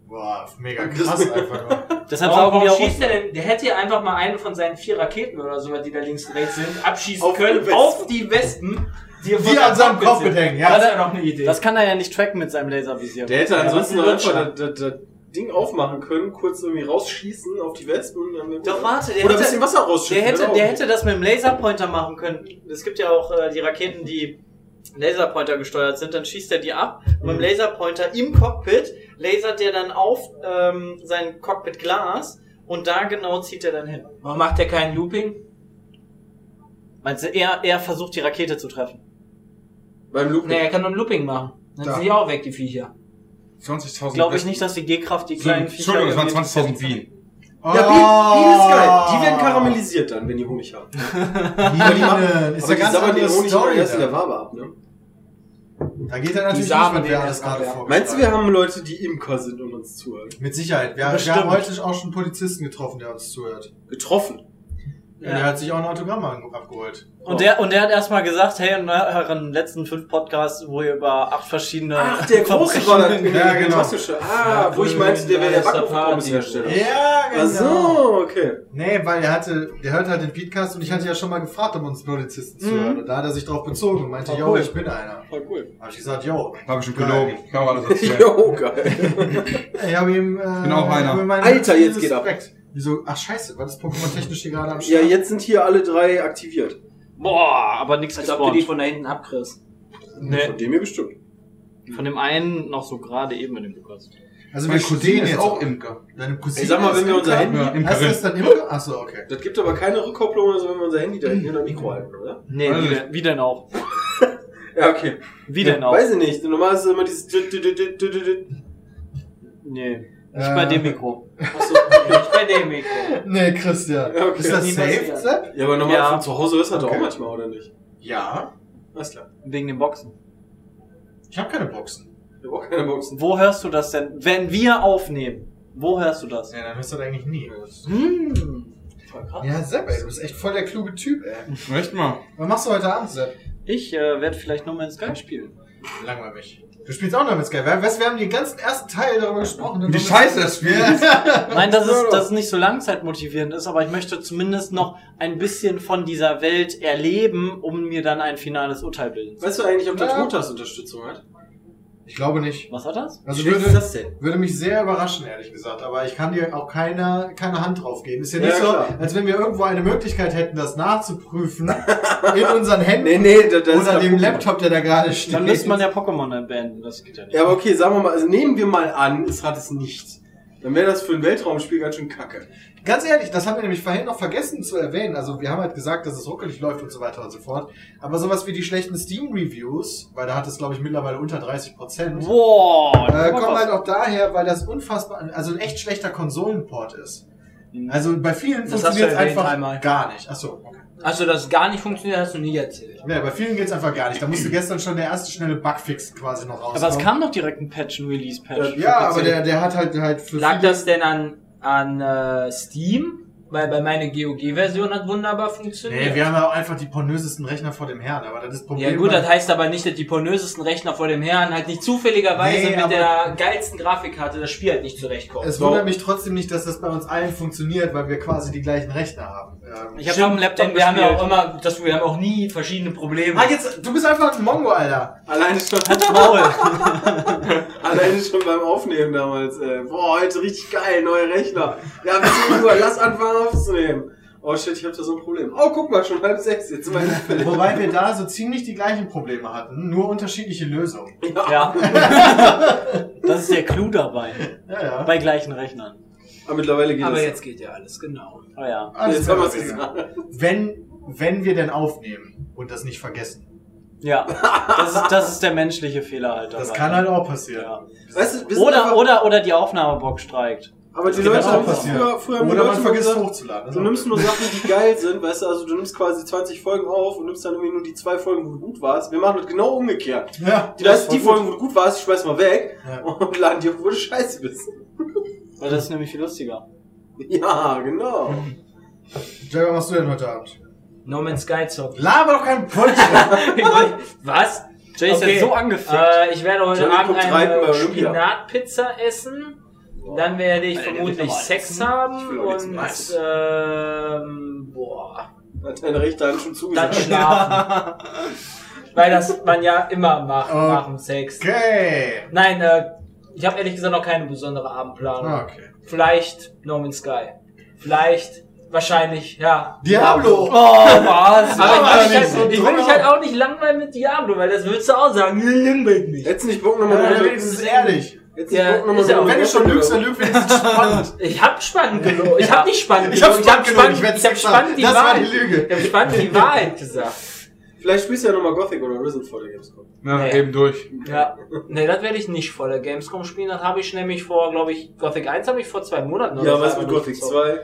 B: Boah, mega krass einfach. nur.
A: Deshalb
D: Warum,
A: saugen die
D: warum
A: auch
D: schießt
A: unten.
D: er denn? Der hätte ja einfach mal eine von seinen vier Raketen oder so, die da links und rechts sind, abschießen
F: Auf
D: können
F: die Wespen.
D: auf die Wespen, die, von
B: Die
D: seinem
B: an seinem Kopf
D: sind.
B: bedenken,
D: Das
B: ja.
D: wäre doch eine Idee.
A: Das kann er ja nicht tracken mit seinem Laservisier.
F: Der hätte ansonsten
D: Ja,
F: nur
D: das ist
F: einfach das, das, das Ding aufmachen können, kurz irgendwie rausschießen auf die Wespen und dann mit
A: Doch, warte, der
F: Oder ein
A: hätte-
F: bisschen Wasser rausschießen.
A: Der hätte,
F: genau.
A: der hätte das mit dem Laserpointer machen können. Es gibt ja auch äh, die Raketen, die Laserpointer gesteuert sind. Dann schießt er die ab. Und mit dem Laserpointer im Cockpit lasert er dann auf ähm, sein Cockpitglas und da genau zieht er dann hin.
D: Warum macht der kein Looping?
A: Meinst du, er, er versucht die Rakete zu treffen?
F: Beim Loop.
D: Nee, er kann nur ein Looping machen. Dann
C: Da.
D: sind die auch weg, die Viecher.
C: 20.000
A: Glaube ich nicht, dass die G-Kraft die
C: So,
A: kleinen Viecher...
C: Entschuldigung, es waren
A: irgendwie-
C: 20.000 Wien.
B: Oh.
F: Ja, Bienen, Bienen ist geil. Die werden karamellisiert dann, wenn die Honig haben.
B: Bienen. Ist
F: Aber
B: ja
F: die
B: ganz
F: sabbern
B: andere
F: den Honig aber
B: Story.
F: erst in der
B: Da
F: Wabe ab, ne?
B: Da geht er natürlich nicht,
D: Samen,
B: mit
D: die
B: wer
D: wir
B: alles
D: erst
B: gerade
D: haben.
B: vorgeschlagen
F: Meinst du, wir haben Leute, die Imker sind und uns zuhören?
B: Mit Sicherheit. Wir, wir
A: Bestimmt.
B: haben heute auch schon einen Polizisten getroffen, der uns zuhört.
F: Getroffen.
B: Und der hat sich auch ein Autogramm ange- abgeholt.
A: Und der, und der hat erstmal gesagt, hey, in euren letzten fünf Podcasts, wo ihr über acht verschiedene...
F: Ach, der große war das.
A: Verbrechen-
B: Ja, genau.
F: Klassische. Ah, wo ich meinte, der wäre der genau. Backofen-Pommeshersteller.
B: Ja, genau.
F: Ach so, okay.
B: Nee, weil er hatte, der hört halt den Podcast und ich hatte ja schon mal gefragt, ob uns Polizisten
F: Mhm.
B: zuhören. Und da hat er sich drauf bezogen und meinte,
A: Voll
B: yo,
A: cool.
B: ich bin einer.
F: Voll cool.
B: Hab ich gesagt, yo.
C: Hab ich schon
B: Geil.
C: gelogen. Kann man alles erzählen.
F: Jo, Oh, geil.
B: Ich hab ihm, äh,
C: bin auch einer.
B: hab ihm meinen
F: Alter, jetzt geht ab.
B: Respekt. Wieso? Ach scheiße, war das Pokémon technisch hier gerade am
F: Ja,
B: Start?
F: jetzt sind hier alle drei aktiviert.
A: Boah, aber nichts
D: Als ob du die
A: gespawnt.
D: von da hinten abkriegst.
A: Nee.
F: Von dem hier bestimmt.
A: Von dem einen noch so gerade eben in dem Lukas.
B: Also wir
C: Meine
B: studieren
C: Cousine
B: jetzt
C: ist auch
B: auch.
C: Imker.
B: Deine Cousine
F: Ey, sag mal, wenn wir unser Handy.
C: Ja,
B: Hast du
C: Imkerin.
B: das dann Imker? Achso, okay.
F: Das gibt aber keine Rückkopplung, also wenn wir unser Handy da hinten in der Mikro halten, oder?
A: Nee,
C: Also
A: wie,
C: ich-
A: denn- wie denn auch?
F: Ja, okay.
A: Wie
F: ja,
A: denn auch?
F: Weiß ich nicht. Normal ist immer dieses. Dü- dü- dü- dü- dü- dü- dü.
A: Nee, nicht bei
B: Äh,
A: dem Mikro.
D: Achso, nicht bei dem Mikro.
B: Nee, Christian.
F: Ja, okay.
B: Ist das
D: Nie
B: safe,
D: passiert.
B: Sepp?
F: Ja, aber normal
A: Ja.
F: von zu Hause hörst du das
B: Okay.
F: auch manchmal, oder nicht?
B: Ja.
F: Alles klar.
A: Wegen den Boxen.
B: Ich habe keine Boxen.
F: Wir brauchen keine Boxen.
A: Wo hörst du das denn? Wenn wir aufnehmen, wo hörst du das?
B: Ja, dann hörst du das eigentlich nie.
A: Hm.
B: Ja, Sepp, ey, du bist echt voll der kluge Typ, ey.
C: Echt mal.
B: Was machst du heute Abend, Sepp?
A: Ich äh, werde vielleicht noch mal in Skype spielen.
B: Langweilig. Du spielst auch noch mit Sky. Weißt du, wir haben den ganzen ersten Teil darüber gesprochen.
C: Wie scheiße das Spiel ist.
A: Nein, dass es, dass es nicht so langzeitmotivierend ist, aber ich möchte zumindest noch ein bisschen von dieser Welt erleben, um mir dann ein finales Urteil bilden zu
F: Weißt du eigentlich, ob das
B: Ja.
F: Rotas Unterstützung hat?
B: Ich glaube nicht.
A: Was war das?
B: Also
F: Wie schlecht
B: würde,
F: ist das denn?
B: würde mich sehr überraschen, ehrlich gesagt. Aber ich kann dir auch keine, keine Hand drauf geben. Ist ja nicht
F: Ja,
B: so,
F: klar.
B: als wenn wir irgendwo eine Möglichkeit hätten, das nachzuprüfen in unseren Händen
F: Nee, nee, da, da ist
B: oder
F: kein
B: dem
F: Problem.
B: Laptop, der da gerade steht.
A: Dann müsste man ja Pokémon dann beenden, das geht ja nicht.
F: Ja, aber okay, sagen wir mal, also nehmen wir mal an, es hat es nicht. Dann wäre das für ein Weltraumspiel ganz schön kacke.
B: Ganz ehrlich, das haben wir nämlich vorhin noch vergessen zu erwähnen. Also wir haben halt gesagt, dass es ruckelig läuft und so weiter und so fort. Aber sowas wie die schlechten Steam-Reviews, weil da hat es, glaube ich, mittlerweile unter 30 Prozent,
A: Wow!
B: äh,
A: guck mal,
B: kommen
A: was-
B: halt auch daher, weil das unfassbar, also ein echt schlechter Konsolenport ist. Also bei vielen
D: Das hast
B: funktioniert
D: du
B: es
D: erwähnt
B: einfach
D: einmal.
B: gar nicht. Achso, okay.
D: Also, das gar nicht funktioniert, hast du nie erzählt.
B: Ja, bei vielen geht es einfach gar nicht. Da musste gestern schon der erste schnelle Bugfix quasi noch raus.
A: Aber es kam doch direkt ein Patch, ein Release-Patch.
B: Ja, aber der, der hat halt halt für
D: Lag
B: viele-
D: das denn an, an äh, Steam? Weil bei meiner GOG-Version hat wunderbar funktioniert.
B: Nee, wir haben ja auch einfach die pornösesten Rechner vor dem Herrn, aber das ist Problem.
D: ja gut,
B: bei-
D: das heißt aber nicht, dass die pornösesten Rechner vor dem Herrn halt nicht zufälligerweise
B: Nee,
D: mit
B: aber-
D: der geilsten Grafikkarte das Spiel halt nicht zurechtkommt.
B: es wundert mich trotzdem nicht, dass das bei uns allen funktioniert, weil wir quasi die gleichen Rechner haben. Ähm,
D: ich habe
A: Stimmt,
D: einen Laptop
A: denn
D: wir haben ja auch
A: gespielt.
D: immer, das, wir haben auch nie verschiedene Probleme.
B: ah, jetzt, du bist einfach ein Mongo, Alter.
F: Alleine schon, alleine schon beim Aufnehmen damals. Ey. Boah, heute richtig geil, neue Rechner. Ja, bis 7 Uhr, lass anfangen aufzunehmen. Oh shit, ich hab da so ein Problem. Oh, guck mal, schon halb sechs, jetzt meine
B: Wobei wir da so ziemlich die gleichen Probleme hatten, nur unterschiedliche Lösungen.
A: Ja. das ist der Clou dabei.
B: Ja, ja.
A: Bei gleichen Rechnern.
F: Aber mittlerweile geht
D: aber
F: das.
D: jetzt geht ja alles, genau.
A: Oh ja.
B: Alles
F: Jetzt
B: mehr
F: haben
B: oder
F: wir's
B: weniger.
F: gesagt.
B: Wenn, wenn wir denn aufnehmen und das nicht vergessen.
A: Ja. Das ist, das ist der menschliche Fehler halt dabei.
B: Das kann halt auch passieren.
A: Ja.
F: Weißt du, wir sind
A: Oder,
F: einfach-
A: oder, oder die Aufnahmebox streikt.
F: aber die
B: Das
F: Leute
B: kann auch
F: haben sich
B: passieren.
F: früher, früher haben die
B: Oder man
F: Leute nur
B: vergisst es
F: gesagt,
B: hochzuladen. also. Das
F: Du
B: ist auch
F: nimmst
B: blöd.
F: nur Sachen, die geil sind, weißt du, also du nimmst quasi 20 Folgen auf und nimmst dann irgendwie nur die zwei Folgen, wo du gut warst. Wir machen das genau umgekehrt.
B: Ja,
F: Die, das die Folgen, wo du gut warst, schmeiß mal weg
B: Ja.
F: und laden die, wo du scheiße bist.
A: Weil das ist nämlich viel lustiger.
F: Ja, genau.
B: Jay, was machst du denn heute Abend?
D: No Man's Sky zocken.
B: Laber doch keinen Putsch!
D: Was?
A: Jay ist
D: Okay.
A: jetzt so angefickt.
D: Äh, ich werde heute
F: Johnny
D: Abend
F: guckt rein bei
D: eine
F: Olympia.
D: Spinatpizza essen. Dann werde ich
A: Alter, der will
D: vermutlich
A: doch mal
D: Sex
A: essen.
F: Ich
D: haben
F: will auch nichts
D: und
F: mehr essen.
D: ähm, boah,
F: Hat deine rechte Hand schon
D: dann
F: zugesagt.
D: schlafen. Weil das man ja immer macht
B: Oh.
D: nach dem Sex.
B: Okay.
D: Nein, äh, ich habe ehrlich gesagt noch keine besondere Abendplanung.
B: Ah, okay.
D: Vielleicht No Man's Sky. Vielleicht, wahrscheinlich, ja.
B: Diablo!
D: Was? Aber
B: Aber
D: ich, will mich
B: nicht so
D: halt, ich will mich
B: drauf.
D: halt auch nicht langweilen mit Diablo, weil das würdest du auch sagen, langweilt mich.
F: Jetzt nicht Bock nochmal
B: Ja, dann
F: runter.
B: wenigstens ehrlich.
F: Jetzt
D: Ja,
F: nicht Bock
D: ist ja
F: nochmal
D: auch-
B: Wenn du schon lügst, dann lüg wenigstens spannend.
D: Ich hab spannend gelogen. Ich hab nicht spannend
B: Ich hab
D: gelogen.
B: spannend gelogen, ich
D: Ich hab
B: werd's
D: spannend, ich hab
B: nicht sagen.
D: spannend die
B: Das war
D: Wahrheit.
B: die Lüge.
D: Ich hab spannend die Wahrheit gesagt.
F: Vielleicht spielst du ja nochmal Gothic oder Risen vor der Gamescom.
C: Ja,
D: Nee.
C: eben durch.
D: Ja. Nee, das werde ich nicht vor der Gamescom spielen. Das habe ich nämlich vor, glaube ich, Gothic 1 habe ich vor zwei Monaten
F: Ja,
D: so
F: was
D: einmal
F: mit Gothic
D: durchgezockt.
F: 2?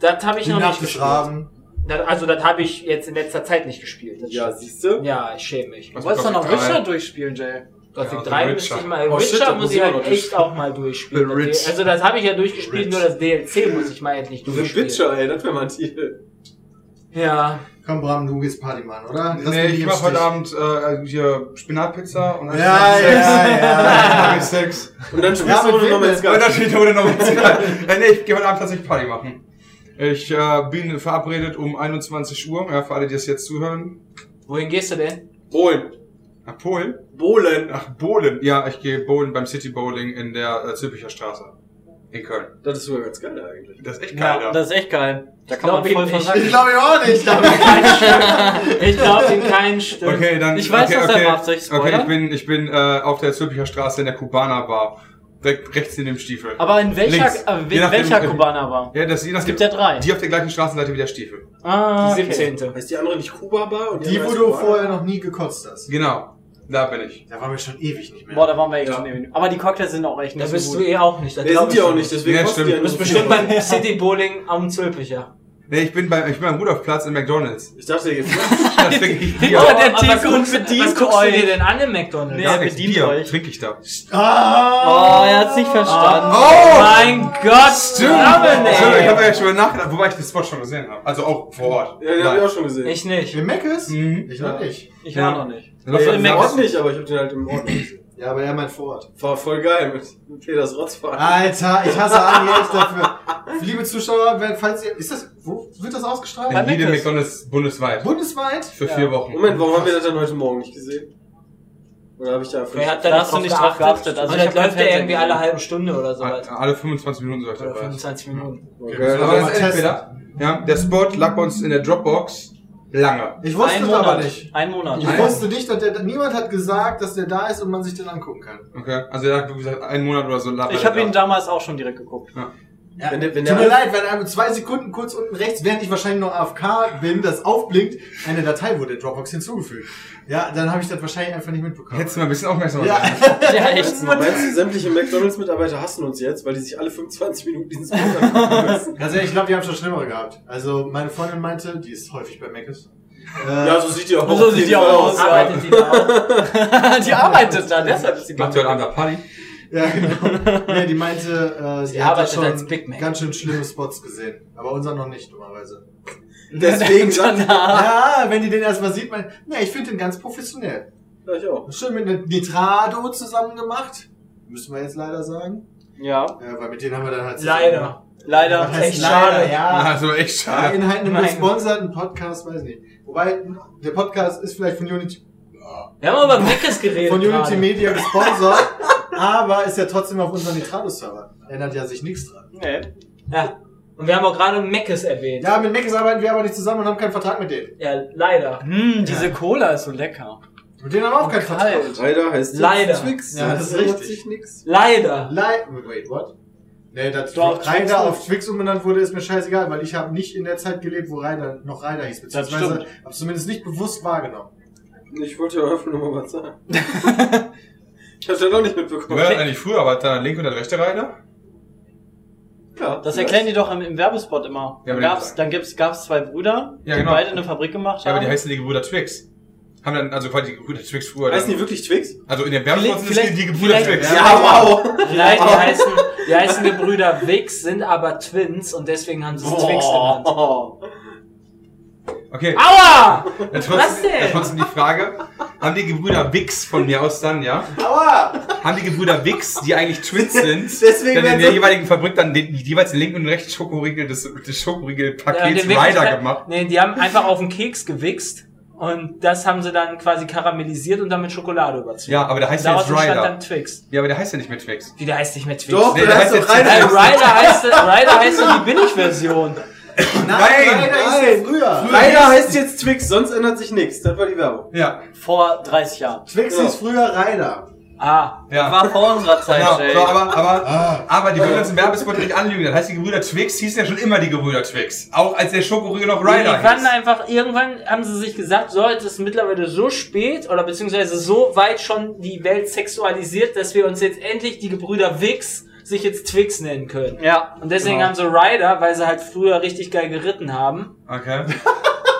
D: Das habe ich
B: Die
D: noch
B: Nacht
D: nicht
B: des
D: gespielt.
B: Raben.
D: Das, also das habe ich jetzt in letzter Zeit nicht gespielt. Das
F: Ja,
D: stimmt.
F: siehst du?
D: ja, ich schäme mich.
A: du
C: Was
A: wolltest doch
C: mit
A: noch
C: Gothic drei?
A: Richard durchspielen, Jay.
D: Gothic
C: Ja,
D: 3
C: The
D: müsste ich
C: Witcher.
D: mal.
F: Oh,
D: Witcher
F: shit, das
D: muss
F: muss
D: ich
F: ich
D: halt
F: auch noch
D: echt auch mal durchspielen.
B: The
D: Das-
B: Witch.
D: Also das habe ich ja durchgespielt,
B: Witch.
D: nur das DLC muss ich mal endlich
F: Du
D: durchspielen.
F: Witcher, ey, das wäre mal ein Titel.
D: Ja.
B: Komm, Bram, du gehst Party machen, oder? Lass
C: nee,
B: mich
C: ich
B: im
C: mach
B: Stich.
C: heute Abend äh, hier Spinatpizza und dann
B: Ja,
C: Sex.
B: ja,
C: Dann
B: ja.
C: mach ich Sex.
F: Und dann spielst
B: mit
F: du
B: wem
F: nochmal ins
C: Und
F: Garten.
C: dann steht heute noch ein bisschen. Äh, nee, ich gehe heute Abend tatsächlich Party machen. Ich äh, bin verabredet um 21 Uhr, ja, für alle, die das jetzt zuhören.
D: Wohin gehst du denn?
F: Bohlen.
C: Nach Polen?
F: Bohlen.
C: Nach Bowlen. Ja, ich gehe bowlen beim City Bowling in der äh, Zülpicher Straße. In Köln.
F: Das ist sogar ganz geil eigentlich.
C: Das ist echt geil, ja.
A: das ist echt geil. Da kann man
D: glaub
A: voll
D: ihm nicht.
A: versagen.
B: Ich glaube ja auch nicht. aber-
D: Ich glaube in keinen Stück.
C: Okay, dann.
A: Ich weiß,
C: okay,
A: was er
C: okay,
A: macht. Soll ich spoilern?
C: Okay, ich bin, ich bin äh, auf der Zülpicher Straße in der Kubaner Bar. Direkt rechts in dem Stiefel.
A: Aber in
C: Links.
A: welcher, äh, in
C: Je nachdem,
A: welcher
C: äh,
A: Kubaner war?
C: Ja, das, je
A: Es
C: nachdem,
A: gibt ja drei.
C: Die auf der gleichen Straßenseite wie der Stiefel.
A: ah,
D: Die
A: okay.
D: 17.
F: Heißt die andere nicht Kuba Bar? Und
B: Die,
F: andere
B: wo
F: heißt
B: du
F: Kuba?
B: vorher noch nie gekotzt hast.
C: Genau. Da bin ich.
B: Da waren wir schon ewig nicht mehr.
A: Boah, da waren wir echt
F: Ja.
A: schon eben. Aber die Cocktails sind auch echt
D: Da
A: nicht
D: bist
A: so
D: du
A: gut.
D: eh auch nicht. Da
F: Nee, sind die auch nicht, deswegen
C: Ja,
F: kosten die
C: stimmt.
F: ja nur
D: Du bist
F: so
D: bestimmt
F: viel.
D: beim City Bowling am Zülpicher.
C: Nee, ich bin bei, ich bin am Rudolfplatz in McDonalds.
F: Ich dachte jetzt,
C: Da trinke ich
A: Oh,
C: Bier.
A: der
D: Aber was
A: Tico
D: guckst,
A: bedient
D: was guckst du
A: euch.
D: dir denn an im McDonalds?
C: Gar
A: Nee,
C: nichts.
A: bedient
C: Bier
A: euch.
C: trinke ich da.
A: Oh, er hat's nicht verstanden.
C: Oh!
D: Mein Gott,
C: Entschuldigung, ich
D: Dominik!
C: habe ja schon mal nachgedacht, wobei ich den Spot schon gesehen habe. Also auch vor Ort.
F: ja, den hab ich auch schon gesehen.
D: Ich nicht.
B: Wir Meckes?
C: Mhm.
B: Ich noch nicht.
A: Ich
C: Ja.
A: war noch nicht.
C: Lass
F: nee,
C: uns
F: im
C: sagen-
F: Ort nicht, aber ich hab den halt im Ort gesehen.
B: Ja, aber er meint vor Ort.
F: War voll geil mit mit Peters
B: Ah,
F: Rotzfahrt.
B: Alter, ich hasse Ani echt dafür. Liebe Zuschauer, wenn, falls ihr. Ist das. Wo wird das ausgestrahlt?
C: In jedem McDonalds bundesweit.
B: Bundesweit?
C: Für vier Wochen.
F: Moment, warum haben wir das dann heute Morgen nicht gesehen? Oder habe ich da einfach
D: Wer hat
A: Da
D: da
A: hast du nicht drauf geachtet. Also
D: Also
A: ich
D: das läuft
A: hab kein
D: ja
A: Fernsehen
D: irgendwie
A: gesehen.
D: alle halbe Stunde oder so
C: Alle
D: weiter.
C: alle 25 Minuten sollte
D: Oder
C: ich dabei sein.
D: 25 Minuten.
F: Okay,
B: wir müssen
C: Aber
B: Mal
C: das ist entweder. Ja, der Spot lag bei uns in der Dropbox lange.
B: Ich wusste
A: Ein
B: es
A: Monat.
B: aber nicht.
A: Ein Monat.
B: Ich
C: Nein.
B: wusste nicht, dass der. Niemand hat gesagt, dass der da ist und man sich den angucken kann.
C: Okay. Also er lag, wie gesagt, einen Monat oder so. lag
A: Ich
C: er
A: habe ihn damals auch schon direkt geguckt.
B: Ja,
F: Wenn der- wenn
B: tut
F: der-
B: mir leid, wenn einmal zwei Sekunden kurz unten rechts, während ich wahrscheinlich noch AFK bin, das aufblinkt, eine Datei wurde in Dropbox hinzugefügt. Ja, dann habe ich das wahrscheinlich einfach nicht mitbekommen.
C: Hättest du mal ein bisschen aufmerksam
B: Ja.
C: sein.
D: Ja, echt.
F: Meinst du, sämtliche McDonalds-Mitarbeiter hassen uns jetzt, weil die sich alle 25 Minuten dieses Podcast gucken müssen?
B: Ganz ehrlich, ich glaube, wir haben schon Schlimmere gehabt. Also, meine Freundin meinte, die ist häufig bei Mc's. Äh,
F: Ja, so sieht die auch
G: So
F: auf
G: sieht
F: jeden
G: die auch
F: Fall
G: aus, ja.
D: Arbeitet die da auch?
A: die arbeitet da, deshalb ist sie
C: Macht ihr heute Abend eine Party?
B: ja, genau. Nee, die meinte, äh, sie,
A: Sie
B: hat da
A: arbeitet
B: schon
A: als Big Mac.
B: ganz schön schlimme Spots gesehen. Aber unser noch nicht, dummerweise.
F: Deswegen sagt
B: Ja, wenn die den erstmal sieht, man, ne, ich finde den ganz professionell.
F: Ja, ich auch.
B: Schön mit einem Nitrado zusammen gemacht. Müssen wir jetzt leider sagen.
G: Ja.
B: Ja, weil mit denen haben wir dann halt zusammen gemacht.
D: Leider.
G: Leider.
B: Was heißt
G: echt
B: leider,
G: schade.
B: Ja.
C: Also echt
B: ja,
C: schade.
B: in halt einem
D: Nein.
B: gesponserten Podcast, weiß ich nicht. Wobei, der Podcast ist vielleicht von Unity,
D: Wir haben über Meckes geredet.
B: von Unity
D: gerade.
B: Media gesponsert, aber ist ja trotzdem auf unserem Nitrado-Server. Ändert ja sich nichts dran.
G: Nee.
D: Ja. Und wir haben auch gerade Meckes erwähnt.
B: Ja, mit Meckes arbeiten wir aber nicht zusammen und haben keinen Vertrag mit denen.
D: Ja, leider.
A: Hm, diese Cola ist so lecker.
B: Mit denen haben wir auch keinen Vertrag.
A: Kalt.
F: Leider heißt es
D: Leider.
F: Twix.
B: Ja, das ist
F: ändert
B: richtig.
F: sich nix.
D: Leider.
B: Leid. Wait, what? Nee, dass
A: Doch,
B: Reiter
A: Twix-
B: auf Twix umbenannt wurde, ist mir scheißegal, weil ich habe nicht in der Zeit gelebt, wo Reiter noch Reiter hieß, beziehungsweise habe zumindest nicht bewusst wahrgenommen.
F: Ich wollte ja öffnen, nur mal was sagen. ich hab's ja noch nicht mitbekommen.
C: Wer hat eigentlich früher, aber hat da der linke und der rechte Reiter?
F: Klar,
A: Das
F: ja.
A: erklären die doch im, im Werbespot immer.
C: Ja, aber
A: Dann
C: die-
A: gab's, dann gibt's, gab's zwei Brüder,
C: Ja,
A: die
C: genau.
A: beide eine Fabrik gemacht
C: Ja, aber
A: haben.
C: die
D: Ähm,
C: heißen die Gebrüder Twix. Haben dann, also quasi die Gebrüder Twix früher.
F: Heißen
C: Dann,
F: die wirklich Twix?
C: also in der Werbung sind es die, die Gebrüder
A: vielleicht-
C: Twix.
F: wow!
D: Vielleicht die heißen, die heißen Gebrüder Wix, sind aber Twins und deswegen haben sie es Twix genannt. Äh,
A: Oh.
C: Okay.
D: Aua!
C: Ja,
D: Ah, Was
C: trotzdem,
D: denn?
C: ja, trotzdem die Frage, haben die Gebrüder Wix von mir aus dann, ja? Haben die Gebrüder Wix, die eigentlich Twins sind,
F: Deswegen
C: dann in
F: werden
C: der
F: sie-
C: jeweiligen Fabrik dann den, jeweils den linken und den rechten Schokoriegel des, des Schokoriegelpakets
D: den Wix-
C: Rider gemacht?
D: Nee, die haben einfach auf den Keks gewichst und das haben sie dann quasi karamellisiert und dann mit Schokolade überzogen.
C: Ja, aber der heißt ja
D: Daraus
C: jetzt
D: entstand dann
C: Rider.
D: Twix.
C: Ja, aber der heißt ja nicht mehr Twix.
D: Wie, der heißt nicht mehr Twix.
F: Doch,
C: Nee,
F: der
C: der
F: heißt
C: heißt
F: doch
C: jetzt
D: Äh,
F: Reiner.
D: Rider heißt, Rider heißt so die Billigversion.
C: Nein!
B: Reiter hieß früher.
F: Reiner heißt jetzt Twix, sonst ändert sich nichts. Das war die Werbung.
C: Ja,
A: Vor 30 Jahren.
B: Twix hieß früher Reiter.
D: Ah,
C: ja.
A: War vor unserer Zeit,
C: Genau,
A: Jay.
C: so, aber, aber,
B: Ah.
C: aber die würden uns im Werbespot nicht anlügen. Das heißt, die Gebrüder Twix hießen ja schon immer die Gebrüder Twix. Auch als der Schokoriegel noch Rider
D: die waren
C: hieß.
D: einfach, irgendwann haben sie sich gesagt, so, es ist mittlerweile so spät oder beziehungsweise so weit schon die Welt sexualisiert, dass wir uns jetzt endlich die Gebrüder Wix sich jetzt Twix nennen können.
A: Ja.
D: Und deswegen
A: Genau.
D: haben sie Rider, weil sie halt früher richtig geil geritten haben,
C: Okay.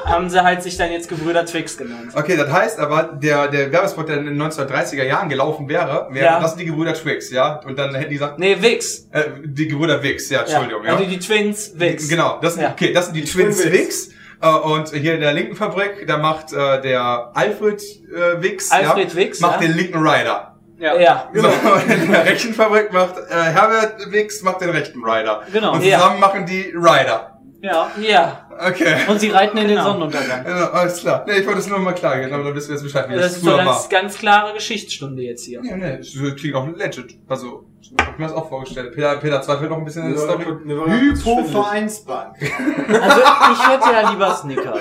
D: haben sie halt sich dann jetzt Gebrüder Twix genannt.
C: Okay, das heißt aber, der, der Werbespot, der in den 1930er Jahren gelaufen wäre, wäre
D: Ja.
C: das sind die Gebrüder Twix, ja? Und dann hätten die gesagt,
D: Nee, Wix.
C: äh, die Gebrüder Wix, ja, Entschuldigung, ja.
D: Also die Twins Wix.
C: Genau, das sind,
D: Ja.
C: okay, das sind die, Twins Wix. Äh, und hier in der linken Fabrik, da macht äh, der Alfred äh, Wix,
D: Alfred
C: ja,
D: Wix,
C: macht
D: ja.
C: den linken Rider.
D: Ja. Genau.
C: So, und in der rechten Fabrik macht äh, Herbert Wix macht den rechten Rider.
A: Genau.
C: Und
D: Ja.
C: zusammen machen die Rider.
A: Ja.
D: Ja.
C: Okay.
A: Und sie reiten in den
C: Genau.
A: Sonnenuntergang.
C: Ja, alles klar. Nee, ich wollte es nur mal klar gehen, aber dann wissen wir jetzt Bescheid, wie
D: Das
C: das
D: ist so
C: früher war.
D: ganz, ganz klare Geschichtsstunde jetzt hier.
C: Ja, ne, das klingt auch legit. Also, ich hab mir das auch vorgestellt. Peter, Peter zweifelt noch ein bisschen an der Story.
B: Hypo-Vereinsbank.
A: Also ich hätte ja lieber Snickers.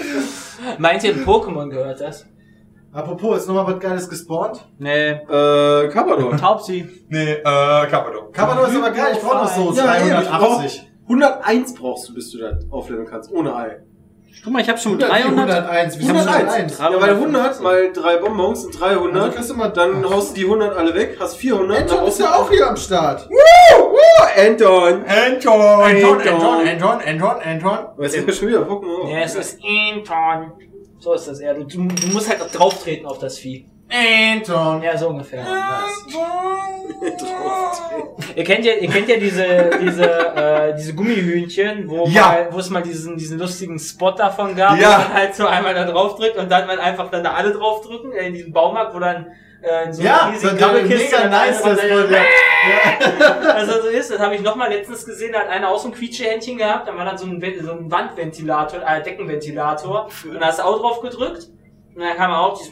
D: Meint ihr, Pokémon gehört das?
B: Apropos, ist nochmal was Geiles gespawnt.
A: Nee.
F: Äh, Cabador.
A: Taubsi.
C: Nee, äh, Capado.
B: Kabano ist aber geil, ich brauche noch so
F: Ja, eben, ich brauch-
B: 380.
F: 101 brauchst du, bis du das aufleveln kannst, ohne Ei.
A: Guck mal, ich habe schon 300.
B: 101, wir sind 101.
F: 101. Ja, weil 100 mal 3 Bonbons sind
B: Ja, du
F: 300.
B: Also kriegst immer-
F: Dann haust du die 100 alle weg, hast 400.
B: Anton
F: dann
B: ist
F: brauchst
B: ja
F: du-
B: auch hier am Start.
F: Oh, Anton!
C: Enjoy!
B: Anton, Anton, Anton, Anton.
F: Weißt du, ich schon wieder oh. Pokémon.
D: Ja, es ist Inton. So ist das eher. Du, du du musst halt auch drauftreten auf das Vieh.
B: Anton.
D: Ja, so ungefähr. Ihr kennt ja, ihr kennt ja diese, diese, äh, diese Gummihühnchen, wo
C: Ja.
D: mal, wo es mal diesen, diesen lustigen Spot davon gab,
C: Ja.
D: wo man halt so einmal da drauf drückt und dann man einfach dann da alle drauf drücken, äh, in diesem Baumarkt, wo dann, äh, in so einer
B: Ja,
D: riesigen
B: dann wäre
D: Doppelkiste
B: mega
D: dann
B: nice,
D: einer-
B: das wollte
D: Also so ist, das habe ich nochmal letztens gesehen, da hat einer auch so ein Quietschehändchen gehabt, da war dann so ein, Ven- so ein Wandventilator, äh, Deckenventilator und da hast du auch drauf gedrückt und dann kam auch dieses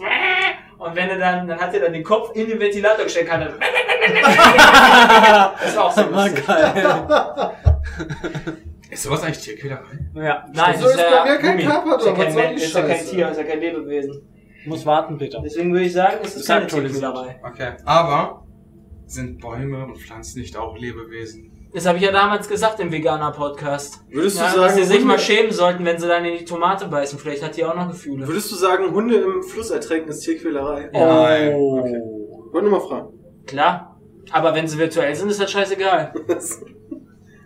D: und wenn er dann, dann hat er dann den Kopf in den Ventilator gestellt, kann er das ist auch so
A: War
D: lustig.
A: geil.
C: Ist sowas eigentlich Tierquälerei?
D: Ja, nein,
B: So ist bei mir kein Carpador,
D: Ist ja
B: was
D: kein,
B: soll
D: Men-
B: die
D: ist ja kein
B: Scheiße?
D: Tier, ist ja kein Lebewesen.
A: Muss warten, Peter.
D: Deswegen würde ich sagen, es ist
A: Ist
D: keine
A: aktualisiert.
D: Tierquälerei.
C: Okay. Aber Sind Bäume und Pflanzen nicht auch Lebewesen?
D: Das habe ich ja damals gesagt im Veganer-Podcast.
F: Würdest du
D: Ja, dass
F: sagen,
D: sie sich mal
F: Hunde-
D: schämen sollten, wenn sie dann in die Tomate beißen. Vielleicht hat die auch noch Gefühle.
F: Würdest du sagen, Hunde im Fluss ertränken ist Tierquälerei?
C: Nein.
A: Oh.
D: Oh.
F: Wollte nur mal fragen.
D: Klar. Aber wenn sie virtuell sind, ist das scheißegal.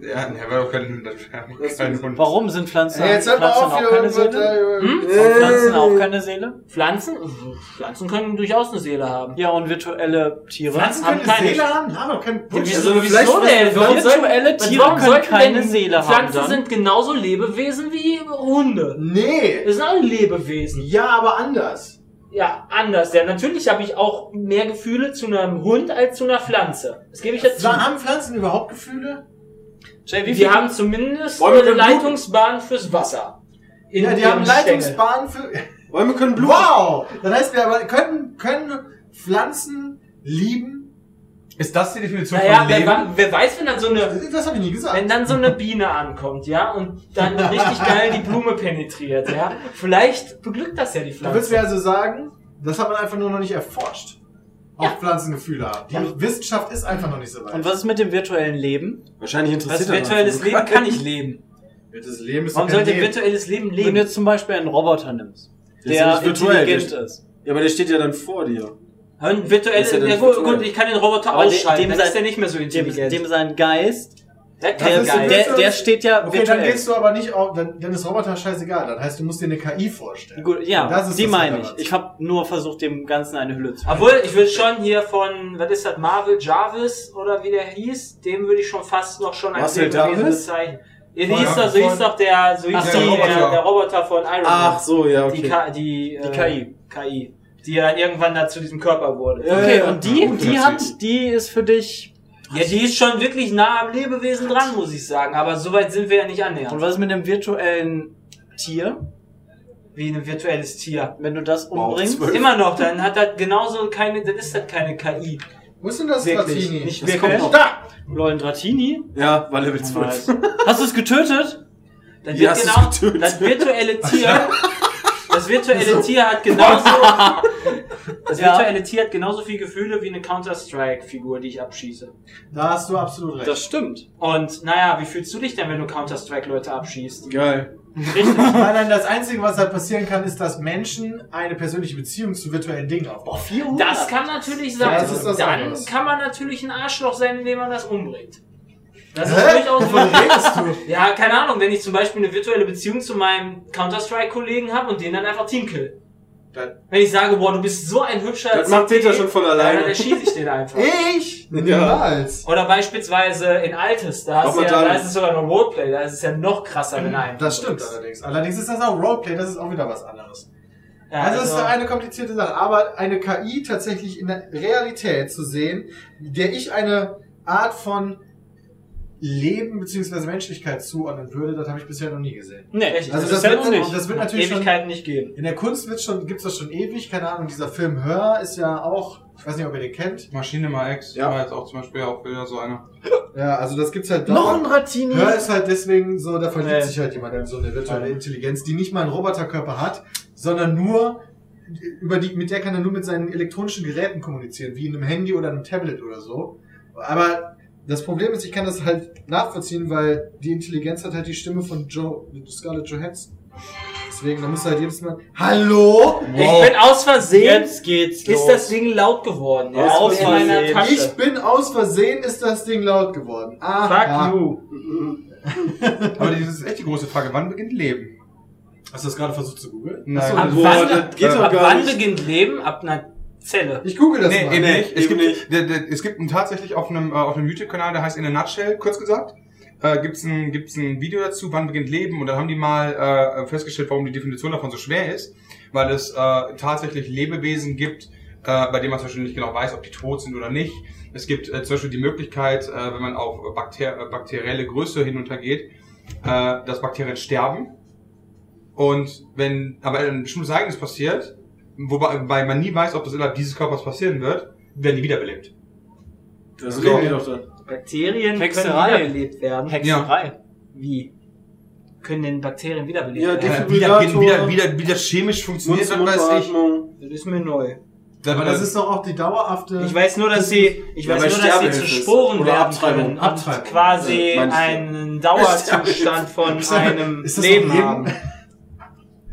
C: Ja, ne, war doch kein, das wär doch kein Hund.
A: Warum sind Pflanzen,
H: Ey, jetzt hört mal
A: Pflanzen
H: auf
A: auch
H: hier
A: keine
H: und mit,
A: Seele?
H: äh,
D: Hm?
A: Haben Pflanzen auch keine Seele?
D: Pflanzen? Pflanzen können durchaus eine Seele haben.
A: Ja, und virtuelle Tiere?
H: Pflanzen
D: Haben
H: können
D: keine
H: eine Seele haben? Nein, aber kein Bullshit.
D: wieso,
F: also vielleicht-
D: wieso denn? Warum sollten-
A: Virtuelle Tiere
D: warum
A: können
D: sollten
A: keine
D: denn
A: Seele haben.
D: Pflanzen
A: Dann?
D: sind genauso Lebewesen wie Hunde.
B: Nee!
D: Das sind auch Lebewesen.
B: Ja, aber anders.
D: Ja, anders. Ja, natürlich habe ich auch mehr Gefühle zu einem Hund als zu einer Pflanze. Das gebe ich dazu.
B: Haben Pflanzen überhaupt Gefühle?
A: Jay, wie
D: Die
A: viel
D: haben zumindest
F: Bäume
D: eine
F: können bluten.
D: Leitungsbahn fürs Wasser. In
B: Ja, die
D: ihrem
B: haben
D: Stängel.
B: Leitungsbahnen für.
F: Bäume können bluten.
B: Wow! Das heißt, wir aber können, können Pflanzen lieben?
C: Ist das die Definition
D: Naja,
C: von
D: wer,
C: Leben?
D: wa- wer weiß, wenn dann so eine,
B: Das habe ich nie gesagt.
D: wenn dann so eine Biene ankommt, ja, und dann richtig geil die Blume penetriert, ja. Vielleicht beglückt das ja die
B: Du willst
D: Pflanze.
B: mir also sagen, das hat man einfach nur noch nicht erforscht. Ob Pflanzen Gefühle haben. Die Wissenschaft ist einfach noch nicht so weit.
A: Und was ist mit dem virtuellen Leben?
F: Wahrscheinlich
A: Was
F: interessiert er
A: virtuelles
F: das.
A: Leben kann ich leben.
B: das Leben ist
A: Warum
B: doch kein
A: sollte
B: Leben.
A: virtuelles Leben leben? Wenn du jetzt zum Beispiel einen Roboter nimmst, der
F: nicht virtuell,
A: intelligent
F: der-
A: ist.
F: Ja, aber der steht ja dann vor dir.
D: Und virtuell,
F: Ist ja dann
D: ja, gut,
F: virtuell.
D: gut, ich kann den Roboter
A: Aber de-
D: ausschalten,
A: dem
D: dann ist
A: sein-
D: der nicht mehr so
A: Dem,
D: intelligent.
A: dem sein Geist,
D: der
B: Das
A: der,
B: ist ein
A: der,
B: virtuelles-
A: der steht
B: Okay,
A: ja
B: dann
A: virtuell.
B: gehst du aber nicht auf, dann, dann ist Roboter scheißegal. Dann heißt, du musst dir eine KI vorstellen.
A: Gut, ja,
B: Das ist
A: die
B: das
A: meine ich.
B: Relevante.
A: Ich habe nur versucht, dem Ganzen eine Hülle zu
D: Obwohl, ich würde schon hier von, was ist das, Marvel Jarvis oder wie der hieß, dem würde ich schon fast noch schon
F: Marcel
D: Lebewesen
F: Jarvis?
D: bezeichnen. Ja,
C: Von-
D: so hieß doch, so hieß doch der, so hieß
A: Ach
D: die,
A: so,
D: der,
C: Roboter.
D: der Roboter von Iron Man.
F: Ach so, ja,
D: Die,
F: okay.
D: K die,
A: Die
D: äh, KI. Die dann irgendwann da zu diesem Körper wurde.
F: Ja,
A: Okay,
F: ja,
A: und die,
C: gut,
A: die
C: das
A: hat, die ist für dich.
D: Ja, die ist schon wirklich nah am Lebewesen dran, muss ich sagen. Aber so weit sind wir ja nicht
A: Und
D: annähernd.
A: was ist mit dem virtuellen Tier,
D: Wie ein virtuelles Tier.
A: wenn du das umbringst?
D: Immer noch, dann hat das genauso keine, dann ist das keine KI.
B: Wo ist denn das
D: Wirklich.
B: Platini?
D: Nicht
F: Das kommt
D: wirklich.
F: noch.
B: Da!
A: Lol, ein Dratini?
F: Ja, war Level
A: Wer
F: 12.
A: weiß. Hast du es getötet?
D: Das,
F: Ja,
D: wird
F: es ist
D: genau,
F: getötet.
D: das virtuelle Tier. Das virtuelle Tier hat genauso. Das
A: Ja.
D: virtuelle Tier hat genauso viel Gefühle wie eine Counter-Strike-Figur, die ich abschieße.
B: Da hast du absolut recht.
A: Das stimmt.
D: Und naja, wie fühlst du dich denn, wenn du Counter-Strike-Leute abschießt?
F: Geil.
D: Richtig.
B: Nein, nein, das Einzige, was da passieren kann, ist, dass Menschen eine persönliche Beziehung zu virtuellen Dingen aufbauen.
D: Das kann natürlich sein.
B: Ja, das ist das
D: Dann
B: anderes.
D: kann man natürlich ein Arschloch sein, indem man das umbringt. Das ist
B: Hä?
D: durchaus
B: Wovon redest du?
D: Ja, keine Ahnung, wenn ich zum Beispiel eine virtuelle Beziehung zu meinem Counter-Strike-Kollegen habe und den dann einfach teamkill.
B: Dann-
D: Wenn ich sage, boah, du bist so ein hübscher
F: Das macht
D: CP,
F: Peter schon von
D: Ja, dann
F: alleine.
D: erschieße ich den einfach.
B: Ich? Niemals.
D: Oder beispielsweise in Altes, da, hast
F: Komm
D: du
F: mal
D: ja, da
F: dann.
D: ist es sogar noch Roleplay, da ist es ja noch krasser, wenn er einen
B: Das stimmt Also allerdings.
D: umbringst.
B: Allerdings ist das auch Roleplay, das ist auch wieder was anderes.
D: Ja,
B: also, es
D: also,
B: ist eine komplizierte Sache, aber eine KI tatsächlich in der Realität zu sehen, der ich eine Art von Leben bzw. Menschlichkeit zuordnen würde, das habe ich bisher noch nie gesehen.
A: Nee,
D: Echt?
B: Also
D: Das
B: das,
A: ja
B: wird,
A: noch
B: nat-
A: nicht.
B: das wird natürlich schon
D: Ewigkeiten nicht geben.
B: in der Kunst wird's schon gibt's das schon ewig, keine Ahnung, dieser Film Hör ist ja auch, ich weiß nicht, ob ihr den kennt.
C: Maschine mal X
F: Ja.
C: war jetzt auch zum Beispiel auch wieder so einer.
B: Ja, also das gibt's halt
A: Noch ein Dratini?
B: Hör ist halt deswegen so, da verliebt
D: Nee.
B: sich halt jemand in so eine virtuelle Intelligenz, die nicht mal einen Roboterkörper hat, sondern nur, über die, mit der kann er nur mit seinen elektronischen Geräten kommunizieren, wie in einem Handy oder einem Tablet oder so. Aber das Problem ist, ich kann das halt nachvollziehen, weil die Intelligenz hat halt die Stimme von Joe, Scarlett Johansson. Deswegen, da musst du halt jedes Mal, hallo?
D: Ich bin aus Versehen,
A: Jetzt geht's los.
D: ist das Ding laut geworden. Ja,
A: Aus
D: in meiner
A: Versehen.
D: Tasche.
B: Ich bin aus Versehen, ist das Ding laut geworden. Aha.
D: Fuck you.
C: Aber das ist echt die große Frage, wann beginnt Leben?
B: Hast du das gerade versucht zu googeln?
C: Nein.
D: Ab
F: Boah,
D: wann,
F: das geht doch
D: ab
F: gar
D: wann
F: nicht.
D: beginnt Leben? Ab einer Zelle.
B: Ich google das
C: Nee,
B: mal.
C: eben
F: Nee,
C: nicht. Es
F: eben
C: gibt, Der, der, es gibt einen, tatsächlich auf einem, äh, auf einem YouTube-Kanal, der heißt In a Nutshell, kurz gesagt, äh, gibt's ein, gibt's ein Video dazu, wann beginnt Leben. Und dann haben die mal äh, festgestellt, warum die Definition davon so schwer ist. Weil es äh, tatsächlich Lebewesen gibt, äh, bei denen man zum Beispiel nicht genau weiß, ob die tot sind oder nicht. Es gibt äh, zum Beispiel die Möglichkeit, äh, wenn man auf bakter äh, bakterielle Größe hinuntergeht, äh, dass Bakterien sterben. Und wenn aber ein bestimmtes Ereignis passiert, wobei wobei man nie weiß, ob das innerhalb dieses Körpers passieren wird, werden die wiederbelebt.
F: Das
C: So.
F: reden wir doch dann.
D: Bakterien
A: Hexerei.
D: können wiederbelebt werden.
A: Hexerei.
D: Wie? Können denn Bakterien wiederbelebt
F: Ja,
D: werden?
C: Äh, wieder,
F: Defibrillator.
C: wieder, wieder, wieder chemisch funktioniert, dann
F: Mund-
C: weiß ich.
F: Mundatmung.
D: Das ist mir neu.
F: Wenn
B: Aber
F: man
B: das ist doch auch die dauerhafte.
D: Ich weiß nur, dass sie, ich
F: Ja,
D: weiß
F: bei
D: nur, dass sie
F: Sterbehilfe
D: zu
F: ist.
D: Sporen
F: Oder
D: werden
F: Abtreibung.
D: können und
F: Abtreibung.
D: quasi
F: Äh, meinst du?
D: einen Dauerzustand von einem
B: Ist das
D: Leben
B: noch Leben?
D: haben.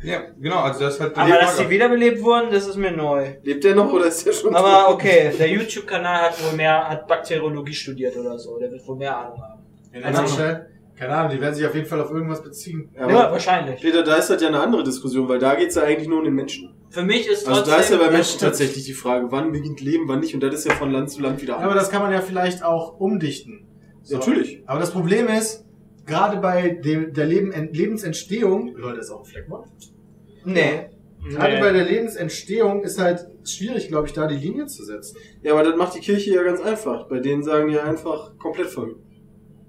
C: Ja, genau, also das hat
D: Aber dass sie wiederbelebt wurden, das ist mir neu.
F: Lebt der noch oder ist der schon
D: Aber
F: tot?
D: okay, der YouTube-Kanal hat wohl mehr, hat Bakteriologie studiert oder so. Der wird wohl mehr Ahnung haben.
B: Ja,
D: Also-
B: Nutshell, keine Ahnung, die werden sich auf jeden Fall auf irgendwas beziehen.
F: Ja,
D: Ja,
F: aber
D: wahrscheinlich.
F: Peter Dice hat ja eine andere Diskussion, weil da geht's ja eigentlich nur um den Menschen.
D: Für mich ist
F: Also
D: trotzdem.
F: da ist ja bei
D: das
F: Menschen
D: stimmt.
F: tatsächlich die Frage, wann beginnt Leben, wann nicht. Und das ist ja von Land zu Land wieder
B: Aber
F: anders.
B: das kann man ja vielleicht auch umdichten. So.
F: Natürlich.
B: Aber das Problem ist, gerade bei dem, der Leben, Ent- Lebensentstehung, Leute, ist auch ein Fleckmord.
D: Nee.
B: Gerade bei der Lebensentstehung ist halt schwierig, glaube ich, da die Linie zu setzen.
F: Ja, aber das macht die Kirche ja ganz einfach. Bei denen sagen die einfach komplett verrückt.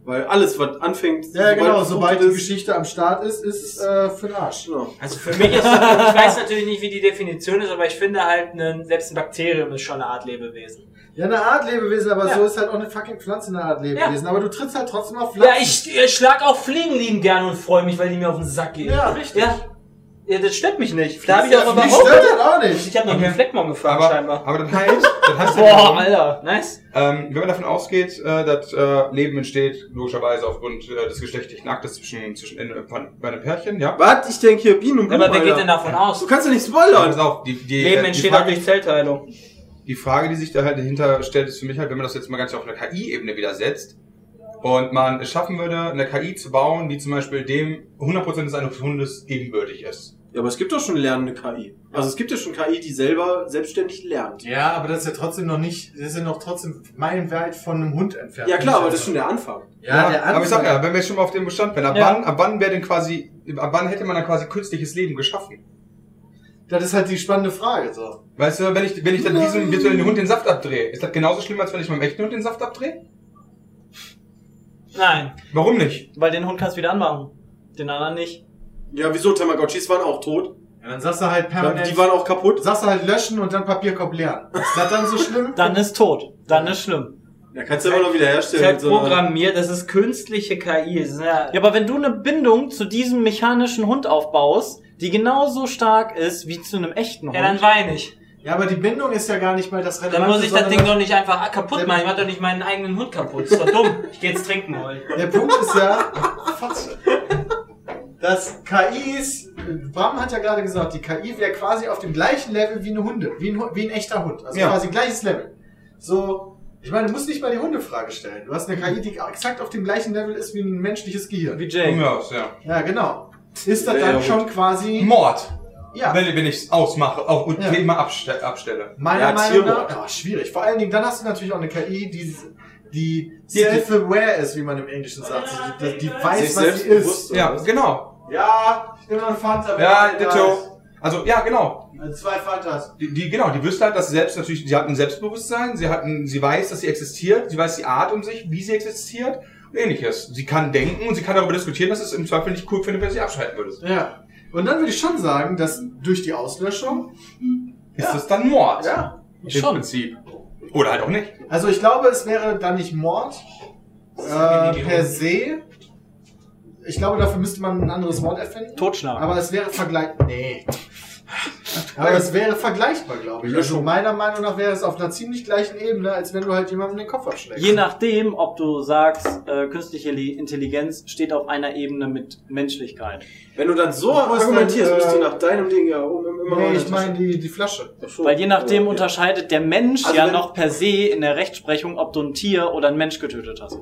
F: Weil alles, was anfängt,
B: Ja, genau, sobald die
F: es-
B: Geschichte am Start ist, ist es äh, für den Arsch.
F: Genau.
D: Also für mich ist, ich weiß natürlich nicht, wie die Definition ist, aber ich finde halt, einen, selbst ein Bakterium ist schon eine Art Lebewesen.
B: Ja, eine Art Lebewesen, aber
D: Ja.
B: so ist halt auch eine fucking Pflanze eine Art Lebewesen. Aber du trittst halt trotzdem auf Pflanzen.
D: Ja, ich, ich schlag auch Fliegen lieben gerne und freue mich, weil die mir auf den Sack gehen.
B: Ja, richtig.
D: Ja, ja das stört mich nicht. Da habe ich auch
B: Mich
D: überhaupt.
B: stört das auch nicht.
D: Ich habe noch einen Fleckmon gefahren,
C: Aber,
D: scheinbar.
C: aber das heißt, das heißt ja
D: Boah,
C: wiederum,
D: Alter. Nice.
C: ähm, wenn man davon ausgeht, äh, dass äh, Leben entsteht, logischerweise aufgrund äh, des geschlechtlichen Aktes zwischen, zwischen äh, bei einem Pärchen, ja.
F: Was? Ich denke hier Bienen und
D: Aber
F: Blumen,
D: wer geht
F: Alter.
D: denn davon aus?
F: Du kannst ja nicht
C: Ja,
F: spoilern.
C: pass auf, die, die,
D: Leben
C: die,
D: entsteht auch
C: Frage,
D: durch Zellteilung.
C: die Frage, die sich da halt dahinter stellt, ist für mich halt, wenn man das jetzt mal ganz auf einer KI-Ebene wieder setzt und man es schaffen würde, eine KI zu bauen, die zum Beispiel dem 100% des eines Hundes ebenbürtig ist.
F: Ja, aber es gibt doch schon lernende KI. Also es gibt ja schon KI, die selber selbstständig lernt.
B: Ja, aber das ist ja trotzdem noch nicht, das ist ja noch trotzdem meilenweit von einem Hund entfernt.
F: Ja klar, aber das ist schon der Anfang.
B: Ja, der Anfang.
C: aber ich sag ja, wenn wir schon mal auf dem Bestand wären, ab
D: Ja.
C: wann, ab wann wäre denn quasi, ab wann hätte man dann quasi künstliches Leben geschaffen?
B: Das ist halt die spannende Frage, so.
C: Weißt du, wenn ich, wenn ich dann diesem virtuellen Hund den Saft abdrehe, ist das genauso schlimm, als wenn ich meinem echten Hund den Saft abdrehe?
D: Nein.
C: Warum nicht?
A: Weil den Hund kannst du wieder anmachen. Den anderen nicht.
F: Ja, wieso? Tamagotchis waren auch tot.
B: Ja, dann sagst du halt permanent.
F: Die waren auch kaputt.
B: sagst du halt löschen und dann Papierkorb leeren. Ist das dann so schlimm?
A: Dann ist tot. Dann ist schlimm.
F: Ja, kannst du immer noch wieder
D: Das ist
F: herstellen.
D: halt
F: mit so einer-
D: programmiert, das ist künstliche KI. Das ist ja,
A: Ja, aber wenn du eine Bindung zu diesem mechanischen Hund aufbaust, die genauso stark ist wie zu einem echten Hund.
D: ja, dann weine ich.
B: Ja, aber die Bindung ist ja gar nicht mal das Relevante.
D: Dann muss ich das
B: sondern
D: Ding doch nicht einfach kaputt
B: Dann-
D: machen. Ich mach doch nicht meinen eigenen Hund kaputt. Das ist doch dumm. Ich geh jetzt trinken holen.
B: Der Punkt ist ja, Fotze, dass KIs, Bram hat ja gerade gesagt, die KI wäre quasi auf dem gleichen Level wie eine Hunde, wie ein, Hu- wie ein echter Hund. Also
C: Ja.
B: quasi gleiches Level. So, ich meine, du musst nicht mal die Hundefrage stellen. Du hast eine KI, die exakt auf dem gleichen Level ist wie ein menschliches Gehirn.
A: wie
C: Von
A: Jake.
C: mir aus, ja.
B: Ja, genau. Ist das
F: Ja,
B: dann
F: ja,
B: schon quasi.
C: Mord,
B: Ja.
C: wenn, wenn ich es ausmache auch, und
B: Ja.
C: Thema abste abstelle.
B: Meiner
F: Ja,
B: Meinung
F: Tiermord.
B: nach, oh, schwierig. Vor allen Dingen, dann hast du natürlich auch eine KI, die, die
C: Die-
B: self-aware ist, wie man im Englischen sagt. Die, die, die weiß,
F: Sich
B: was sie
F: selbstbewusst
B: ist.
C: Ja, genau.
B: Ja, ich nehme noch einen Fanta. wenn
C: Ja,
B: du
C: ditto. Also, ja, genau.
B: da- Zwei Fantas.
C: Die, die, genau, die wüsste halt, dass sie selbst natürlich, sie hat ein Selbstbewusstsein, sie hat ein, sie weiß, dass sie existiert, sie weiß die Art um sich, wie sie existiert und ähnliches. Sie kann denken und sie kann darüber diskutieren, dass es im Zweifel nicht cool findet, wenn du sie abschalten würdest.
B: Ja. Und dann würde ich schon sagen, dass durch die Auslöschung.
C: Ist das dann Mord?
B: Ja.
C: Im Prinzip. Oder halt auch nicht.
B: Also ich glaube, es wäre dann nicht Mord äh, per se. Ich glaube, dafür müsste man ein anderes Wort erfinden.
A: Totschlag.
B: Aber es wäre vergleichbar. Nee. Aber es wäre vergleichbar, glaube ich. Also meiner Meinung nach wäre es auf einer ziemlich gleichen Ebene, als wenn du halt jemandem den Kopf abschlägst.
A: Je nachdem, ob du sagst, äh, künstliche Li- Intelligenz steht auf einer Ebene mit Menschlichkeit.
F: Wenn du dann so
B: Du musst
F: argumentierst,
B: dann, äh,
F: bist du nach deinem Ding ja oben immer
B: Nee,
F: noch-
B: ich meine die, die Flasche.
F: Ach so. äh,
A: Weil je nachdem
F: Ja, ja.
A: unterscheidet der Mensch
F: Also
A: ja
F: wenn-
A: noch per se in der Rechtsprechung, ob du ein Tier oder ein Mensch getötet hast.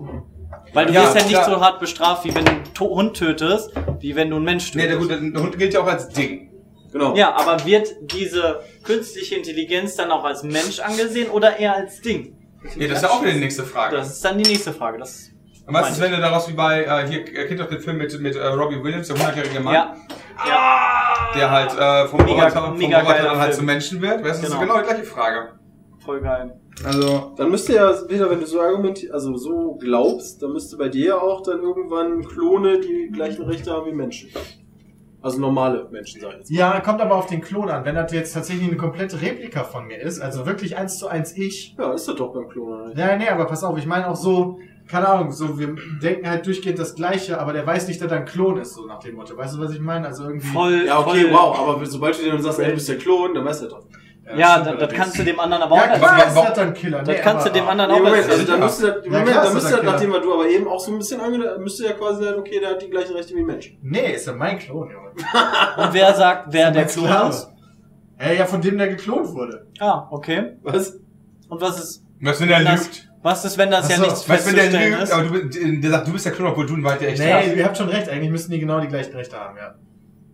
A: Weil du
C: Ja,
A: wirst ja nicht
C: klar.
A: so hart bestraft, wie wenn du einen To- Hund tötest, wie wenn du einen Mensch
C: Nee,
A: tötest.
C: der, gut, der Hund gilt ja auch als Ding.
F: Genau.
A: Ja, aber wird diese künstliche Intelligenz dann auch als Mensch angesehen oder eher als Ding?
C: Nee, das ist ja auch wieder die nächste Frage.
A: Das ist dann die nächste Frage. Das
C: Und was ist, wenn du daraus wie bei, äh, hier, ihr kennt doch den Film mit, mit äh, Robbie Williams, der 100-jährige Mann,
A: ja,
C: der halt äh, vom
A: Mega-
C: Roboter, vom
A: mega
C: Roboter
A: geiler
C: dann halt
A: Film.
C: zum Menschen wird. Weißt du, das ist
A: Genau.
C: genau die gleiche Frage.
A: voll geil.
C: Also,
F: Dann müsste ja wieder, wenn du so argumentierst, also so glaubst, dann müsste bei dir ja auch dann irgendwann Klone die gleichen Rechte haben wie Menschen. Also normale Menschen, sag ich jetzt.
B: Ja, kommt aber auf den Klon an. Wenn das jetzt tatsächlich eine komplette Replika von mir ist, also wirklich eins zu eins ich.
F: Ja, ist das doch beim Klonen.
B: Ja, nee, aber pass auf, ich meine auch so, keine Ahnung, so, wir denken halt durchgehend das Gleiche, aber der weiß nicht, dass er ein Klon ist, so nach dem Motto. Weißt du, was ich meine? Also irgendwie.
A: Voll,
F: Ja, okay,
A: voll,
F: wow, aber sobald du dir dann sagst, ey, du bist der Klon, dann weißt du das doch.
A: Ja, das, das kannst du dem anderen aber auch
B: Ja,
A: nicht
B: klar
A: sagen.
B: ist das dann Killer.
A: Das kannst du dem anderen
F: Nee,
A: auch nicht
F: Moment, also
A: sagen.
F: dann müsste das, Moment,
B: klar ist
F: dann
B: das
F: müsste das,
B: ein
F: nachdem was du aber eben auch so ein bisschen ange müsste ja quasi sein, okay, der hat die gleichen Rechte wie ein Mensch.
B: Nee, ist ja mein Klon, Junge.
A: Und wer sagt, wer der
B: Mein
A: Klon ist?
B: Ja, ja, von dem der geklont wurde.
A: Ah, okay.
F: Was?
A: Und was ist,
C: Was, wenn der
A: wenn das,
C: lügt?
A: was ist, wenn das
B: Ach
A: ja
B: so,
A: nichts
C: Was, wenn der
A: festzustellen
C: lügt?
A: ist?
C: Aber du, bist- der sagt, du bist der Klon, obwohl du in Wahrheit der echte
B: Nee,
C: hast.
B: ihr habt schon recht, eigentlich müssten die genau die gleichen Rechte haben, ja.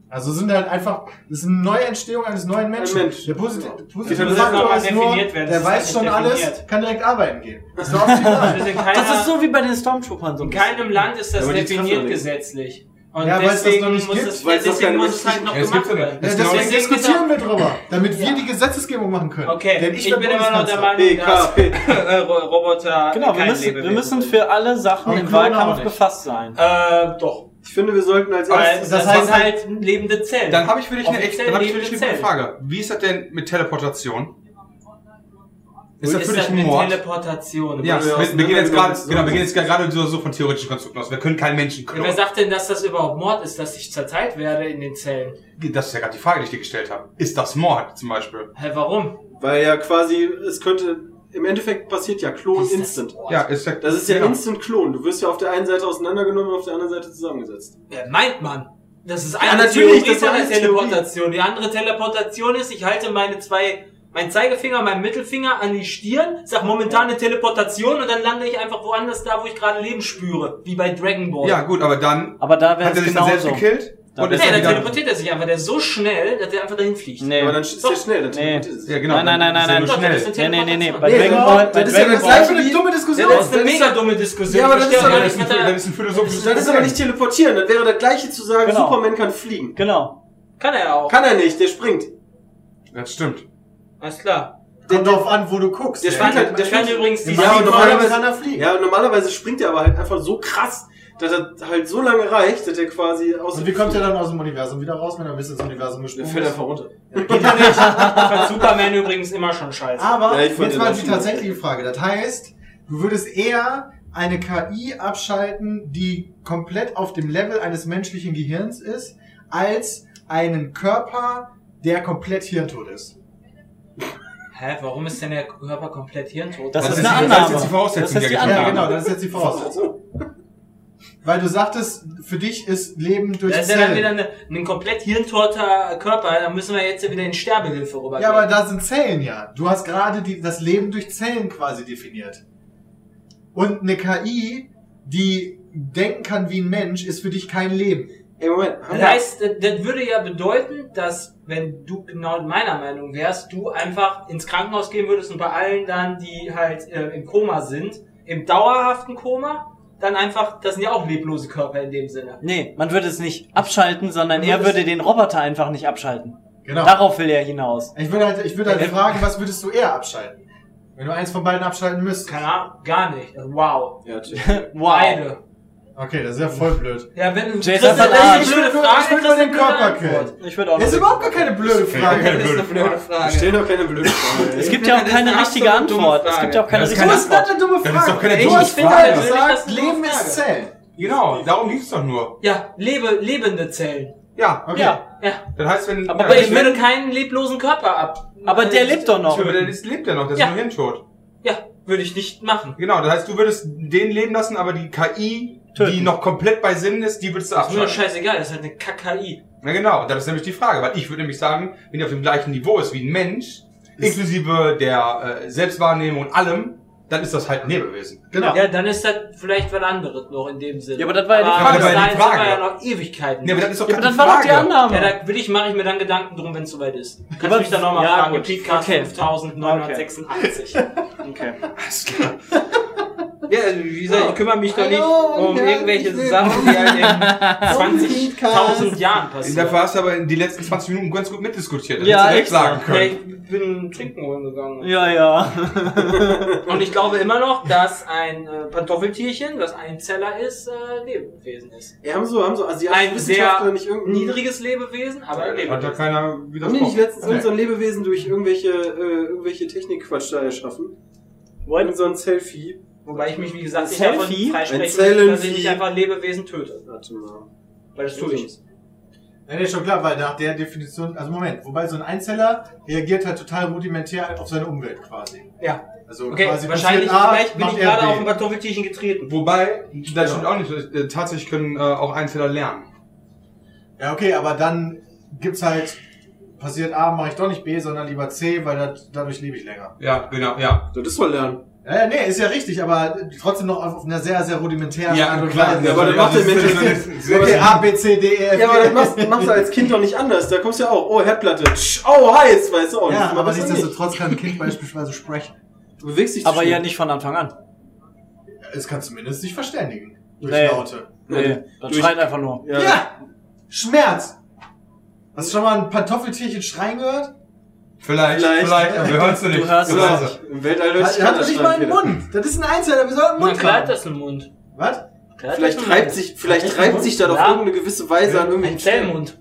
B: Also sind halt einfach, das ist eine Neuentstehung eines neuen Menschen.
F: Ein Mensch.
B: Der positive,
F: Genau.
B: positive
D: Das muss
B: Faktor
D: nochmal
B: ist nur,
D: definiert werden.
B: der
D: Das
B: weiß
D: ist
B: schon
D: nicht
B: alles,
D: definiert.
B: kann direkt arbeiten gehen. Das ist doch optimal.
D: Das ist in
A: Das ist
D: keiner,
A: so wie bei den Stormtroopern. So
D: in keinem Land ist das
F: Aber die treffen doch
D: definiert
F: nicht.
D: gesetzlich. Und
B: Ja, weil es das noch
D: deswegen
B: nicht
D: muss
B: gibt,
D: es,
F: weil es das
D: deswegen
F: keine
D: muss es halt noch
C: Ja, das
D: gemacht
C: gibt's ja
D: werden.
C: nicht.
B: Ja,
C: Das
B: deswegen
D: ist genau-
B: diskutieren wir drüber, damit wir die Gesetzesgebung machen können.
D: Okay,
B: Denn
D: ich,
B: werd
D: bin immer noch der
B: Bundeskanzler.
D: Meinung, dass
F: PKP.
D: äh, Ro- Roboter
A: Genau, wir
D: kein
A: müssen, wir
D: Lebewesen
A: müssen
D: sind.
A: für alle Sachen
B: Aber
A: im
B: Klone auch
A: Wahlkampf
B: nicht.
A: befasst sein.
D: Äh, doch.
F: Ich finde, wir sollten als
D: Weil
F: erstes.
D: das,
B: das heißt
D: heißt halt lebende Zellen.
C: Dann habe ich für dich eine echte,
D: Offiziell
C: dann hab ich für
D: lebende
C: dich eine gute
D: Zellen.
C: Frage. Wie ist das denn mit Teleportation? Ist das für dich
D: eine
C: ein Mord?
D: Teleportation.
C: Ja,
D: Was-
C: wir,
F: Ja,
C: wir, gehen jetzt
F: ja,
C: gerade,
F: ja.
C: genau, wir gehen jetzt gerade so, so von theoretischen Konstrukten aus. Wir können keinen Menschen
D: Wer
C: klonen.
D: sagt denn, dass das überhaupt Mord ist, dass ich zerteilt werde in den Zellen?
C: Das ist ja gerade die Frage, die ich dir gestellt habe. Ist das Mord zum Beispiel?
D: Hä, warum?
F: Weil ja quasi, es könnte. Im Endeffekt passiert ja Klon
D: Ist das
F: instant.
D: Mord?
C: Ja, ist ja.
F: Das ist ja
C: genau.
F: instant Klon. Du wirst ja auf der einen Seite auseinandergenommen und auf der anderen Seite zusammengesetzt.
D: Ja, meint man. Das ist eine
F: natürlich,
D: Theorie
F: das ist
D: von der
F: eine Theorie.
D: Teleportation. Die andere Teleportation ist, ich halte meine zwei, mein Zeigefinger, meinen Mittelfinger an die Stirn, sag momentane Teleportation und dann lande ich einfach woanders da, wo ich gerade Leben spüre. Wie bei Dragon Ball.
C: Ja, gut, aber dann
A: Aber da wäre
C: hat er
A: es
C: sich dann selbst
A: genauso.
C: gekillt
A: Da
C: und
A: wär-
C: ist
D: Nee,
C: dann
D: dann
C: wieder.
D: teleportiert er sich einfach. Der ist so schnell, dass der einfach dahin fliegt.
A: Nee.
F: Aber dann ist ja
D: Doch.
F: schnell. Dann
A: Nee.
F: teleportiert es.
C: Ja, genau.
A: Nein, nein,
C: dann
A: nein, nein,
C: ist er
D: nein.
C: nur
D: Doch,
C: Schnell.
D: das
A: Nee, nee, nee, nee. Bei
B: Nee,
A: Dragon
B: genau,
A: Ball, bei
B: das ist ja
A: Dragon
B: das
A: Ball.
B: gleiche wie eine dumme Diskussion.
D: Das ist eine
F: Das ist
D: mega dumme Diskussion.
F: Ja,
D: Ich
F: aber das ist
D: verstehe
F: doch
D: auch
C: Das
D: nicht,
C: ist
D: was
C: ein,
D: da-
C: das ist ein philosophisches
F: Das ist aber nicht teleportieren. Das wäre das gleiche zu sagen,
A: Genau.
F: Superman kann fliegen.
A: Genau.
D: Kann er ja auch.
F: Kann er nicht, der springt.
C: Das stimmt.
D: Alles klar.
B: Kommt drauf an, wo du guckst.
F: Der
B: Ja.
F: springt halt, der
D: Ich kann
F: springt
D: übrigens die
B: Im Mario
F: Ja,
D: Sieben-
F: aber
B: Kart
F: normalerweise-
B: kann er fliegen.
F: Ja, normalerweise springt er aber halt einfach so krass, dass er halt so lange reicht, dass er quasi aus
B: Und Also, wie kommt er dann aus dem Universum wieder raus, wenn er bis ins Universum
F: Der
B: gesprungen
F: fällt
B: ist?
F: einfach runter.
D: Ich fand Superman übrigens immer schon scheiße.
B: Aber
F: Ja, ich fand
B: jetzt
F: den
B: mal
F: auch
B: die
F: schon
B: tatsächliche Frage. Das heißt, du würdest eher eine KI abschalten, die komplett auf dem Level eines menschlichen Gehirns ist, als einen Körper, der komplett hirntot ist.
D: Hä, warum ist denn der Körper komplett hirntot?
A: Das,
C: Das
A: ist
C: ist
A: eine
C: die-
A: Annahme.
C: das ist jetzt die Voraussetzung,
A: Das ist
C: die
A: die
C: er
A: Annahme.
C: getroffen
B: Ja,
C: Ja.
B: genau, das ist jetzt die Voraussetzung. Weil du sagtest, für dich ist Leben durch
D: das ist ja dann wieder
B: Zellen.
D: eine, ein komplett hirntorter Körper, da müssen wir jetzt ja wieder in Sterbehilfe rüber.
B: Ja, aber da sind Zellen ja. Du hast gerade die, das Leben durch Zellen quasi definiert. Und eine KI, die denken kann wie ein Mensch, ist für dich kein Leben.
F: Ey, Moment. haben
D: das
F: wir-
D: heißt, das, das würde ja bedeuten, dass, wenn du genau meiner Meinung wärst, du einfach ins Krankenhaus gehen würdest und bei allen dann, die halt äh, im Koma sind, im dauerhaften Koma, dann einfach, das sind ja auch leblose Körper in dem Sinne.
A: Nee, man würde es nicht abschalten, sondern
B: Man
A: er
B: würde es-
A: würde den Roboter einfach nicht abschalten.
B: Genau.
A: Darauf will er hinaus.
B: Ich würde halt, ich würde halt fragen, was würdest du eher abschalten? Wenn du eins von beiden abschalten müsstest.
D: Keine Ahnung, gar nicht. Also, Wow.
F: Ja, tschüss.
A: Wow.
D: Beide.
B: Okay, das ist ja voll blöd.
D: Ja, wenn du
A: Jason
D: das ist
A: hat
D: eine
A: Arsch.
B: ah,
D: blöde
B: Ich will nur-
D: Frage,
B: ich will
D: das ist
B: nur
D: eine
B: den
D: blöde
B: Körper
D: Antwort.
A: Ich würde auch
B: Das ist
A: noch.
B: überhaupt gar keine blöde Frage.
C: Keine
D: Das ist
C: blöde
D: eine blöde
C: Frage.
F: Wir
D: Frage.
F: stellen doch keine blöde Frage.
A: Es
F: ey.
A: gibt ja auch
D: Das ist eine
A: keine richtige
D: absolut dumme
A: Antwort. Es gibt ja auch keine
C: Das ist
A: richtige
B: Das ist
A: Antwort.
B: doch eine dumme
C: Das
B: Frage.
C: ist doch keine
B: du
C: dumme
B: hast
D: Frage.
B: gerade gesagt,
D: Das ist eine
B: Leben
D: dumme Frage.
B: ist Zellen.
C: Genau, darum ging es doch nur.
D: Ja, lebe, lebende Zellen.
C: Ja,
B: Okay.
A: Ja,
D: Ja.
C: das heißt, wenn.
A: Aber
C: ja,
D: Aber ich
A: ich
D: würde keinen leblosen Körper ab.
A: aber der lebt doch noch.
C: aber der ist- lebt ja noch, der ist
D: Ja.
C: nur hirntot.
D: Ja, würde ich nicht machen.
C: Genau, das heißt, du würdest den leben lassen, aber die KI, die
A: Töten.
C: noch komplett bei Sinn ist, die würdest du
D: Ist mir doch
C: abschalten.
D: scheißegal, das ist halt eine KKI.
C: Ja, genau. Das ist nämlich die Frage, weil ich würde nämlich sagen, wenn die auf dem gleichen Niveau ist wie ein Mensch, inklusive der äh, Selbstwahrnehmung und allem, dann ist das halt ein Lebewesen.
B: Genau.
D: Ja, dann ist das vielleicht was anderes noch in dem Sinne.
A: Ja, aber das war ja die
C: Frage.
D: bis
C: Ja, aber
D: dahin
C: die Frage.
D: sind wir ja noch Ewigkeiten.
C: Nee, aber das ist doch
A: Ja, aber
C: keine
A: das war doch die
C: Frage.
A: Annahme.
D: ja, da will ich, mache ich mir dann Gedanken drum, wenn es soweit ist. Kannst
A: Aber-
D: du mich dann nochmal
A: ja,
D: fragen,
A: gut.
D: Podcast
A: Okay.
D: 5986.
A: okay.
D: Ja,
C: äh,
D: also wie gesagt, ich kümmere mich doch nicht
B: Hallo und
D: um irgendwelche
B: herzlich
D: Sachen, die halt in
B: willkommen.
D: 20.000 Jahren
C: Dafür
D: passieren.
C: hast du aber in die letzten 20 Minuten ganz gut mitdiskutiert. Das
A: Ja,
C: hättest du direkt
A: echt,
C: sagen
A: ja.
D: Ja,
C: können.
D: ich bin trinken holen gegangen.
A: Ja, ja.
D: Und ich glaube immer noch, dass ein äh, Pantoffeltierchen, was ein Zeller ist, äh, Lebewesen ist.
F: Ja, haben so, haben so asiatische
D: Ein sehr
F: Wissenschaftler nicht
D: Mhm.
F: irgendein
D: Niedriges Lebewesen, aber ein
C: Hat ja
D: Lebewesen.
C: keiner
F: Haben die nicht
C: widersprochen.
F: letztens irgendein Lebewesen durch irgendwelche, äh, irgendwelche Technikquatsch da erschaffen? Irgend so ein Selfie.
D: Wobei ich mich, wie gesagt, nicht
A: Selfie?
D: davon freisprechen möchte,
F: Ein
D: dass ich
F: Zellenvieh.
D: nicht einfach Lebewesen töte.
F: Warte mal.
D: Weil das tue ich.
B: Ja, Ja, nee, schon klar, weil nach der Definition, also Moment, wobei so ein Einzeller reagiert halt total rudimentär halt auf seine Umwelt quasi.
I: Ja.
B: Also
I: Okay,
B: quasi
I: wahrscheinlich
B: passiert A,
I: vielleicht bin
B: macht
I: ich
B: er
I: gerade
B: B.
I: auf ein Kartoffeltierchen getreten.
C: Wobei, das stimmt auch nicht. Äh, Tatsächlich können äh, auch Einzeller lernen.
B: Ja, okay, aber dann gibt's halt, passiert A, mache ich doch nicht B, sondern lieber C, weil das, dadurch lebe ich länger.
C: Ja, genau, ja.
F: Das ist wohl lernen.
B: Ja, ja, nee, ist ja richtig, aber trotzdem noch auf auf einer sehr, sehr rudimentären
C: Ja,
B: Art und
C: klar,
B: Weise.
C: ja,
F: aber dann macht der Mensch
C: das
B: Okay, A, B, C, D, E, F,
F: Ja, aber
B: G.
F: das machst, machst du als Kind doch nicht anders. Da kommst du ja auch, oh, Herdplatte, tsch, oh, heiß, weißt du auch.
B: Ja,
F: Das
B: aber
F: machst du nicht.
B: nichtsdestotrotz kann ein Kind beispielsweise sprechen.
F: Du bewegst dich zu
A: Aber
F: schnell.
A: ja nicht von Anfang an.
B: Es kann zumindest sich verständigen. Durch
A: Nee.
B: Laute.
A: Nee, das schreit einfach nur.
F: Ja.
B: Ja! Schmerz! Hast du schon mal ein Pantoffeltierchen schreien gehört?
C: Vielleicht,
F: Vielleicht.
C: vielleicht, aber wir hören es nicht.
A: Du hörst
C: Wir
A: es
C: hören's
F: Genau. Im Weltall hört
B: Hat,
F: sich
B: hat
F: keiner
B: doch nicht mal
F: schreien
B: einen
F: wieder.
B: Mund! Das ist ein Einzelner, wir sollen einen
D: Na
B: Mund
D: klar,
B: haben!
D: hat das einen Mund.
B: Was?
D: Klar hat
F: Vielleicht
D: das einen
F: treibt
D: Mund.
F: sich, vielleicht
D: Echt?
F: treibt sich da doch
D: Ja.
F: irgendeine gewisse Weise an
D: Ein
F: irgendwelchen Stellen.
D: Zellmund.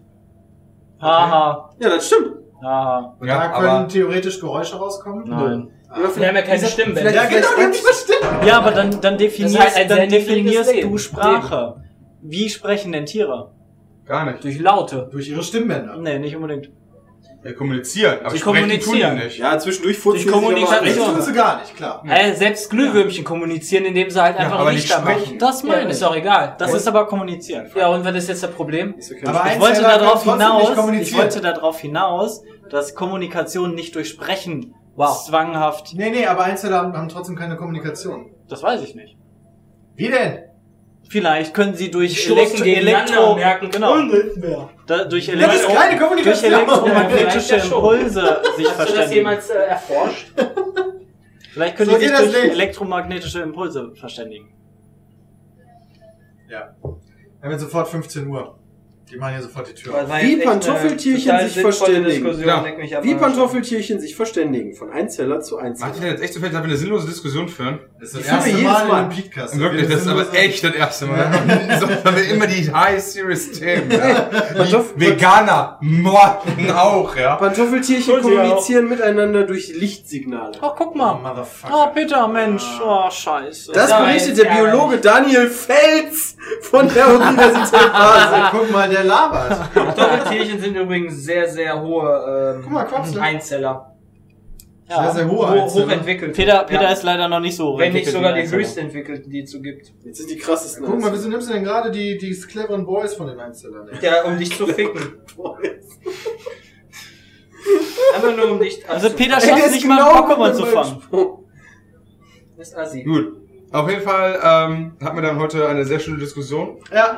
A: Haha.
F: Ja, das stimmt.
A: Haha.
C: Ja,
B: da
C: aber-
B: können theoretisch Geräusche rauskommen.
A: Nein.
F: Aber
D: Wir haben
F: vielleicht,
D: ja keine Stimmbänder.
B: Ja, genau, die haben sich verständigt.
A: Ja, aber dann, dann definierst,
D: Das ist halt ein sehr
A: dann
D: niedriges
A: definierst
D: Leben.
A: du Sprache. Wie sprechen denn Tiere?
C: Gar nicht.
A: Durch Laute.
B: Durch ihre Stimmbänder.
A: Nee, nicht unbedingt.
C: Wir kommunizieren, aber
D: Sie
C: sprechen
D: kommunizieren.
C: tun die nicht.
F: ja, zwischendurch furzt
D: Die Kommunikation.
B: Ich tun sie gar nicht, klar.
D: Hä, Äh, selbst Glühwürmchen kommunizieren, indem sie halt
C: Ja,
D: einfach
C: aber
D: Licht
C: nicht
D: anmachen.
C: sprechen.
A: Das
D: Ja,
A: meine ich.
D: ist doch egal.
A: Das ist aber kommunizieren.
D: ja, und was ist jetzt das Problem?
B: Aber
A: Ich wollte
B: Einzelner
A: darauf
B: können trotzdem nicht
A: hinaus, ich
B: kommunizieren.
A: wollte darauf hinaus, dass Kommunikation nicht durch Sprechen
D: Wow.
A: zwanghaft.
B: Nee, nee, aber Einzelner haben, haben trotzdem keine Kommunikation.
A: Das weiß ich nicht.
B: Wie denn?
A: Vielleicht können sie
D: Die
A: durch
D: stoßen
A: Elektro,
D: gegeneinander
A: Elektro
D: und merken,
A: genau,
B: mehr.
A: da, durch,
B: Das ist
A: Elektro,
B: keine
A: durch
B: Kommunikation.
A: elektromagnetische
D: Ja, vielleicht ja schon.
A: Impulse sich
D: Hast du das
A: verständigen.
D: jemals äh, erforscht?
A: Vielleicht können
B: So
A: sie sich
B: geht das
A: durch
B: nicht.
A: elektromagnetische Impulse verständigen.
B: Wir haben jetzt sofort 15 Uhr. Die machen hier sofort die Tür. auf.
F: Wie Pantoffeltierchen sich verständigen.
C: Ja.
F: Wie Pantoffeltierchen sich verständigen, von Einzeller zu
C: Macht ihr
F: Einzeller.
C: denn jetzt echt so fest, dass wir eine sinnlose Diskussion führen?
B: Das ist das
F: Ich fühle
B: erste
F: jedes
B: Mal,
F: Mal.
B: in einem Podcast.
C: Wirklich, das ist aber echt das erste Mal. so haben wir immer die high serious Themen. Ja.
F: Pantoff-
C: Die Veganer morden auch, ja.
F: Pantoffeltierchen kommunizieren miteinander durch Lichtsignale.
A: Oh, guck
B: Oh,
A: mal. Oh,
B: Motherfucker.
A: Peter, Mensch. Oh, scheiße.
F: Das
D: Ja,
F: berichtet
D: ist
F: der Biologe
D: ärgerlich.
F: Daniel Fels von der Universität Basel.
B: Also, guck mal, der labert.
I: Kartoffeltierchen sind übrigens sehr, sehr hohe ähm,
B: Guck mal, Quapsel.
I: Einzeller.
B: Sehr, sehr hohe
I: Ho
B: Einzelner.
I: hochentwickelt.
A: Peter, Peter
I: Ja.
A: ist leider noch nicht so
I: Wenn nicht
A: hochentwickelt
I: sogar
A: wie
I: die
A: Einzelner.
I: höchstentwickelten, die es so gibt.
F: Jetzt sind die krassesten.
B: Guck mal, wieso nimmst du denn gerade die, die cleveren Boys von den Einzelnen? ey?
I: Ja, um dich zu ficken. Einfach nur um dich
A: Also
I: abzu-
A: Peter schafft nicht mal einen Pokémon zu fangen.
I: Das ist assi.
C: Gut. Auf jeden Fall ähm, hatten wir dann heute eine sehr schöne Diskussion.
B: Ja,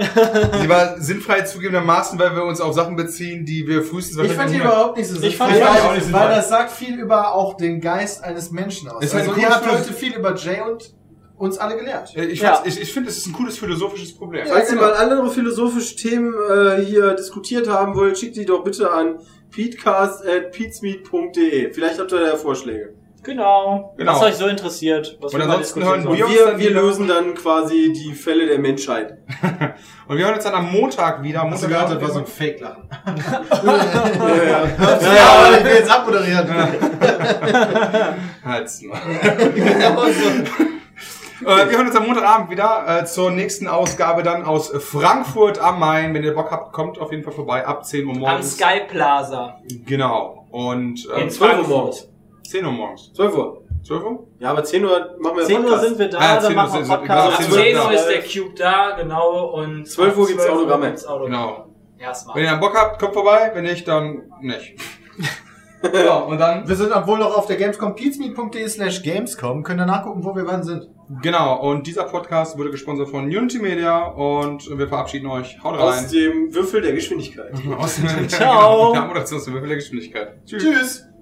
C: Sie war sinnfrei zugegebenermaßen, weil wir uns auf Sachen beziehen, die wir frühestens
B: ich fand die
C: Monat-
B: überhaupt nicht so sinnvoll.
A: fand
C: die
B: weil,
C: auch nicht sinnvoll.
B: weil das sagt viel über auch den Geist eines Menschen aus.
C: Ist halt
B: also
C: ein
B: ihr
C: cooles
B: habt
C: Plus.
B: heute viel über Jay und uns alle gelernt.
C: Äh, Ich, fand's- ich, ich finde, es ist ein cooles philosophisches Problem.
F: Falls
B: genau.
F: ihr mal andere philosophische Themen äh, hier diskutiert haben wollt, schickt die doch bitte an peatcast.peatsmeet.de. Vielleicht habt ihr da ja Vorschläge.
A: Genau.
C: Genau.
A: Was euch so interessiert. Was
C: Und
A: wir mal
C: ansonsten
A: diskutieren
C: hören
F: Und
A: sollen.
C: wir uns
F: wir,
C: dann
F: wir
C: wieder.
F: lösen dann quasi die Fälle der Menschheit.
C: Und wir hören uns dann am Montag wieder. Am
B: Hast du
C: Montag
B: gehört, das war so ein Fake-Lachen. ja,
F: Ja.
B: aber ich will jetzt abmoderieren.
C: Halt's mal. Äh, Wir hören uns am Montagabend wieder äh, zur nächsten Ausgabe dann aus Frankfurt am Main. Wenn ihr Bock habt, kommt auf jeden Fall vorbei ab 10 Uhr
D: Am
C: morgens.
D: Sky Plaza.
C: Genau. Und ähm,
D: In
F: 12 Uhr
D: Frankfurt.
F: morgens.
C: 10 Uhr morgens.
F: 12 Uhr.
C: 12 Uhr?
F: Ja, aber 10 Uhr machen wir
A: 10 Uhr
F: Podcast.
A: sind wir da,
C: Ah, ja, 10
A: dann
C: Uhr
A: machen wir
C: sind-
A: Podcast.
C: genau,
D: Ab
C: Uhr
D: 10
C: da.
D: Uhr ist der Cube da, genau. Und
F: 12 Uhr gibt's Autogramme.
D: gibt's Autogramme.
C: Genau.
D: Erstmal.
C: Wenn ihr dann Bock habt, kommt vorbei. Wenn nicht, dann nicht. ja, und dann.
B: Wir sind obwohl noch auf der Gamescom, peatsmeet.de slash Gamescom, können da nachgucken, wo wir wann sind.
C: Genau. Und dieser Podcast wurde gesponsert von Unity Media und wir verabschieden euch. Haut
F: Aus
C: rein.
F: dem Würfel der Geschwindigkeit.
C: Aus dem
A: Ciao.
C: Ja, Moderation aus dem Würfel der Geschwindigkeit.
B: Tschüss.